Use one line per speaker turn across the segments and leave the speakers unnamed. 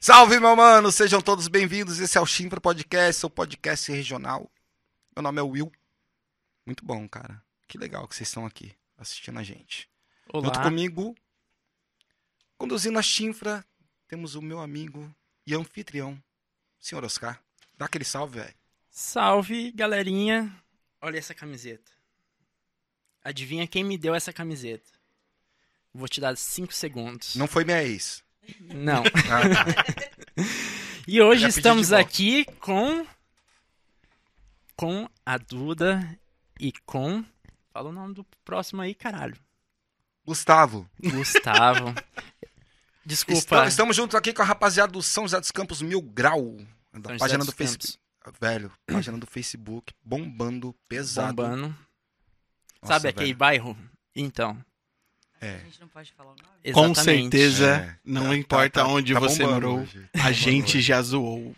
Salve, meu mano! Sejam todos bem-vindos. Esse é o Chimbra Podcast, seu podcast regional. Meu nome é Will. Muito bom, cara. Que legal que vocês estão aqui assistindo a gente.
Olá.
Junto comigo, conduzindo a Chinfra, temos o meu amigo e anfitrião, senhor Oscar. Dá aquele salve, velho.
Salve, galerinha. Olha essa camiseta. Adivinha quem me deu essa camiseta? Vou te dar 5 segundos.
Não foi minha ex.
Não.
Ah, tá.
E
Já
hoje
pedi de
estamos
volta.
aqui com com a Duda e com Fala o nome do próximo aí, caralho.
Gustavo,
Gustavo. Desculpa.
esta- estamos juntos aqui com a rapaziada do São José dos Campos Mil Grau, da
São José
página do
dos
Facebook. Velho, página do Facebook, bombando, pesado.
Bombando.
Nossa,
Sabe aquele
velho.
bairro? Então,
A gente não pode falar o nome.
Com
exatamente.
certeza,
É,
não
tá-
importa
tá- tá-
onde
tá
você
bombando
morou,
hoje.
a gente já zoou.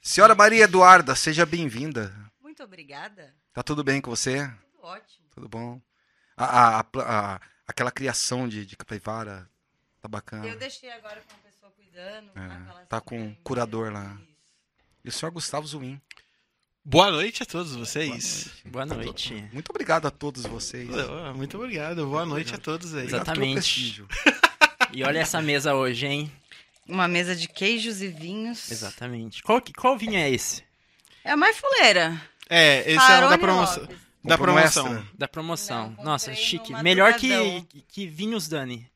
Senhora Maria Eduarda, seja bem-vinda.
Muito obrigada.
Tá tudo bem com você?
Tudo ótimo.
Tudo bom? A- a- a pla- a- aquela criação de, de capivara tá bacana.
Eu deixei agora com uma pessoa cuidando.
É,
aquela
tá
assim,
com um
né?
curador lá.
Isso.
E o senhor Gustavo Zuin.
Boa noite a todos
Boa
vocês.
Boa noite.
Muito obrigado a todos vocês.
Ah, Muito obrigado, boa noite a todos aí.
Obrigado pelo
Exatamente.
prestígio.
E olha essa mesa hoje, hein?
Uma mesa de queijos e vinhos.
Exatamente. Qual, que- qual vinho é esse?
É a mais fuleira.
É, esse é o da,
Farone
promoção.
Lopes.
da
Comprou um extra.
promoção.
Da promoção.
Não, comprei
Nossa,
no
chique.
Madrugadão.
Melhor que, que vinhos Dani.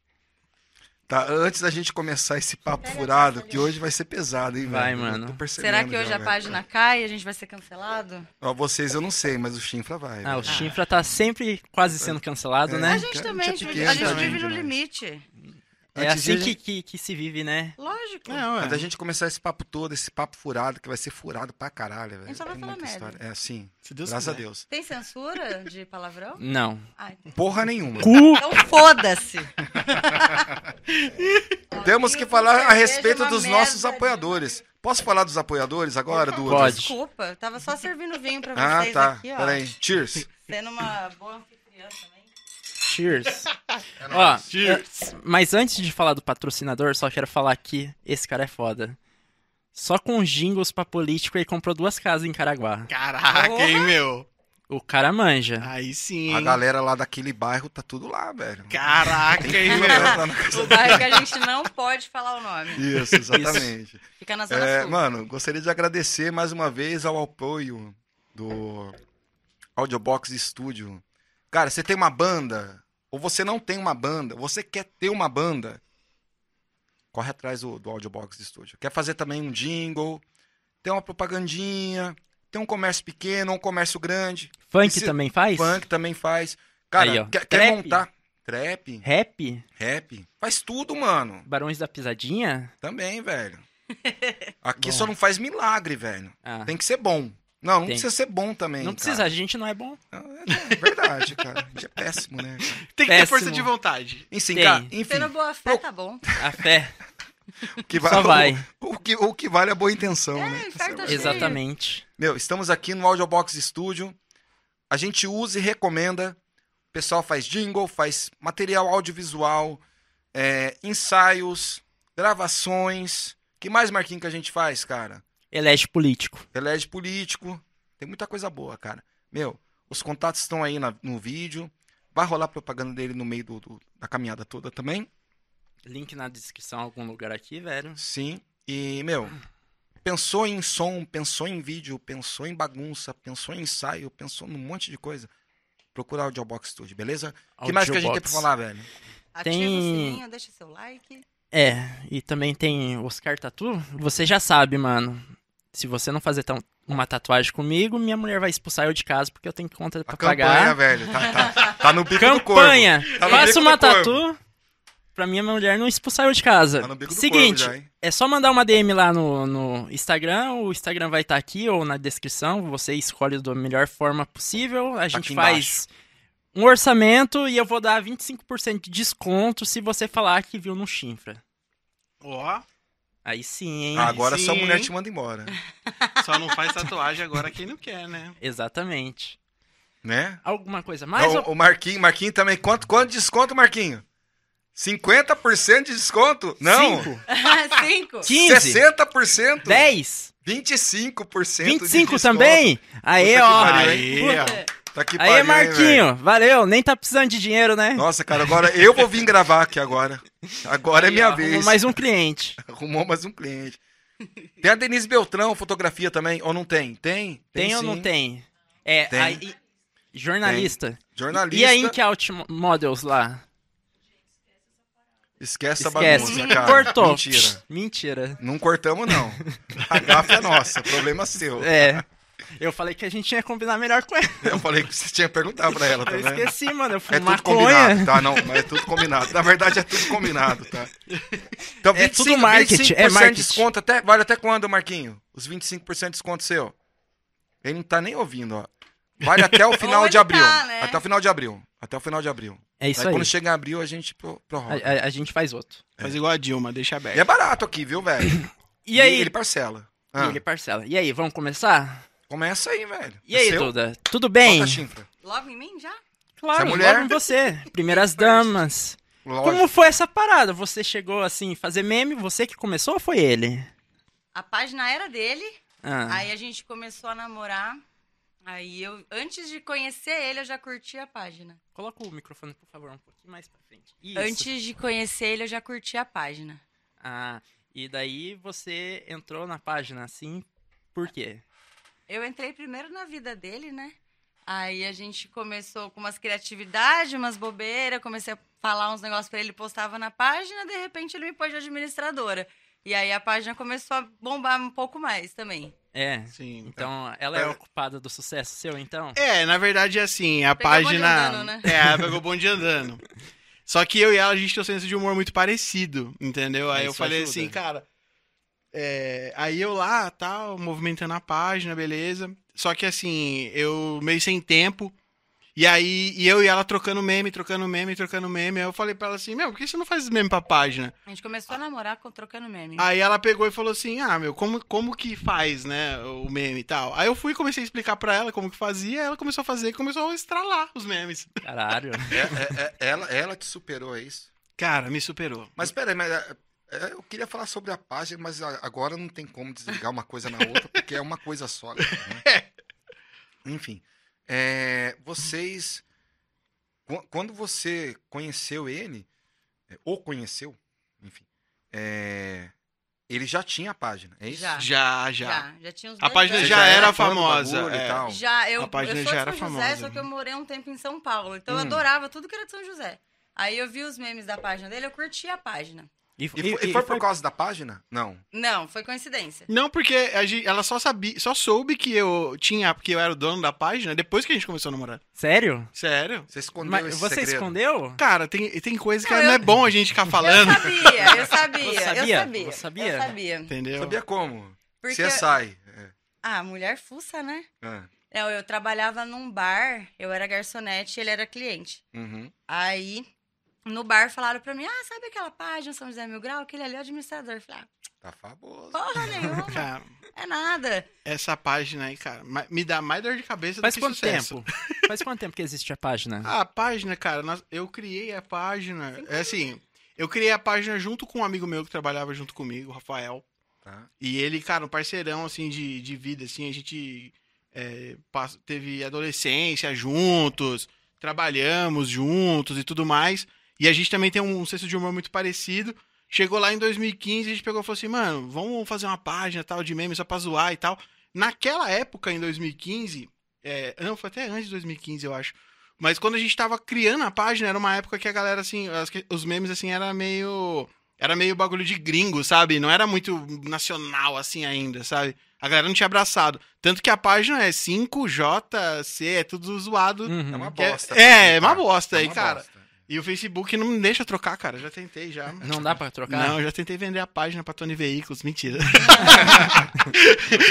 Tá, antes da gente começar esse papo
Pega
furado,
essa
que
ali.
hoje vai ser pesado, hein, velho?
Vai,
Eu
mano.
tô percebendo
Será que
já,
hoje a
velho.
página cai e a gente vai ser cancelado?
Ó, vocês eu não sei, mas o Chinfra vai.
Ah, o
velho.
Chinfra tá sempre quase sendo cancelado,
É.
A
né?
gente
Cara, tinha
também, a gente,
pequeno né?
a gente
também,
vive no
demais.
limite.
É
Antes
assim
de-
que, que, que se vive, né?
Lógico.
Não,
Antes da
é.
gente começar esse papo todo, esse papo furado, que vai ser furado pra caralho, velho.
gente só vai
É
falar
muita
merda.
história. É, sim.
Se Deus
Graças a
quiser.
Deus.
Tem censura de palavrão?
Não.
Ah, então.
Porra nenhuma.
Cu!
Então foda-se.
Temos que
Amigo,
falar a
cerveja é
respeito
uma
dos
merda
nossos
de-
apoiadores. Posso falar dos apoiadores agora,
Por
Du?
favor,
Pode.
Desculpa, eu tava só servindo vinho pra
Ah,
vocês
tá.
aqui, ó.
Peraí. Cheers.
Sendo uma boa anfitriã também.
Cheers. Ó,
Cheers.
é- mas antes de falar do patrocinador, só quero falar que esse cara é foda. Só com jingles pra político ele comprou duas casas em Caraguá.
Caraca, hein, meu?
O cara manja.
Aí sim.
A
hein?
galera lá daquele bairro tá tudo lá, velho.
Caraca, hein, meu?
Lá na casa-
O bairro que a gente não pode falar o nome.
Isso, exatamente.
Fica na Zona
É,
Sul.
mano, gostaria de agradecer mais uma vez ao apoio do Audiobox Studio. Cara, você tem uma banda, ou você não tem uma banda, você quer ter uma banda, corre atrás do, do Audiobox Studio. Quer fazer também um jingle, tem uma propagandinha, tem um comércio pequeno, um comércio grande,
Funk
esse
também faz?
funk também faz. Cara,
É Aí, ó,
quer, quer
trap.
montar trap,
Rap?
rap, faz tudo, mano.
Barões da Pisadinha?
Também, velho. Aqui
Bom.
só não faz milagre, velho.
Ah,
Tem que ser bom. Não, não
Tem.
precisa ser bom também.
não precisa, a gente não é bom.
cara. É, é verdade, cara. A gente é péssimo, né? cara?
Tem que ter
Péssimo.
força de vontade.
Enfim,
Tem.
cara, enfim
Sendo boa fé, tá bom.
A fé
o, que
só vai.
O, o que, o que vale é a boa intenção,
É,
né?
infarto
Tá certo.
cheio.
Exatamente.
Meu, estamos aqui no Audiobox Studio. A gente usa e recomenda. O pessoal faz jingle, faz material audiovisual, é, ensaios, gravações. que mais, Marquinhos, que a gente faz, cara?
Elege político.
elege político. Tem muita coisa boa, cara. Meu, os contatos estão aí na- no vídeo. Vai rolar propaganda dele no meio do- do- da caminhada toda também.
Link na descrição, algum lugar aqui, velho.
Sim. E, meu, pensou em som, pensou em vídeo, pensou em bagunça, pensou em ensaio, pensou num monte de coisa. Procura o Audiobox Studio, beleza? O que mais que a gente tem pra
Audiobox.
falar, velho?
Ativa
Tem-
o sininho, deixa seu like.
É, e também tem Oscar Tatu. Você já sabe, mano. Se você não fazer tão- uma tatuagem comigo, minha mulher vai expulsar eu de casa porque eu tenho conta pra
A campanha,
pagar.
velho. Tá, tá- tá no bico do corvo.
Campanha!
Tá no bico
Faça uma
do corvo.
tatu pra minha mulher não expulsar eu de casa.
Tá no bico do
Seguinte,
corvo já, hein?
é só mandar uma DM lá no, no Instagram. O Instagram vai estar aqui ou na descrição. Você escolhe da melhor forma possível. A gente
Tá aqui
faz um orçamento e eu vou dar 25% de desconto se você falar que viu no Chinfra.
Ó,
Aí sim, hein?
Agora só a
Sim.
mulher te manda embora,
só não faz tatuagem agora quem não quer, né?
Exatamente.
né?
Alguma coisa mais? um.
o,
ou-
o Marquinho, Marquinho também. Quanto, quanto desconto, Marquinho? 50% de desconto? Não.
Cinco?
Cinco.
15?
60%?
10?
25% de
25
desconto.
também? Aí,
Puta que
ó.
pariu,
hein?
É Puta.
Tá que pariu,
Aí, é
hein, velho?
Marquinho. valeu. Nem tá precisando de dinheiro, né?
Nossa, cara, agora eu vou vir gravar aqui agora. Agora é
Aí,
minha
ó,
vez.
Mais um cliente.
Arrumou mais um cliente. Tem a Denise Beltrão, fotografia também, ou não tem? Tem?
Tem, ou não
sim.
tem? É,
Tem.
aí- jornalista.
Jornalista.
E a Ink Out Mo- Models lá?
Esquece,
Esquece.
a bagunça, cara.
Cortou.
Mentira.
Psh, Mentira.
Não cortamos, não. A gafa é nossa, problema seu.
É. Eu falei que a gente ia combinar melhor com ela.
Eu falei que você tinha que perguntar pra ela, tá
Ah, Eu
vendo?
esqueci, mano. Eu fui
É tudo combinado,
maconha.
tá? Não, mas é tudo combinado. Na verdade, é tudo combinado, tá? Então,
É tudo
25%
marketing, é marketing.
de desconto até... Vale até quando, Marquinho? Os 25% de desconto seu? Ele não tá nem ouvindo, ó. Vale até o final
Ou
de
ele
abril.
tá, né?
Até o final de abril. Até o final de abril.
É isso aí.
quando chega em abril, a gente pro- prorroga.
A, a- a gente faz outro.
Faz igual a Dilma,
E
deixa aberto.
é barato aqui, viu, velho?
E aí?
Ele parcela.
E
Ah,
ele parcela. E aí, vamos começar?
Começa aí, velho. É
E aí,
seu?
Duda? Tudo
Solta
bem?
a chifra.
Logo em mim já?
Claro,
Você é mulher?
logo em você. Primeiras damas.
Lógico.
Como foi essa parada? Você chegou assim, fazer meme? Você que começou ou foi ele?
A página era dele.
Ah,
Aí a gente começou a namorar. Aí eu, antes de conhecer ele, eu já curti a página.
Coloca o microfone, por favor, um pouquinho mais pra frente. Isso.
Antes de conhecer ele, eu já curti a página.
Ah, e daí você entrou na página assim, por quê?
Eu entrei primeiro na vida dele, né? Aí a gente começou com umas criatividades, umas bobeiras, comecei a falar uns negócios pra ele, postava na página, de repente ele me pôs de administradora. E aí a página começou a bombar um pouco mais também.
É.
Sim.
Então, ela é
É.
ocupada do sucesso seu, então?
É, na verdade é assim, a
Pegou o bonde
página.
andando, né?
É, ela pegou o bonde andando. Só que eu e ela, a gente tem um senso de humor muito parecido, entendeu? Aí
É,
eu
isso
falei
ajuda.
assim, cara. é, aí eu lá, tal, movimentando a página, beleza. Só que assim, eu meio sem tempo. E aí, e eu e ela trocando meme, trocando meme, trocando meme. Aí eu falei pra ela assim, meu, por que você não faz meme pra página?
A gente começou a namorar com- trocando meme.
Aí ela pegou e falou assim: Ah, meu, como, como que faz, né? O meme e tal. Aí eu fui e comecei a explicar pra ela como que fazia, ela começou a fazer e começou a estralar os memes.
Caralho.
É- é- é- ela, ela te superou, é isso?
Cara, me superou.
Mas peraí, mas, é, é, eu queria falar sobre a página, mas a- agora não tem como desligar uma coisa na outra, porque é uma coisa só. né? Enfim, é, vocês. qu- Quando você conheceu ele, é, ou conheceu, enfim, é, ele já tinha a página, é isso?
Já.
Já, já.
Ah, já, já tinha uns
A
dois
página
Você
anos.
já era
fã do
famosa,
bagulho
é.
E tal.
Já, eu,
A página
eu sou
já
de
era
São José,
famosa,
só que
né?
eu morei um tempo em São Paulo. Então
Hum.
eu adorava tudo que era de São José. Aí eu vi os memes da página dele, eu curti a página.
E,
E, fo- e foi por causa da página? Não.
Não, foi coincidência.
Não, porque a gente- ela só sabia, só soube que eu tinha, que eu era o dono da página depois que a gente começou a namorar.
Sério?
Sério?
Você escondeu
Mas
esse
você
segredo.
escondeu?
Cara, tem, tem coisa que
Não,
não é
Ah, eu-
bom a gente ficar
Eu
falando.
sabia,
Você
eu sabia, eu
sabia?
sabia.
Você sabia?
Eu sabia.
Entendeu?
Sabia como?
Porque
Você sai. É.
ah, mulher fuça, né?
Ah,
Não, eu trabalhava num bar, eu era garçonete, ele era cliente.
uhum.
Aí no bar falaram pra mim: "Ah, sabe aquela página São José Mil Grau, aquele ali é o administrador". Eu falei:
Tá famoso.
ah, "Porra nenhuma,
Cara,
é nada".
essa página aí, cara, ma- me dá mais dor de cabeça
Faz
do que
quanto
sucesso.
tempo? Faz quanto tempo que existe a página?
Ah, a página, cara, nós- eu criei a página. É assim, eu criei a página junto com um amigo meu que trabalhava junto comigo, o Rafael.
Tá.
E ele, cara, um parceirão, assim, de, de vida, assim, a gente é, pass- teve adolescência juntos, trabalhamos juntos e tudo mais. E a gente também tem um senso de humor muito parecido. Chegou lá em 2015, a gente pegou e falou assim, mano, vamos fazer uma página tal de meme só pra zoar e tal. Naquela época, em 2015, é, não, foi até antes de 2015, eu acho. Mas quando a gente tava criando a página, era uma época que a galera, assim, as que- os memes, assim, era meio. Era meio bagulho de gringo, sabe? Não era muito nacional, assim, ainda, sabe? A galera não tinha abraçado. Tanto que a página é 5JC, é tudo zoado.
Uhum.
É uma
Que é-
bosta.
é, é uma
Tá.
bosta
É
aí,
uma
cara.
bosta.
E o Facebook não me deixa trocar, cara. Já tentei, já.
É,
Não dá pra trocar?
Não, eu já tentei vender a página pra Tony Veículos. Mentira.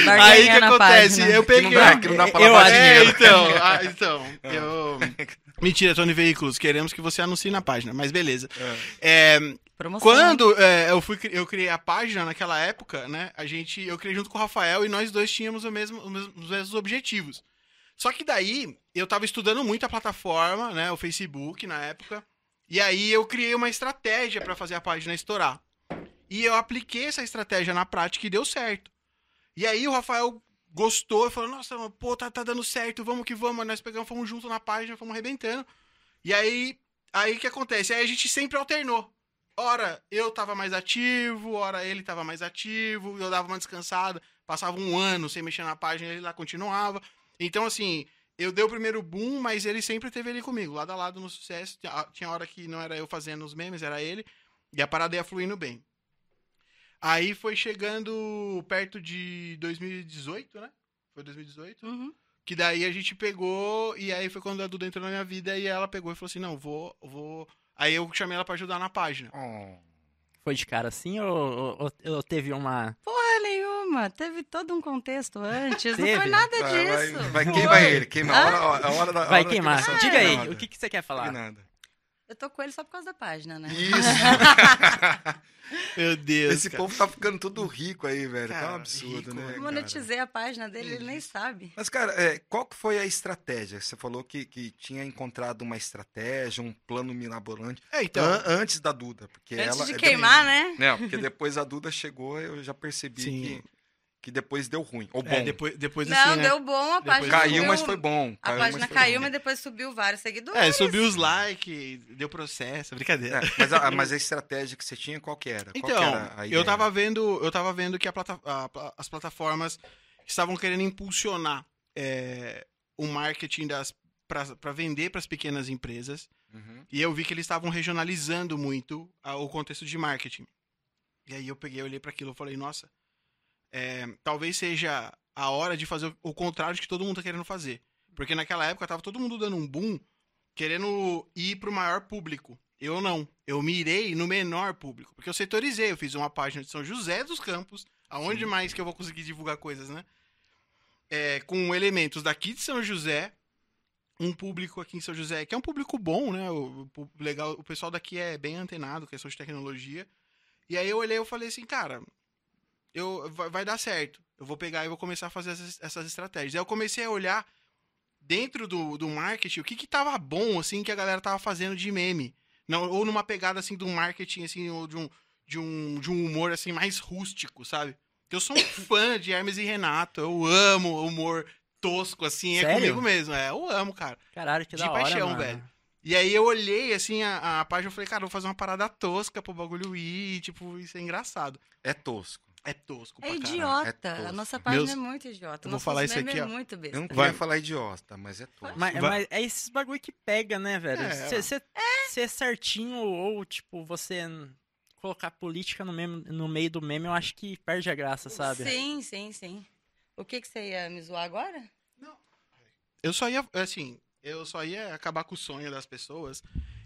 Aí
Barganha
que
na
acontece,
página.
eu peguei.
não dá, que não dá pra
Eu
lavar
acho-
É,
dinheiro.
então, ah, então, eu... Mentira, Tony Veículos, queremos que você anuncie na página, mas beleza.
É.
É,
Promoção.
quando é, eu, fui, cri- eu criei a página naquela época, né, a gente, eu criei junto com o Rafael e nós dois tínhamos o mesmo, os mesmos- os mesmos objetivos. Só que daí, eu tava estudando muito a plataforma, né, o Facebook na época, E aí eu criei uma estratégia pra fazer a página estourar. E eu apliquei essa estratégia na prática e deu certo. E aí o Rafael gostou e falou: Nossa, mano, pô, tá, tá dando certo, vamos que vamos. Nós pegamos, fomos junto na página, fomos arrebentando. E aí, aí o que acontece? Aí a gente sempre alternou. Ora eu tava mais ativo, ora ele tava mais ativo, eu dava uma descansada. Passava um ano sem mexer na página, ele lá continuava. Então, assim, eu dei o primeiro boom, mas ele sempre teve ele comigo, lado a lado no sucesso. Tinha- Tinha hora que não era eu fazendo os memes, era ele. E a parada ia fluindo bem. Aí foi chegando perto de 2018, né? Foi 2018.
Uhum.
Que daí a gente pegou, e aí foi quando a Duda entrou na minha vida, e ela pegou e falou assim, não, vou, vou... Aí eu chamei ela pra ajudar na página.
Oh.
Foi de cara assim ou, ou- ou- ou teve uma.
Porra nenhuma. Teve todo um contexto antes. Não foi
Teve.
nada
Vai,
É disso.
vai, vai,
Foi.
queima ele, queima. A hora, a hora da, a
Vai
hora da
queimar.
queimação.
Diga aí,
Nada.
o que, que você quer
tá
falar?
Nada.
Eu tô com ele só por causa da página, né?
Isso.
Meu Deus,
Esse povo tá ficando todo rico aí, velho. tá um
Cara,
absurdo,
rico,
né?
né?
cara?
Monetizei a página dele, ele nem sabe.
Mas, cara, é, qual que foi a estratégia? Você falou que, que tinha encontrado uma estratégia, um plano mirabolante
É, então...
an- antes da Duda. Porque ela
Antes de
é
queimar, né?
bem- Não, porque depois a Duda chegou, eu já percebi
Sim.
que, que depois deu ruim. Ou bom.
É, depois, depois
não,
assim, né?
deu bom, a
Depois
página
Caiu,
subiu.
mas foi bom.
A
mas
página
foi
caiu,
bom.
mas depois subiu vários seguidores.
É, subiu os likes, deu processo, brincadeira.
É, mas, a, mas a estratégia que você tinha, qual que era? Qual que
Então,
era a ideia?
eu tava vendo, eu tava vendo que a plata- a pla- as plataformas estavam querendo impulsionar é, o marketing das para vender para as pequenas empresas.
Uhum.
E eu vi que eles estavam regionalizando muito a- o contexto de marketing. E aí eu peguei, olhei para aquilo e falei, nossa, é, talvez seja a hora de fazer o, o contrário de que todo mundo tá querendo fazer. Porque naquela época tava todo mundo dando um boom, querendo ir pro maior público. Eu não. Eu mirei no menor público. Porque eu setorizei, eu fiz uma página de São José dos Campos, aonde mais que eu vou conseguir divulgar coisas, né? É, com elementos daqui de São José, um público aqui em São José, que é um público bom, né? O, o- o legal, o pessoal daqui é bem antenado, questão de tecnologia. E aí eu olhei e falei assim, cara, eu, vai, vai dar certo. Eu vou pegar e vou começar a fazer essas, essas estratégias. Aí eu comecei a olhar dentro do, do marketing o que que tava bom, assim, que a galera tava fazendo de meme. Não, ou numa pegada, assim, de um marketing, assim, ou de um, de um, de um humor, assim, mais rústico, sabe? Eu sou um fã de Hermes e Renato. Eu amo humor tosco, assim. É
Sério?
comigo mesmo. É, eu amo, cara.
Caralho, que
De
da hora.
paixão,
mano.
velho. E aí eu olhei, assim, a, a página e falei, cara, eu vou fazer uma parada tosca pro bagulho ir, tipo, isso é engraçado.
É tosco.
É tosco pra
É
caralho.
idiota.
é tosco.
a nossa página é
Meus-
muito idiota.
Eu vou
Nosso
falar isso
meme
aqui,
é
ó.
muito besta.
Eu não
Vai.
queria falar idiota, mas é tosco.
Mas,
Vai.
mas é esses bagulho que pega, né, velho?
É.
Você ser certinho ou, tipo, você n- colocar política no, meme- no meio do meme, eu acho que perde a graça, sabe?
Sim, sim, sim. O que, que você ia me zoar agora?
Eu só ia, assim, eu só ia acabar com o sonho das pessoas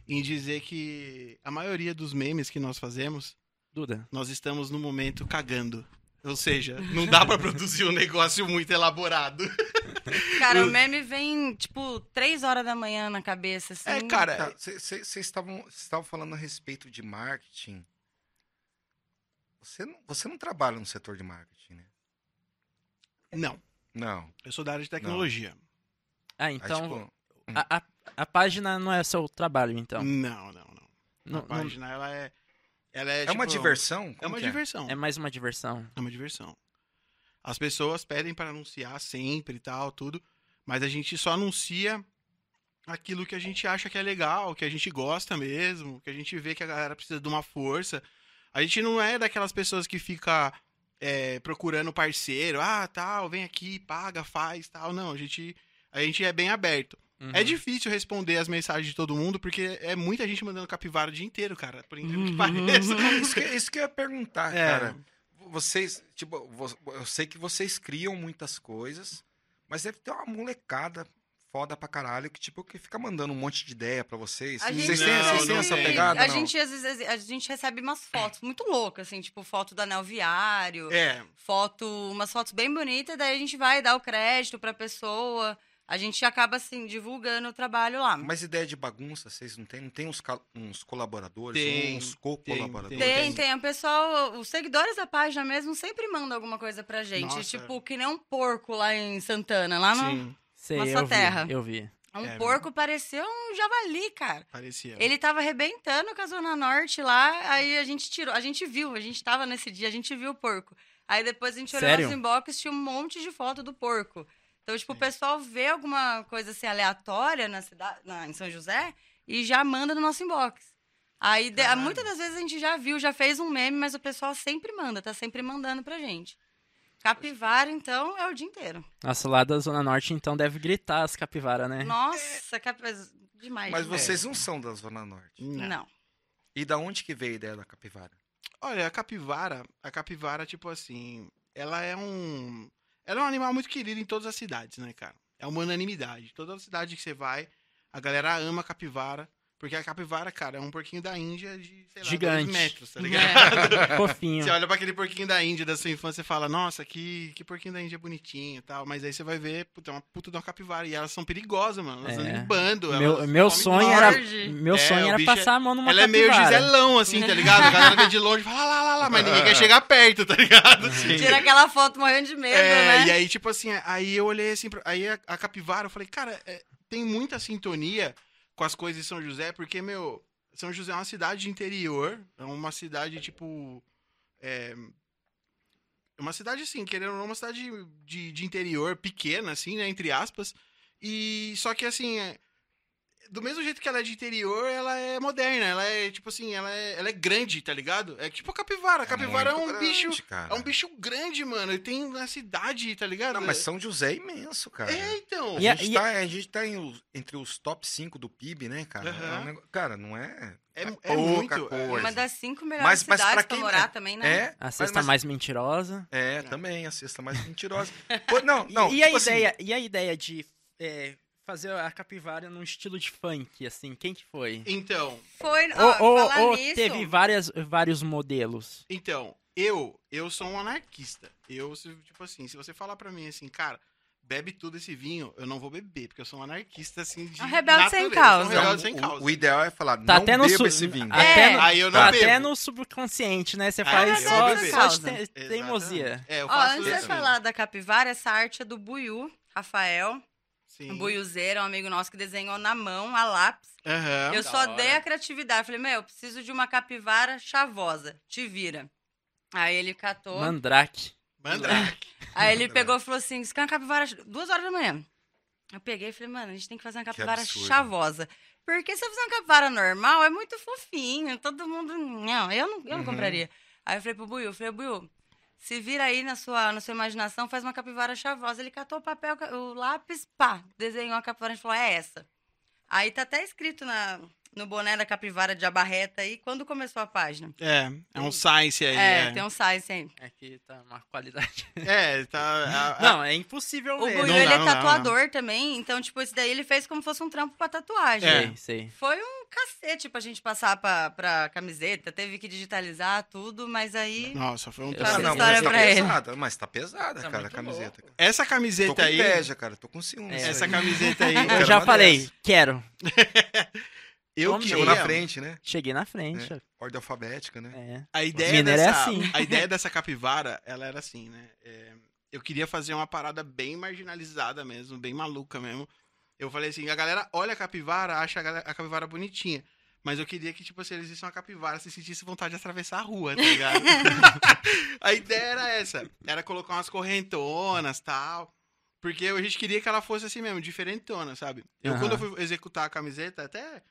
em dizer que a maioria dos memes que nós fazemos,
Duda.
nós estamos no momento cagando. Ou seja, não dá pra produzir um negócio muito elaborado.
Cara,
Eu-
o meme vem, tipo, três horas da manhã na cabeça, assim.
É, cara,
Tá, Vocês estavam cês estavam falando a respeito de marketing. Você não, você não trabalha no setor de marketing, né?
não.
Não.
Eu sou da área de tecnologia.
Ah,
É
então.
tipo,
a, a, a página não é seu trabalho, então.
hum. Não, não, não.
Não- não-
A página, ela é... Ela é,
é uma
tipo,
diversão?
É
Como
uma
que é?
diversão.
é mais uma diversão.
É uma diversão. As pessoas pedem para anunciar sempre e tal, tudo, mas a gente só anuncia aquilo que a gente acha que é legal, que a gente gosta mesmo, que a gente vê que a galera precisa de uma força. A gente não é daquelas pessoas que fica é, procurando parceiro, ah, tal, vem aqui, paga, faz, tal. Não, a gente, a gente é bem aberto.
Uhum.
É difícil responder as mensagens de todo mundo, porque é muita gente mandando capivara o dia inteiro, cara, por incrível que pareça.
Isso que, isso que eu ia perguntar,
É.
cara. Vocês, tipo, vo- eu sei que vocês criam muitas coisas, mas deve ter uma molecada foda pra caralho que, tipo, que fica mandando um monte de ideia pra vocês.
A gente
Vocês têm,
não,
vocês têm
não
essa
tem.
pegada?
A
não?
gente, às vezes, a gente recebe umas fotos muito loucas, assim, tipo, foto do anel viário,
É,
foto, umas fotos bem bonitas, daí a gente vai dar o crédito pra pessoa. A gente acaba, assim, divulgando o trabalho lá.
Mas ideia de bagunça, vocês não têm? Não tem uns, ca- uns colaboradores?
Tem,
uns
tem,
co-colaboradores?
Tem,
Entendi.
tem. O pessoal, os seguidores da página mesmo sempre mandam alguma coisa pra gente.
Nossa.
Tipo, que nem um porco lá em Santana, lá no.
sim.
Sei,
Nossa
eu vi,
terra.
Eu vi.
Um
É,
porco parecia um javali, cara.
Parecia.
Ele tava arrebentando com a Zona Norte lá, aí a gente tirou, a gente viu, a gente tava nesse dia, a gente viu o porco. Aí depois a gente olhou
Sério?
nosso inbox e tinha um monte de foto do porco. Então, tipo, o pessoal vê alguma coisa assim aleatória na cidade, na, em São José e já manda no nosso inbox. Aí, de-
Caralho.
muitas das vezes a gente já viu, já fez um meme, mas o pessoal sempre manda, tá sempre mandando pra gente. Capivara, então, é o dia inteiro.
Nossa, lá da Zona Norte, então, deve gritar as capivaras, né?
Nossa, capivara, demais.
Mas
demais.
É.
vocês não são da Zona Norte.
Não.
Não.
E da onde que veio a ideia da capivara?
Olha, a capivara, a capivara, tipo assim, ela é um. Ela é um animal muito querido em todas as cidades, né, cara? É uma unanimidade. Toda cidade que você vai, a galera ama a capivara. Porque a capivara, cara, é um porquinho da Índia de, sei lá,
Gigante. Né?
dois metros, tá ligado?
É.
Fofinho.
Você olha pra aquele porquinho da Índia da sua infância e fala, nossa, que, que porquinho da Índia bonitinho e tal. Mas aí você vai ver, puta, é uma puta de uma capivara. E elas são perigosas, mano. Elas
É.
andam em bando.
Meu,
elas
meu
comem
sonho
nós.
era,
Morde.
meu
É,
sonho
o
era
bicho é-
passar a mão numa
Ela é meio
capivara.
Giselão, assim, tá ligado? A galera vê de longe e fala, "Ah, lá, lá, lá, lá, mas ninguém quer chegar perto, tá ligado? Sim.
Tira aquela foto morrendo de medo,
É,
né?
E aí, tipo assim, aí eu olhei assim, pra- aí a, a capivara, eu falei, cara, é, tem muita sintonia com as coisas de São José, porque, meu, São José é uma cidade de interior, é uma cidade, tipo. É, uma cidade, assim, querendo ou não, uma cidade de, de interior pequena, assim, né, entre aspas. E só que, assim, é, do mesmo jeito que ela é de interior, ela é moderna, ela é, tipo assim, ela é, ela é grande, tá ligado? É tipo a capivara. A capivara é,
muito
um
grande,
bicho.
cara.
É um bicho grande, mano. Ele tem na cidade, tá ligado?
Não, mas São José é imenso, cara.
É, então.
A
E a-
gente,
e a-
tá, a gente tá em os- entre os top 5 do PIB, né, cara?
Aham.
É um nego- Cara, não é.
É, é
pouca
muito.
coisa.
Uma
Mas-
das cinco melhores
Mas- mas pra
cidades pra,
quem-
morar também, né?
É,
A
mas-
cesta
mas-
mais mentirosa.
É, também, a cesta mais mentirosa. Pô, não, não.
e, a
tipo assim,
ideia, e a ideia de é, fazer a capivara num estilo de funk, assim, quem que foi?
Então,
Foi, ó,
ou ou-
Ah, falar
ou
nisso,
teve várias, vários modelos.
então, eu, eu sou um anarquista. Eu, se- tipo assim, se você falar pra mim assim, cara, bebe tudo esse vinho, eu não vou beber, porque eu sou um anarquista, assim, de
É um rebelde sem
natureza,
causa.
Um
não,
rebelde sem
o-
causa.
O, ideal é falar,
Tá
não
até no
beba
su-
esse vinho.
até
É.
no-
Aí eu não
tá
bebo.
até no subconsciente, né? Você
Ah,
faz
é,
só,
eu bebo.
só de
Exatamente.
te- teimosia.
É, eu
Ó,
faço
antes de
isso.
você falar da capivara, essa arte é do Buiu, Rafael.
Sim.
O Buiuzeiro é um amigo nosso que desenhou na mão, a lápis.
Aham.
eu
da
só dei
hora.
a criatividade. Eu Falei, meu, eu preciso de uma capivara chavosa. Te vira. Aí ele catou.
Mandrake.
Mandrake.
Aí ele pegou e falou assim: isso aqui é uma capivara. ch- Duas horas da manhã. Eu peguei e falei, mano, a gente tem que fazer uma capivara
absurdo.
chavosa. Porque se eu fizer uma capivara normal, é muito fofinho. Todo mundo. Não, eu não, eu não compraria. Aí eu falei pro Buiu, eu falei, Buiu, se vira aí na sua, na sua imaginação, faz uma capivara chavosa. Ele catou o papel, ca- o lápis, pá, desenhou a capivara e falou: é essa. Aí tá até escrito na, no boné da capivara de abarreta aí, quando começou a página.
É, é um science aí.
É,
É,
tem um science aí.
É que tá uma qualidade.
É, tá. a- a-
Não, é impossível
O
ver.
Buiu,
não
Não,
dá,
ele é
não dá, não dá.
tatuador também, então, tipo, esse daí ele fez como se fosse um trampo pra tatuagem.
É.
sei, sei.
Foi um cacete pra gente passar pra, pra camiseta, teve que digitalizar tudo, mas aí...
Nossa, foi um
Eu
Ah,
essa
trabalho.
não,
história
mas tá
pra ele.
pesada, mas tá pesada,
Tá
cara, a
muito tá
camiseta. cara.
Essa
Tô com
camiseta aí.
inveja, cara, tô com ciúmes.
É,
Essa
Aí.
camiseta aí.
quero
Eu já
uma
falei,
dessa.
quero.
Eu
Homem.
que
Chegou na frente, né?
Cheguei na frente.
Ordem alfabética, né?
É.
A ideia
Mineiro é
dessa,
assim.
A ideia dessa capivara, ela era assim, né? É, eu queria fazer uma parada bem marginalizada mesmo, bem maluca mesmo. Eu falei assim, a galera olha a capivara, acha a, galera- a capivara bonitinha. Mas eu queria que, tipo, se eles vissem uma capivara, se sentisse vontade de atravessar a rua, tá ligado? a ideia era essa. Era colocar umas correntonas tal. Porque a gente queria que ela fosse assim mesmo, diferentona, sabe? Eu,
Aham.
quando eu fui executar a camiseta, até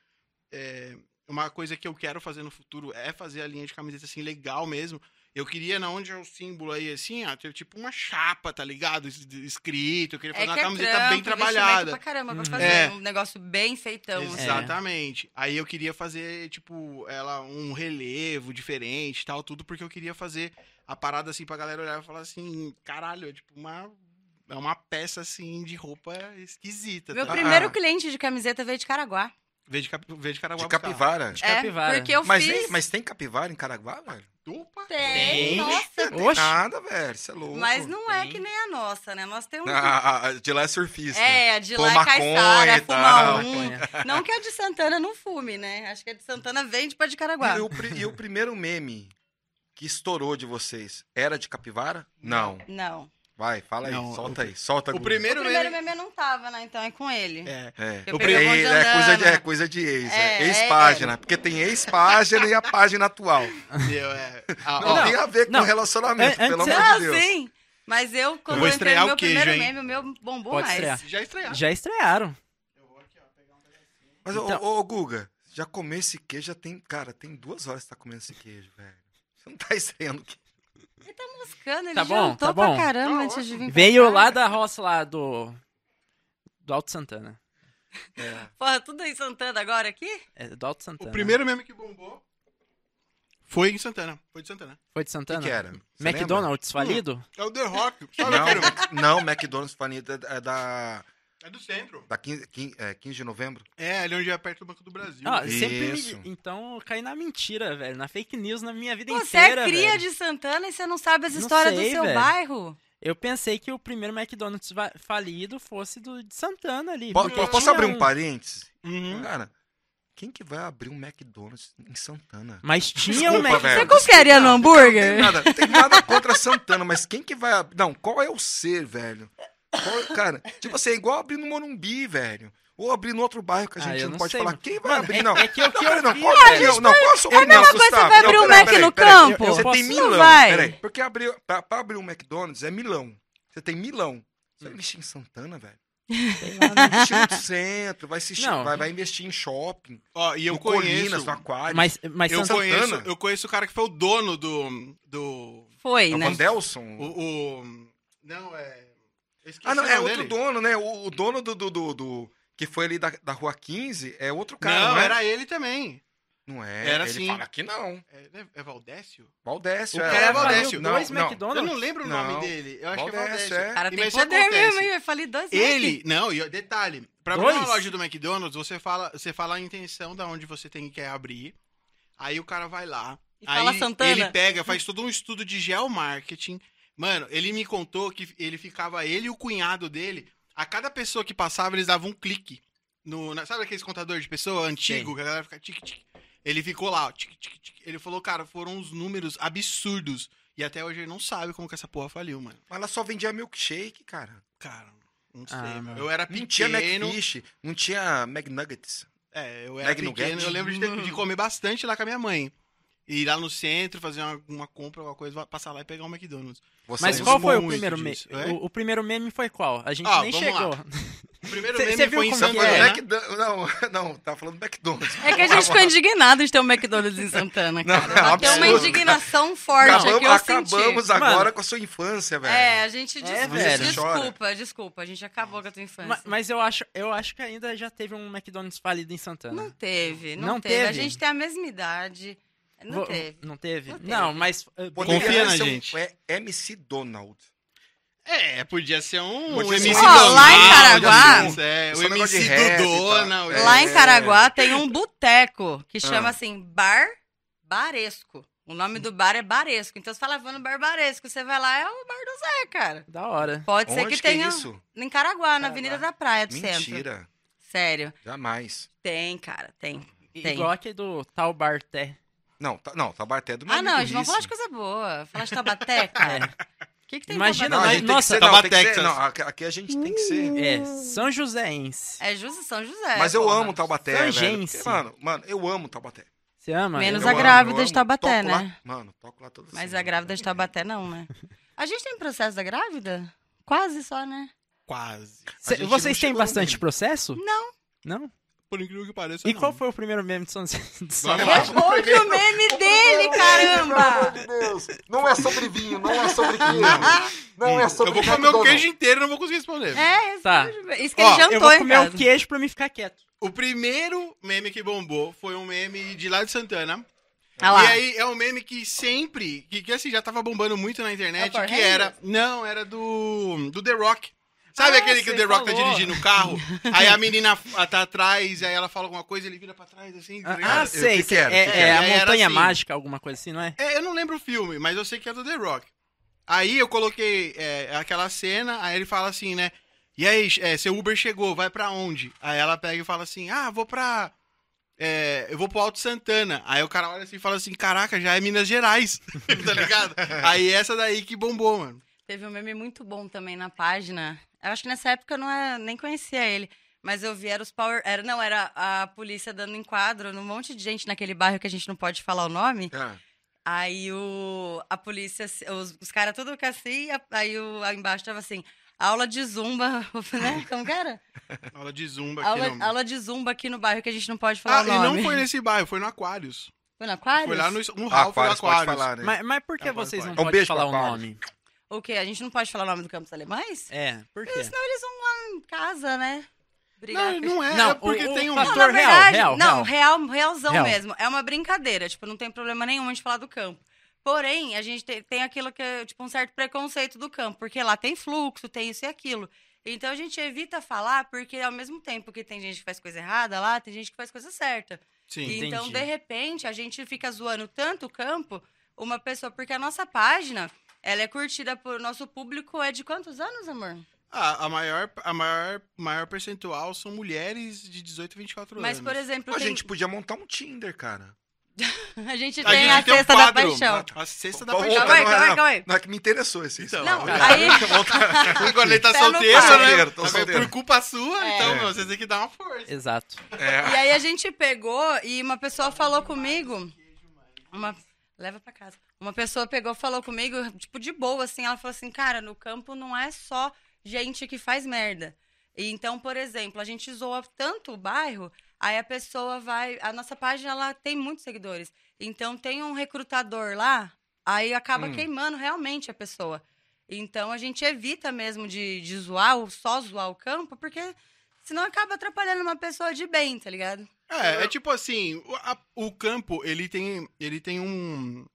é, uma coisa que eu quero fazer no futuro é fazer a linha de camiseta assim legal mesmo. Eu queria, na onde é o símbolo aí, assim, ó, ter tipo uma chapa, tá ligado? Es- Escrito. Eu queria
É
fazer uma camiseta bem
investimento
trabalhada.
pra caramba, pra
Hum.
fazer
É.
um negócio bem feitão.
É.
assim.
Exatamente. Aí eu queria fazer, tipo, ela um relevo diferente e tal, tudo, porque eu queria fazer a parada assim pra galera olhar e falar assim, caralho, é tipo uma. É uma peça assim de roupa esquisita.
Meu
tá?
primeiro
Ah.
cliente de camiseta veio de Caraguá.
Veio de, capi... veio de Caraguá
De
buscar.
capivara.
De capivara.
É, porque eu
Mas,
fiz...
hein, mas tem capivara em Caraguá, velho?
Opa!
Tem,
Tem.
nossa.
Oxe.
Nada, velho, você é louco.
Mas não é
tem.
que nem a nossa, né? Nós temos...
Ah, ah, ah, de lá é surfista.
É, a de
Com
lá é
maconha e
caiçara,
tal.
fuma um. Não que a de Santana não fume, né? Acho que a de Santana vende pra de Caraguá.
E o, pri- e o primeiro meme que estourou de vocês era de capivara? Não.
Não.
Vai, fala aí,
Não,
solta aí, solta
O
Guga.
primeiro,
O primeiro
meme.
meme eu não tava, né? Então é com ele.
É.
É.
Eu
O
peguei
pri-
o bonde
é, coisa de,
andando.
é coisa de ex,
É,
é,
é,
ex-página, porque tem ex-página e a página atual.
Entendeu? É. Ah,
Não,
ó,
tem a ver com
não.
relacionamento,
É,
pelo
antes-
amor
Ah,
de Deus.
sim! Mas eu, quando
vou
eu entrei
estrear
no
o
meu
queijo,
primeiro
hein?
meme, o meu bombou
Pode
mais.
estrear.
Já estrearam.
Já estrearam.
Mas, ô,
Então-
ô, Guga, já comer esse queijo, já tem. Cara, tem duas horas que você tá comendo esse queijo, velho. Você não tá estreando que.
Moscando, ele
Tá bom,
jantou
tá bom.
pra caramba
Tá
antes de vir pra
Veio
cá.
lá da roça lá do. Do Alto Santana.
É.
Porra, tudo em Santana agora aqui?
É, do Alto
O
Santana.
primeiro meme que bombou foi em Santana. Foi de Santana.
Foi de Santana?
O que que era? Você
Tá,
Hum.
McDonald's falido?
É o The Rock. Sabe aquele?
lembra? Não, não, McDonald's Fanita é da,
É do centro.
da 15, quin- é, 15 de novembro.
É, ali onde é perto do Banco do Brasil.
Ah,
Hum. Isso.
sempre me... Então eu caí na mentira, velho. Na fake news na minha vida
Você
inteira.
é cria
velho.
de Santana e você não sabe as
Não
histórias
sei,
do seu
velho.
bairro?
Eu pensei que o primeiro McDonald's va- falido fosse do de Santana ali.
Po-
porque
po- posso
tinha
abrir um parênteses?
Hum.
Uhum.
é.
Cara, quem que vai abrir um McDonald's em Santana?
Mas tinha
Desculpa,
um Mac...
velho.
Você confiaria no
É.
Não tem
hambúrguer?
nada, não tem nada contra Santana, mas quem que vai abrir? Não, qual é o ser, velho? Qual- cara, tipo assim, é igual abrir no Morumbi, velho. Ou abrir no outro bairro que a
Ah,
gente
eu
não,
não
pode
sei,
falar.
mano.
Quem vai abrir, não?
é que eu-
não,
que eu
peraí, não,
vi,
qual a
velho.
opinião? Não, qual a sua opinião,
mesma coisa, você
Gustavo?
vai
Não,
abrir um
peraí,
Mac no
peraí, peraí.
campo?
Você
Eu
tem
posso-
Milão,
Não vai.
peraí. Porque abrir, pra, pra abrir um McDonald's é Milão. Você tem Milão. Você vai investir em Santana, velho? Vai investir no centro, vai, assistir,
Não.
vai, vai investir em shopping,
Ó, e eu
no Colinas,
conheço...
no Aquário.
Mas, mas
Eu
É Santana...
conheço,
Santana?
eu conheço o cara que foi o dono do... do
Foi,
É o
né?
Vandelson?
o, o- não, é... eu esqueci
Ah, não,
o
é
nome
outro
dele.
dono, né? O, o dono do, do, do, do- Que foi ali da, da rua 15 é outro cara.
não,
é?
era ele também.
Não é.
era
ele
sim.
fala que não.
É, é Valdécio?
Valdécio.
O
é.
cara
é
faliu
Valdécio.
dois
Não, não.
Eu
McDonald's.
não lembro o
Não.
nome dele. Eu acho
Valdécio,
que é Valdécio.
é.
O cara
E
tem
mas isso
poder
acontece.
mesmo, hein? Eu falei dois
Ele, não, e detalhe, pra abrir
Dois?
uma loja do McDonald's, você fala, você fala a intenção da onde você tem que quer abrir. Aí o cara vai lá,
E
aí
fala Santana.
ele pega, faz todo um estudo de geomarketing. Mano, ele me contou que ele ficava ele e o cunhado dele, a cada pessoa que passava, eles davam um clique no, na- sabe aqueles contador de pessoa antigo, que a galera fica tic tic. Ele ficou lá, ó, tic tic tic. Ele falou, cara, foram uns números absurdos. E até hoje ele não sabe como que essa porra faliu, mano.
Mas ela só vendia milkshake, cara.
Cara, não sei,
Ah,
mano.
mano.
Eu era
Não tinha
pequeno.
McFish, não tinha McNuggets.
É, eu era
Magno
pequeno,
Get?
eu lembro de, ter- de comer bastante lá com a minha mãe. Ir lá no centro, fazer uma, uma compra, alguma coisa, passar lá e pegar um McDonald's.
Você
Mas
Eu
qual foi o
muito
primeiro meme?
disso, é?
O, o primeiro meme foi qual? A gente
Ah,
nem
vamos lá.
chegou.
O primeiro
Cê-
meme
cê viu
foi em
como
Não,
que
Santana.
é, né?
McDo- não, não, tava tá falando McDonald's.
É que a gente ficou indignado de ter um McDonald's em Santana,
Não,
cara.
é
Bateu uma
absurdo.
indignação forte aqui,
Acabamos,
eu
acabamos
senti.
agora
Mano.
com a sua infância, velho.
É, a gente des...
É, velho.
desculpa, desculpa, a gente acabou com a tua infância.
Ma- mas eu acho, eu acho que ainda já teve um McDonald's falido em Santana.
Não teve, não,
Não
teve. A
teve?
gente tem a mesma idade. Não
Vo-
teve.
Não teve?
Não
Não,
teve.
mas. eh,
Poderia
Confia na
ser um-
gente.
é MC Donald.
É, podia ser um,
Podia
um
ser
MC
um- Ó, lá em
Donald,
Caraguá-
assim, é,
Só
o
um negócio
MC
de rap e
do
tal.
Donald.
É.
Lá em Caraguá tem um boteco que chama
Ah.
assim Bar Baresco. O nome do bar é Baresco. Então você fala, vou no Bar Baresco. Você vai lá, é o bar do Zé, cara.
Da hora.
Pode ser
Onde
que
que é
tenha. um
isso?
Em Caraguá,
Caraguá.
na Avenida da Praia do Centro.
Mentira.
Sério.
Jamais.
Tem, cara, tem.
I-
Tem.
Igual aquele do tal Barté.
Não, tá, não, Tabaté é do meu
Ah, não,
amigo
a gente não
Risso.
fala de coisa boa. Falar de Tabaté, cara. O que, que tem em
Imagina,
Não, a
Tabaté?
gente tem que
Nossa,
ser, não, tem que ser,
Taubaté,
não, aqui aqui a gente tem que ser.
É,
Uh.
São Joséense.
É José São José. né?
Mas eu
porra.
amo Taubaté, velho.
Tangense.
Porque, mano, mano, eu amo Taubaté.
Você ama?
Menos
eu
a
amo,
grávida
eu
de
amo.
Taubaté,
Toco lá-
né?
mano, toco lá toda
Mas
semana.
a grávida de Tabaté não, né? A gente tem processo da grávida? Quase só, né?
Quase.
Cê-
A gente não
vocês
chegou
têm
no
bastante
meme.
processo?
Não.
Não?
Por incrível que pareça,
E
não.
qual foi o primeiro meme de São de São
Vamos lá.
Joséense?
Responde o meme dele, caramba!
de Deus. Não é sobre vinho, não é sobre queijo. Não
Hum, Eu vou comer o queijo inteiro, não vou conseguir responder.
É, responde
Tá.
o meme. isso que
Ó,
ele
Eu
jantou,
vou
hein,
comer um o
cara?
queijo pra me ficar quieto.
O primeiro meme que bombou foi um meme de lá de Santana,
Olha Ah lá.
E aí é um meme que sempre, que, que assim, já tava bombando muito na
É o
internet,
Power
que era. Não, era do. do The Rock. Sabe
Ah,
aquele que o
você
The Rock tá
falou.
dirigindo o carro? aí a menina f- tá atrás, aí ela fala alguma coisa, ele vira pra trás, assim. tá ligado?
Ah, ah, sei.
que que
sei.
era?
é
Que que
é
era?
a
Era
Montanha
assim.
Mágica, alguma coisa assim, não é?
É, eu não lembro o filme, mas eu sei que é do The Rock. Aí eu coloquei é, aquela cena, aí ele fala assim, né? E aí, é, seu Uber chegou, vai pra onde? Aí ela pega e fala assim, ah, vou pra... é, eu vou pro Alto Santana. Aí o cara olha assim e fala assim, caraca, já é Minas Gerais, tá ligado? aí essa daí que bombou, mano.
Teve um meme muito bom também na página. Eu acho que nessa época eu não é- nem conhecia ele. Mas eu vi, era os Power. Era, não, era a polícia dando enquadro num monte de gente naquele bairro que a gente não pode falar o nome.
Ah,
Aí o, a polícia, os, os caras tudo assim, a- aí o, aí embaixo tava assim, aula de zumba, né? Como que era?
Aula de zumba aqui
Aula,
no...
aula de zumba aqui no bairro que a gente não pode falar
Ah,
o
e
nome.
não foi nesse bairro, foi no Aquários.
Foi no Aquários?
Foi lá no... Um
ah
hall foi no
Aquarius, pode
Aquários.
falar, né?
Mas, mas por que
Ah, pode,
vocês não
pode.
É um
podem
beijo pra
falar o
Aquarius.
nome?
O quê? A gente não pode falar o nome do Campos Alemães?
É, por quê?
Eles vão lá em casa, né? Brigar
Não,
com-
não é,
Não,
é porque
o- o
tem um...
fator-
Não, na
real,
verdade,
real,
não, real, realzão
Real.
mesmo. É uma brincadeira, tipo, não tem problema nenhum de falar do campo. Porém, a gente tem, tem aquilo que é, tipo, um certo preconceito do campo, porque lá tem fluxo, tem isso e aquilo. Então a gente evita falar, porque ao mesmo tempo que tem gente que faz coisa errada lá, tem gente que faz coisa certa.
Sim.
Entendi.
Então, de repente, a gente fica zoando tanto o campo, uma pessoa, porque a nossa página, ela é curtida por nosso público é de quantos anos, amor?
Ah, a maior, a maior, maior percentual são mulheres de 18 a 24
Mas,
anos.
por exemplo,
Pô, a
tem-
gente podia montar um Tinder, cara.
a gente
A
tem
gente
a
tem um
cesta da
quadro,
paixão.
a- A cesta da
Pô,
paixão.
Calma aí,
não,
calma aí,
não,
calma aí.
Não, é que me interessou esse. esse-
Então,
Não,
Não,
aí.
Agora ele tá
Pé no
solteiro,
pau.
né?
Solteiro, tô
Agora,
solteiro.
Por culpa sua,
É.
então,
É.
meu, você tem que dar uma força.
Exato.
É.
E aí a gente pegou e uma pessoa falou comigo. Uma, leva pra casa. Uma pessoa pegou, falou comigo, tipo, de boa, assim. Ela falou assim: cara, no campo não é só gente que faz merda. E então, por exemplo, a gente zoa tanto o bairro, aí a pessoa vai. A nossa página ela tem muitos seguidores. Então tem um recrutador lá, aí acaba
Hum.
queimando realmente a pessoa. Então a gente evita mesmo de, de zoar, ou só zoar o campo, porque senão acaba atrapalhando uma pessoa de bem, tá ligado?
É, é tipo assim, o, a- o campo, ele tem, ele tem um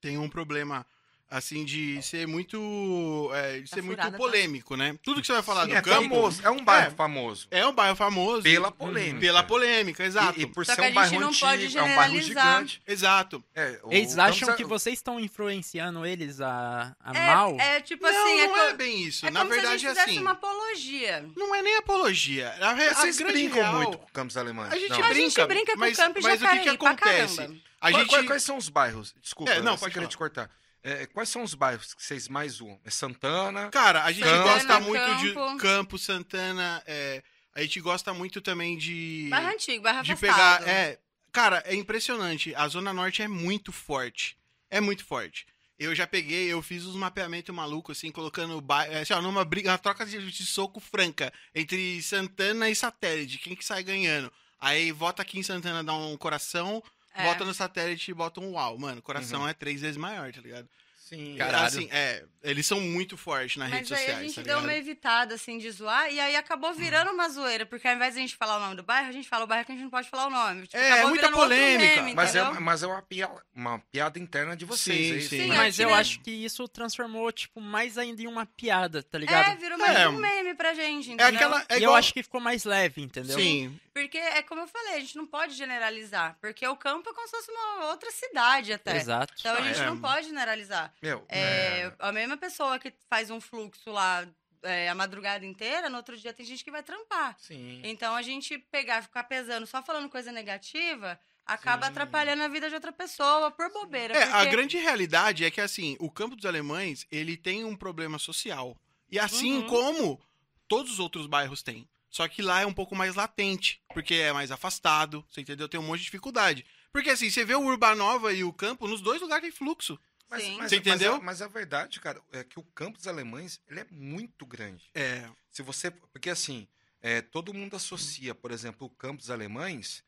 tem um problema assim de ser muito é, de
Tá
ser muito
furada, tá?
polêmico, né? Tudo que você vai falar
Sim,
do
é
campo
famoso. É um bairro
É.
famoso.
é um bairro famoso
Pela polêmica.
pela polêmica, exato.
E, e por
Só
ser
que a
um
gente
bairro
não
antigo,
pode
é um bairro
generalizar.
gigante.
Exato.
É, o
Eles
Campos
acham
é-
que vocês estão influenciando eles a, a
É,
mal?
é tipo
não,
assim, é,
não
co-
é bem Tá isso.
é
Na
como
verdade
se a gente
é
fizesse
assim.
uma apologia.
Não é nem apologia. A, re- a
Vocês
É grande
brincam
real-
muito com Campos Alemães.
A gente
não.
Tipo, A
brinca,
gente brinca com
mas-
o campo e
mas o que
jacaré
que
pra
acontece?
caramba.
A
Qual-
gente
qual- quais são os bairros? Desculpa,
É, não,
não,
pode
queria
falar.
te cortar. É, quais são os bairros que vocês mais zoam? É Santana?
Cara, a gente
Santana,
gosta muito
Campo.
de Campo, Santana. é, a gente gosta muito também de.
Barra antiga, barra
de
afastado.
pegar. É, cara, é impressionante. A Zona Norte é muito forte. É muito forte. Eu já peguei, eu fiz uns mapeamentos malucos, assim, colocando. ba- é, Assim, ó, numa briga, uma troca de, de soco franca entre Santana e satélite. Quem que sai ganhando? Aí vota aqui em Santana, dá um coração,
É.
vota no satélite e bota um uau. Mano, coração é três vezes maior, tá ligado?
Sim.
Uhum. Caralho.
Assim, é, eles são muito fortes nas
Mas
redes
aí
sociais.
a gente
tá
deu
ligado? Uhum.
uma evitada, assim, de zoar, e aí acabou virando uma zoeira, porque ao invés de a gente falar o nome do bairro, a gente fala o bairro que a gente não pode falar o nome. Tipo,
É,
acabou
é muita
virando outro
polêmica.
Meme,
Mas é,
entendeu?
mas é uma, piada, uma piada interna de vocês.
Sim,
é isso,
sim.
né?
Sim,
Mas
é
eu
que nem-
acho que isso transformou, tipo, mais ainda em uma piada, tá
É,
ligado?
virou mais
É.
um meme pra gente,
É
entendeu?
aquela. É
e
igual...
eu acho que ficou mais leve, entendeu?
Sim,
Porque é como eu falei, a gente não pode generalizar, porque o campo é como se fosse uma outra cidade até.
Exato.
Então a gente
É.
não pode generalizar.
Meu,
É,
é,
A mesma pessoa que faz um fluxo lá é, a madrugada inteira, no outro dia tem gente que vai trampar.
sim.
Então a gente pegar, ficar pesando só falando coisa negativa, acaba
Sim.
atrapalhando a vida de outra pessoa por bobeira.
É, a
porque-
grande realidade é que, assim, o campo dos alemães, ele tem um problema social. E assim
Uhum.
como todos os outros bairros têm. Só que lá é um pouco mais latente, porque é mais afastado, você entendeu? Tem um monte de dificuldade. Porque, assim, você vê o Urbanova e o campo, nos dois lugares tem fluxo.
Sim.
Você entendeu?
Mas a, mas a verdade, cara, é que o campo dos alemães ele é muito grande.
É,
Se você, porque assim, é, todo mundo associa, por exemplo, o campo dos alemães,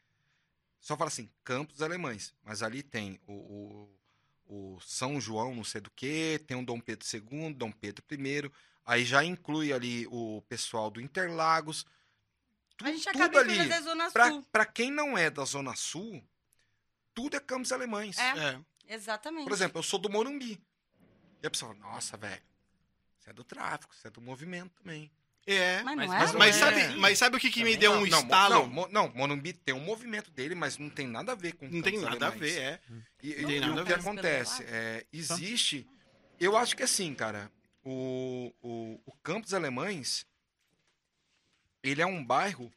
só fala assim, campo dos alemães. Mas ali tem o, o, o São João, não sei do que, tem o Dom Pedro II, Dom Pedro I. Aí já inclui ali o pessoal do Interlagos. Tu-
A gente
tudo
acaba
ali.
incluindo a Zona
Pra,
Sul.
pra quem não é da Zona Sul, tudo é campos alemães.
É.
é.
Exatamente.
Por exemplo, eu sou do Morumbi. E a pessoa, fala, nossa, velho, você é do tráfico, você é do movimento também.
É.
mas não
mas-
é,
Mas,
não
mas
é.
sabe, mas sabe o que, que me
Também
deu
não.
um
Não, mo-
estalo?
Não, mo- não, Morumbi tem um movimento dele, mas não tem nada a ver com
não tem
campos
nada a
alemães.
ver, é.
E, e
Não tem
o- e
nada a
o que
ver.
acontece? É, existe. Eu acho que assim, cara, o, o, o Campos Alemães, ele é um bairro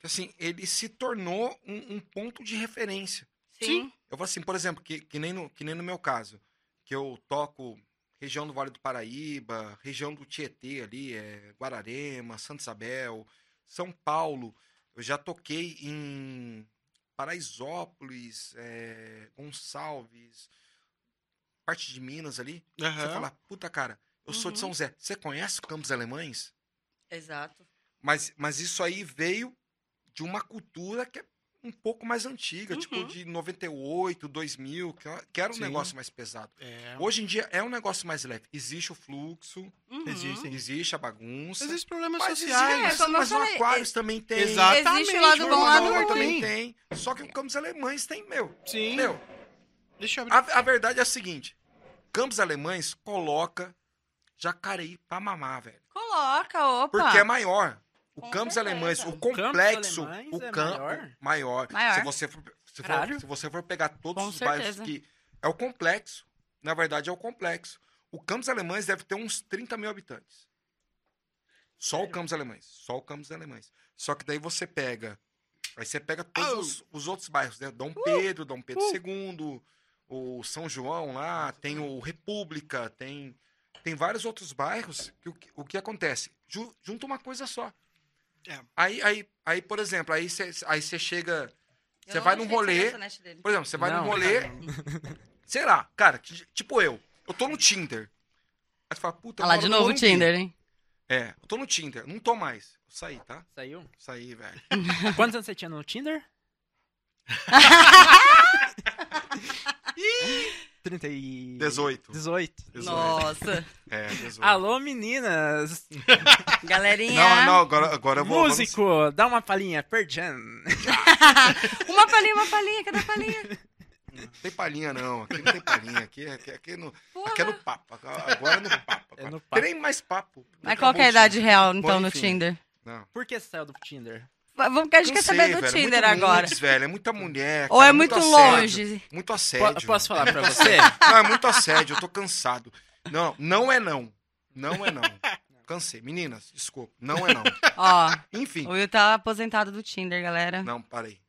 que, assim, ele se tornou um, um ponto de referência.
Sim.
Eu falo assim, por exemplo, que, que, nem no, que nem no meu caso, que eu toco região do Vale do Paraíba, região do Tietê ali, é, Guararema, Santa Isabel, São Paulo. Eu já toquei em Paraisópolis, é, Gonçalves, parte de Minas ali. Você fala, puta cara, eu sou de
Uhum.
São José. Você conhece Campos Alemães?
Exato.
Mas, mas isso aí veio de uma cultura que é um pouco mais antiga,
Uhum.
tipo de 98, 2000, que era- que era um
Sim.
negócio mais pesado.
É.
Hoje em dia é um negócio mais leve. Existe o fluxo,
Uhum.
Existem. Sim.
existe a bagunça.
Existem problemas
mas
sociais.
existe,
É, como eu
mas o
falei,
Aquários também tem.
Exato.
Existe o lado bom, o lado
Normal
ruim.
também tem. Só que o Campos Alemães tem, meu.
Sim.
Meu,
Deixa eu abrir.
a, a verdade é a seguinte. Campos Alemães coloca jacareí pra mamar, velho.
Coloca, opa.
Porque é maior. O
Com
Campos
certeza.
Alemães, o
O Campos
complexo,
Alemães
o
é
campo
maior?
maior.
Maior.
Se você for, se for-
Caralho.
se você for pegar todos
Com
os
certeza.
bairros que é o complexo, na verdade é o complexo. O Campos Alemães deve ter uns 30 mil habitantes. Só o Campos Alemães, só o Campos Alemães. Só que daí você pega, aí você pega todos
Au.
os, os outros bairros, né? Dom Pedro, Dom Pedro II, o São João lá, tem o República, tem tem vários outros bairros que o, que- o que acontece? Ju- junta uma coisa só.
É.
Aí, aí, aí, por exemplo, aí você aí cê chega.
Eu
Você
não
vai num
gostei
rolê.
dessa lanchonete dele.
Por exemplo, você vai
Não,
num rolê. Sei lá, cara, ti- tipo eu. Eu tô no Tinder. Aí você fala, puta,
Olha lá
mano,
de
eu não
novo o
vi.
Tinder, hein?
É, eu tô no Tinder. Não tô mais. Eu saí, tá?
Saiu?
Saí, velho.
Quantos anos você tinha no Tinder? 30 e...
18.
18.
Nossa.
É, 18.
Alô, meninas!
Galerinha.
Não, não, agora, agora eu vou.
Músico, dá uma palhinha, Perjan.
uma palhinha, uma palhinha, cadê a palhinha?
Não tem palhinha, não. Aqui não tem palhinha. Aqui, aqui, aqui, no,
Porra.
aqui é no papo. Agora é no papo.
É no
Tem
papo.
nem mais papo.
Mas
Acabou
qual que é a
o Tinder.
idade real, então,
Bom,
no
enfim.
Tinder?
Não.
Por que você saiu do Tinder?
Va- Vamos, que a gente
Não
quer
sei,
saber do
velho, é
Tinder
muito
agora.
nudes, velho, é muita mulher.
Ou
cara,
é muito
assédio,
longe.
Muito
Po-
assédio.
posso falar pra você?
Não, é muito assédio, eu tô cansado. Não, não é não. Não é não. Cansei. Meninas, desculpa. Não é não.
Ó,
Enfim.
o Will tá aposentado do Tinder, galera.
Não, parei.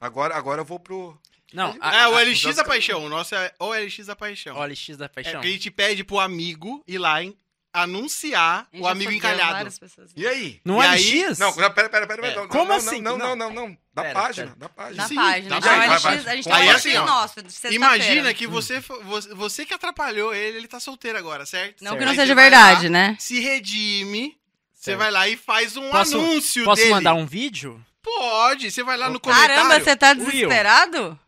Agora, agora eu vou pro.
Não,
Ah, o
a-
LX da paixão. O nosso é o LX da paixão.
OLX da
É
paixão.
porque a gente pede pro amigo ir lá em- anunciar
A gente
o
já
amigo
sabia
encalhado.
várias pessoas.
E aí?
Não
E
é
aí-
LX?
Não, não, pera, pera, pera. pera,
É.
não,
Como
não,
assim?
Não, não,
Não.
não, não. Da
Pera,
página,
pera.
da página.
Na
Sim,
página.
tá
Então,
bem,
a,
vai,
gente,
vai.
a gente
Aí,
tá
assim,
assim,
ó,
nosso, de sexta-feira.
Imagina
Hum.
que você, fo- vo- você que atrapalhou ele, ele tá solteiro agora, certo?
Não que
Certo.
não
Aí
seja
você vai
verdade,
lá,
né?
Se redime, você
Certo.
vai lá e faz um
Posso-
anúncio
Posso
dele.
mandar um vídeo?
Pode, você vai lá no comentário.
Caramba, você tá
Will.
desesperado?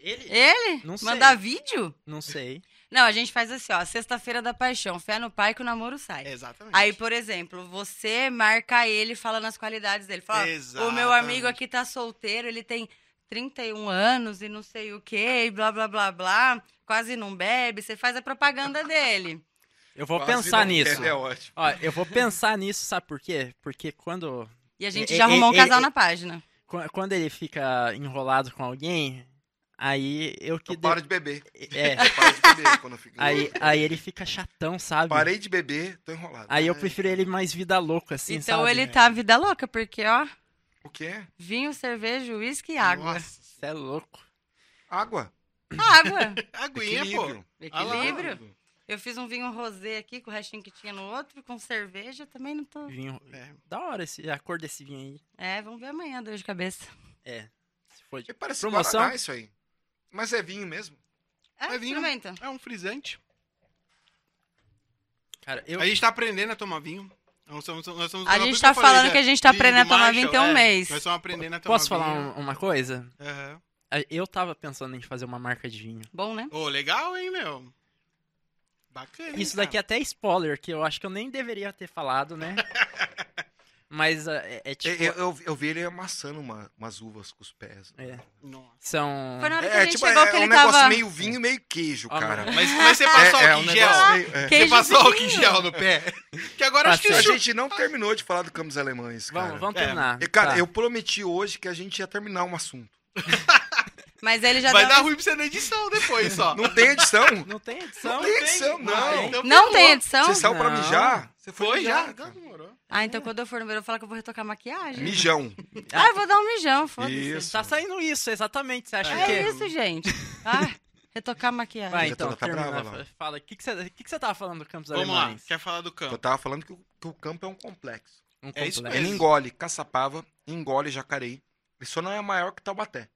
Ele?
Ele?
Não sei.
Mandar vídeo?
Não sei.
Não, a gente faz assim, ó. Sexta-feira da paixão. Fé no pai que o namoro sai.
Exatamente.
Aí, por exemplo, você marca ele falando as qualidades dele. Fala, ó, o meu
Exatamente.
amigo aqui tá solteiro, ele tem 31 anos e não sei o quê, e blá, blá, blá, blá. Quase não bebe. Você faz a propaganda dele.
Eu vou
Quase
pensar
não
nisso.
quer, É ótimo.
Ó, eu vou pensar nisso, sabe por quê? Porque quando,
E a gente
É,
já
é,
arrumou um
é,
casal
é.
na página.
qu- quando ele fica enrolado com alguém, aí eu que...
Eu paro de beber.
de- É,
Eu paro de beber quando eu fico.
aí, aí ele fica chatão, sabe?
Parei de beber, tô enrolado. É,
Aí eu prefiro ele mais vida louca, assim,
então
sabe?
ele tá vida louca, porque, ó,
O quê?
vinho, cerveja, uísque e água.
Nossa,
Você é louco.
Água.
Água.
aguinha, pô.
Equilíbrio.
Equilíbrio.
Tudo.
Eu fiz um vinho rosé aqui com o restinho que tinha no outro, com cerveja, também não tô.
Vinho...
É.
Da hora esse, a cor desse vinho aí.
É, vamos ver amanhã, dor de cabeça.
É. Se for de...
E Parece
Promoção?
Guaraná isso aí. Mas é vinho mesmo.
É,
É vinho.
experimenta.
É um frisante.
Cara, eu...
A gente tá aprendendo a tomar vinho. Nós somos- nós somos-
A
por
gente
isso
tá
eu falei,
falando
né?
que a gente tá
Vinho
aprendendo a
do
tomar
macho,
vinho tem um
é.
mês.
Nós estamos aprendendo a tomar
Posso falar
vinho.
um- uma coisa?
Aham.
A- É, Eu tava pensando em fazer uma marca de vinho.
Bom, né?
Ô, legal, hein, meu? Bacana. hein,
Isso daqui é
cara?
até spoiler, que eu acho que eu nem deveria ter falado, né? Mas ah, é, é tipo.
Eu, eu, eu vi ele amassando uma- umas uvas com os pés.
é,
Nossa.
são.
Foi na hora que a
É,
gente
tipo,
chegou
é
que
um
ele
negócio
tava.
meio vinho, meio queijo,
Ah,
cara.
Mas, mas você passou
É, é um
álcool em gel?
negócio meio... é.
Você
Queijo
passou álcool em
vinho.
gel no pé? Que agora acho que
A
Passei.
isso...
gente não terminou de falar do Campos Alemães, cara.
Vamos, vamos
É,
terminar.
E, cara,
Tá.
eu prometi hoje que a gente ia terminar um assunto.
Mas ele já
Vai
tava.
dar ruim pra você na edição depois, só.
Não tem edição?
Não tem
Não
edição?
tem edição, não.
então
Não
ferrou.
tem edição?
Você saiu pra
Não.
mijar? Você
Foi já?
cara.
demorou.
Ah, então quando eu for no banheiro, eu vou falar que eu vou retocar a maquiagem.
Mijão.
Ah, eu vou dar um mijão, foda-se.
Isso.
Tá saindo isso, exatamente. Você acha
É
que.
É isso, gente. Ah, Retocar a maquiagem.
Vai,
Já
então,
tá- tá
termina,
brava, Laura.
fala. O que, que, você, que, que você tava falando do Campos
Vamos lá,
Alemães?
quer falar do
Eu
campo.
tava falando que o, que o campo é um complexo.
Um
É isso
complexo.
Ele
mesmo.
engole caçapava, engole jacareí. Ele só não é maior que Taubaté.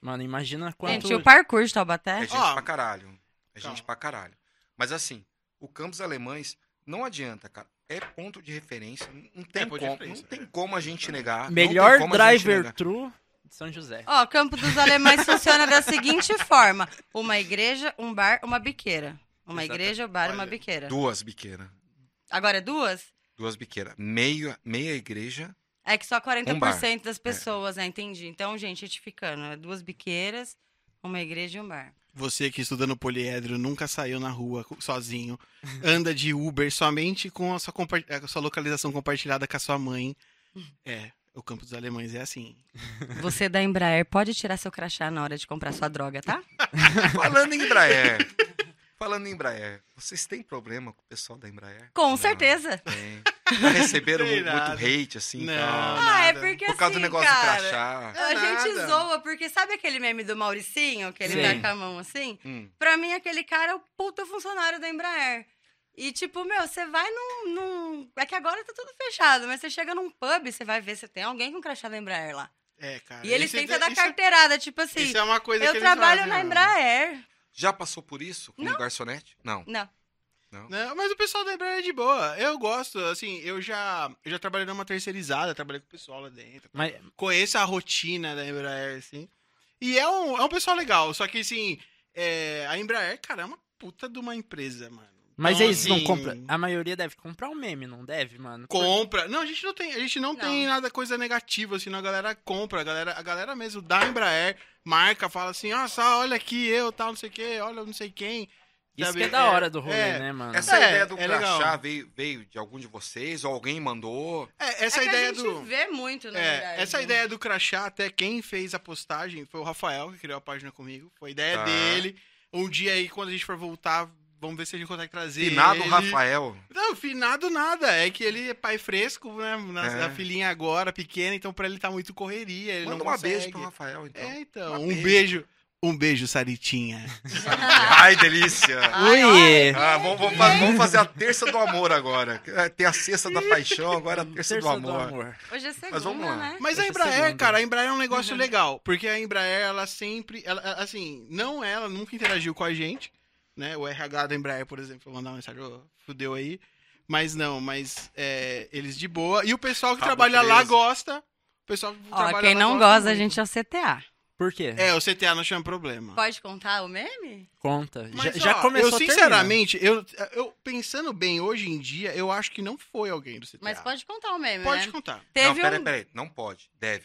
Mano, imagina quanto...
Gente, o parkour de
É
Taubaté.
gente
Ó.
pra caralho. É
Calma.
gente pra caralho. Mas assim, o Campos Alemães não adianta, cara. É ponto de referência. Não tem,
É ponto de
como,
referência,
não tem
é.
como a gente negar. não tem
Melhor
como a gente
driver
negar.
true de São José.
Ó, Campo dos Alemães funciona da seguinte forma: uma igreja, um bar, uma biqueira. Uma
Exata-
igreja, um bar, uma
Olha,
biqueira.
Duas biqueiras.
Agora é duas?
Duas biqueiras. Meia, meia igreja.
É que só 40%
Um bar.
das pessoas, né? Entendi. Então, gente, edificando. É duas biqueiras, uma igreja e um bar.
Você que estuda no poliedro, nunca saiu na rua co- sozinho, anda de Uber somente com a sua, compa- a sua localização compartilhada com a sua mãe. É, o campo dos alemães é assim.
Você da Embraer pode tirar seu crachá na hora de comprar sua droga, tá?
Falando em Embraer. Falando em Embraer. Vocês têm problema com o pessoal da Embraer?
Com
Não,
certeza.
Tem. Já receberam mu-
Tem
muito,
nada.
hate, assim, e
Não.
tal.
Ah, é
nada.
porque
Por causa
assim,
do negócio
cara,
do crachá.
A gente
É Nada.
zoa, porque sabe aquele meme do Mauricinho, que ele
Sim.
tá com a mão assim?
Hum.
Pra mim, aquele cara é o puta funcionário da Embraer. E, tipo, meu, você vai num, num- É que agora tá tudo fechado, mas você chega num pub, você vai ver se tem alguém com crachá da Embraer lá.
É, cara.
E eles
isso-
tentam dar
isso- é-
carteirada, tipo assim.
Isso é uma coisa que
Eu
eles
trabalho
fazem, né?"
na
mano.
Embraer.
Já passou por isso com o garçonete? Não.
Não.
Não, mas o pessoal da Embraer é de boa. Eu gosto, assim, eu já, eu já trabalhei numa terceirizada, trabalhei com o pessoal lá dentro.
Mas,
Conheço a rotina da Embraer, assim. E é um, é um pessoal legal, só que, assim, é, a Embraer, cara, é uma puta de uma empresa, mano.
mas
Então,
eles não
assim,
compram... A maioria deve comprar um meme, não deve, mano?
Compra. Não, a gente não tem, a gente não,
Não.
tem nada coisa negativa, assim, não. a galera compra, a galera, a galera mesmo da Embraer marca, fala assim, ó, só olha aqui eu, tal, não sei o quê, olha não sei quem.
Isso
sabe?
que é da hora do rolê,
é,
né, mano?
Essa
É,
ideia do
é
crachá
legal.
veio, veio de algum de vocês? Ou alguém mandou?
É, essa
é que
ideia
a gente
do
vê muito, na
É,
verdade.
essa
né?
ideia do crachá, até quem fez a postagem foi o Rafael, que criou a página comigo. Foi ideia
Tá.
dele. Um dia aí, quando a gente for voltar, vamos ver se a gente consegue trazer.
Finado
ele.
Rafael.
Não, finado nada. É que ele é pai fresco, né? Na,
É.
na filhinha agora, pequena, então pra ele tá muito correria. Ele
Manda
não
um
consegue.
beijo pro Rafael, então.
É, então.
Um
Um beijo. Um beijo, Saritinha.
Ai, delícia.
Ai,
Ui!
Ah, vamos, vamos fa- vamos fazer a terça do amor agora. É, Tem a sexta da paixão, agora a terça, do, amor.
Hoje é segunda,
Mas vamos lá.
né?
Mas a
Essa
Embraer,
segunda.
cara, a Embraer é um negócio
Uhum.
legal. Porque a Embraer, ela sempre. Ela, ela- assim, não ela nunca interagiu com a gente. Né? O RH da Embraer, por exemplo, mandar uma mensagem, ô, fudeu aí. Mas não, mas é, eles de boa. E o pessoal que
Rabo
trabalha lá
preso.
gosta. O pessoal que
Ó,
trabalha
quem
lá
não gosta, a
muito.
gente é o CTA.
Por quê?
É, o CTA não chama problema.
Pode contar o meme?
Conta.
Mas,
já, já
ó,
começou
Eu,
termina.
sinceramente, eu, eu pensando bem hoje em dia, eu acho que não foi alguém do CTA.
Mas pode contar o meme,
Tá. Pode
né?
contar.
Não,
Teve
peraí,
um...
peraí. Não pode. Deve.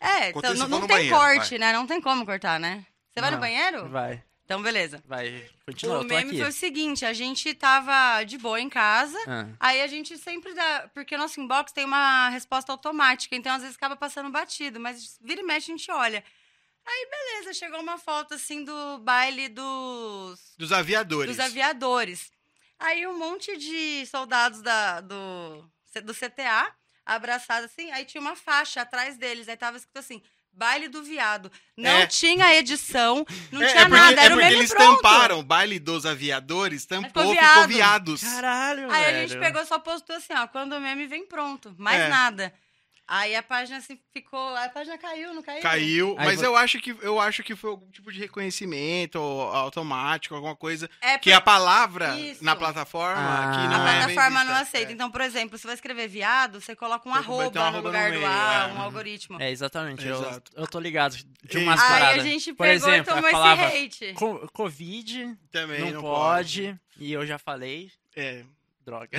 É,
Enquanto
então,
isso,
não,
eu vou
não
no
tem
banheiro,
corte,
vai. Ah.
né? Não tem como cortar, né? Você vai no
Não,
banheiro?
Vai,
Então, beleza.
vai. Continua,
o
eu tô
meme
aqui.
foi o seguinte, a gente tava de boa em casa,
Ah,
aí a gente sempre dá... Porque o nosso inbox tem uma resposta automática, então às vezes acaba passando batido, mas vira e mexe a gente olha. Aí, beleza, chegou uma foto, assim, do baile dos
Dos aviadores.
dos aviadores. Aí um monte de soldados da, do, do CTA abraçados assim, aí tinha uma faixa atrás deles, aí tava escrito assim, baile do viado. Não
É.
tinha edição, não
É,
tinha
é porque,
nada,
é
era o
porque
meme
eles
pronto.
tamparam baile dos aviadores, tampou,
ficou
ficou,
viado.
viados.
Caralho,
Aí
velho.
a gente pegou só postou assim, ó, quando o meme vem pronto, mais
É.
nada. Aí a página assim ficou, a página caiu, não caiu?
Caiu,
Aí
mas
vo-
eu acho que eu acho que foi algum tipo de reconhecimento ou automático, alguma coisa
É
que a palavra
Isso.
na plataforma
Ah.
que
A
não é bem
plataforma
vista.
não aceita. Então, por exemplo, se vai escrever viado, você coloca um
Tem que botar
arroba no
um arroba no
lugar do
meio,
A,
é.
um algoritmo.
É, exatamente. Eu,
Exato.
eu tô ligado de
Aí
umas
a
paradas.
Aí a gente
Por
pegou
exemplo,
e tomou
a palavra
esse hate.
co- Covid
É. Também
não, pode, e eu já falei,
É.
droga.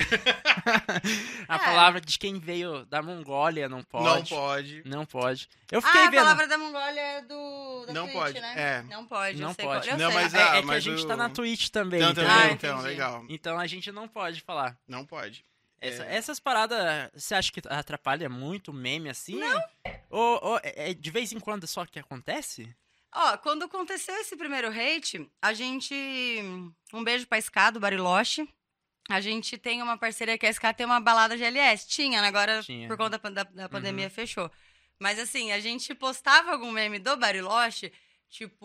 a
É.
palavra de quem veio da Mongólia não pode.
Não pode.
Não pode. Eu fiquei
Ah, a
vendo.
palavra da Mongólia é do. Da
Não
Twitch,
pode,
né?
é.
Não pode.
Não
eu sei
pode.
qual- eu
Não,
sei.
mas
É,
a-
é que a
mas
gente
o-
tá na Twitch também,
Então,
entendeu?
também,
Ah,
então,
entendi.
legal.
Então a gente não pode falar.
Não pode.
Essa-
É.
Essas paradas, você acha que atrapalha muito o meme assim? Não. Ou, ou é é de vez em quando só que acontece?
Ó, quando aconteceu esse primeiro hate, a gente. Um beijo pra SK do Bariloche. A gente tem uma parceria que a SK tem uma balada GLS. Tinha, né? agora
Tinha.
por conta da, pan- da- da pandemia fechou. Mas assim, a gente postava algum meme do Bariloche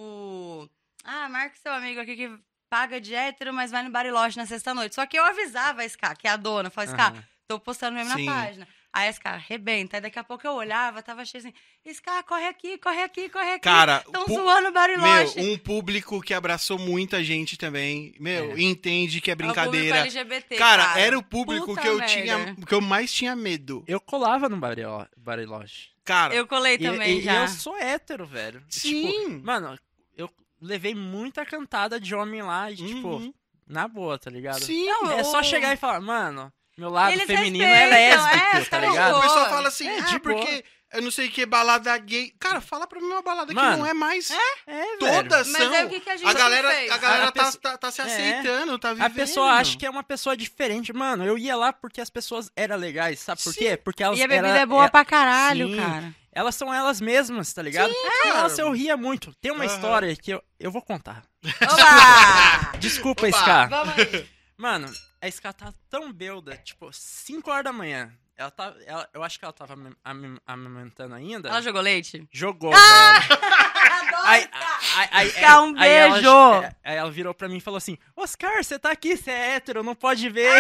Tipo, ah, marca seu amigo aqui que paga de hétero, mas vai no bariloche na sexta-noite. Só que eu avisava a SK, que é a dona, falava, SK,
Aham.
tô postando mesmo
Sim.
na página. Aí a SK, arrebenta. Aí daqui a pouco eu olhava, tava cheio assim, SK, corre aqui, corre aqui, corre aqui.
Cara,
Estão
pu-
zoando o
Meu,
bariloche.
um público que abraçou muita gente também. Meu,
É.
e entende que é
É o público
brincadeira.
LGBT,
Cara, era o público
Puta
que eu
merda.
tinha, que eu mais tinha medo.
Eu colava no barilo- Bariloche.
Cara,
Eu colei
E,
também
e- e
já. é
eu sou hétero, velho. Tipo,
sim.
mano, eu levei muita cantada de homem lá e, tipo,
Uhum.
na boa, tá ligado?
sim.
Não,
É só
o-
chegar e falar, mano, meu lado
Eles
feminino é
respeitam,
lésbico,
é, os
tá
caras
ligado?
O
zoam.
pessoal fala assim,
É,
ah,
de boa.
porque eu não sei o que, balada gay. Cara, fala pra mim uma balada que
Mano,
não é mais.
É, velho.
Todas
Mas
são.
é o que, que a gente
a galera,
fez.
a galera
A
tá,
pessoa-
tá- tá se
É.
aceitando, tá vivendo.
A pessoa acha que é uma pessoa diferente. Mano, eu ia lá porque as pessoas eram legais, sabe por
Sim.
quê? Porque elas
E a bebida
era-
é boa
é-
pra caralho,
Sim.
cara.
Elas são elas mesmas, tá ligado?
cara.
Nossa, eu ria muito. Tem uma
Aham.
história que eu, eu vou contar.
Oba!
Desculpa,
Opa.
Scar.
Vamos aí.
Mano, a Ska tá tão belda, tipo, 5 horas da manhã. Ela tá. ela- eu acho que ela tava amam- amam- amamentando ainda.
Ela jogou leite?
Jogou, velho.
Adoro!
Aí, aí, aí,
Ska, um
aí ela-
beijo!
é, aí ela virou pra mim e falou assim: Oscar, você tá aqui, você é hétero, não pode ver.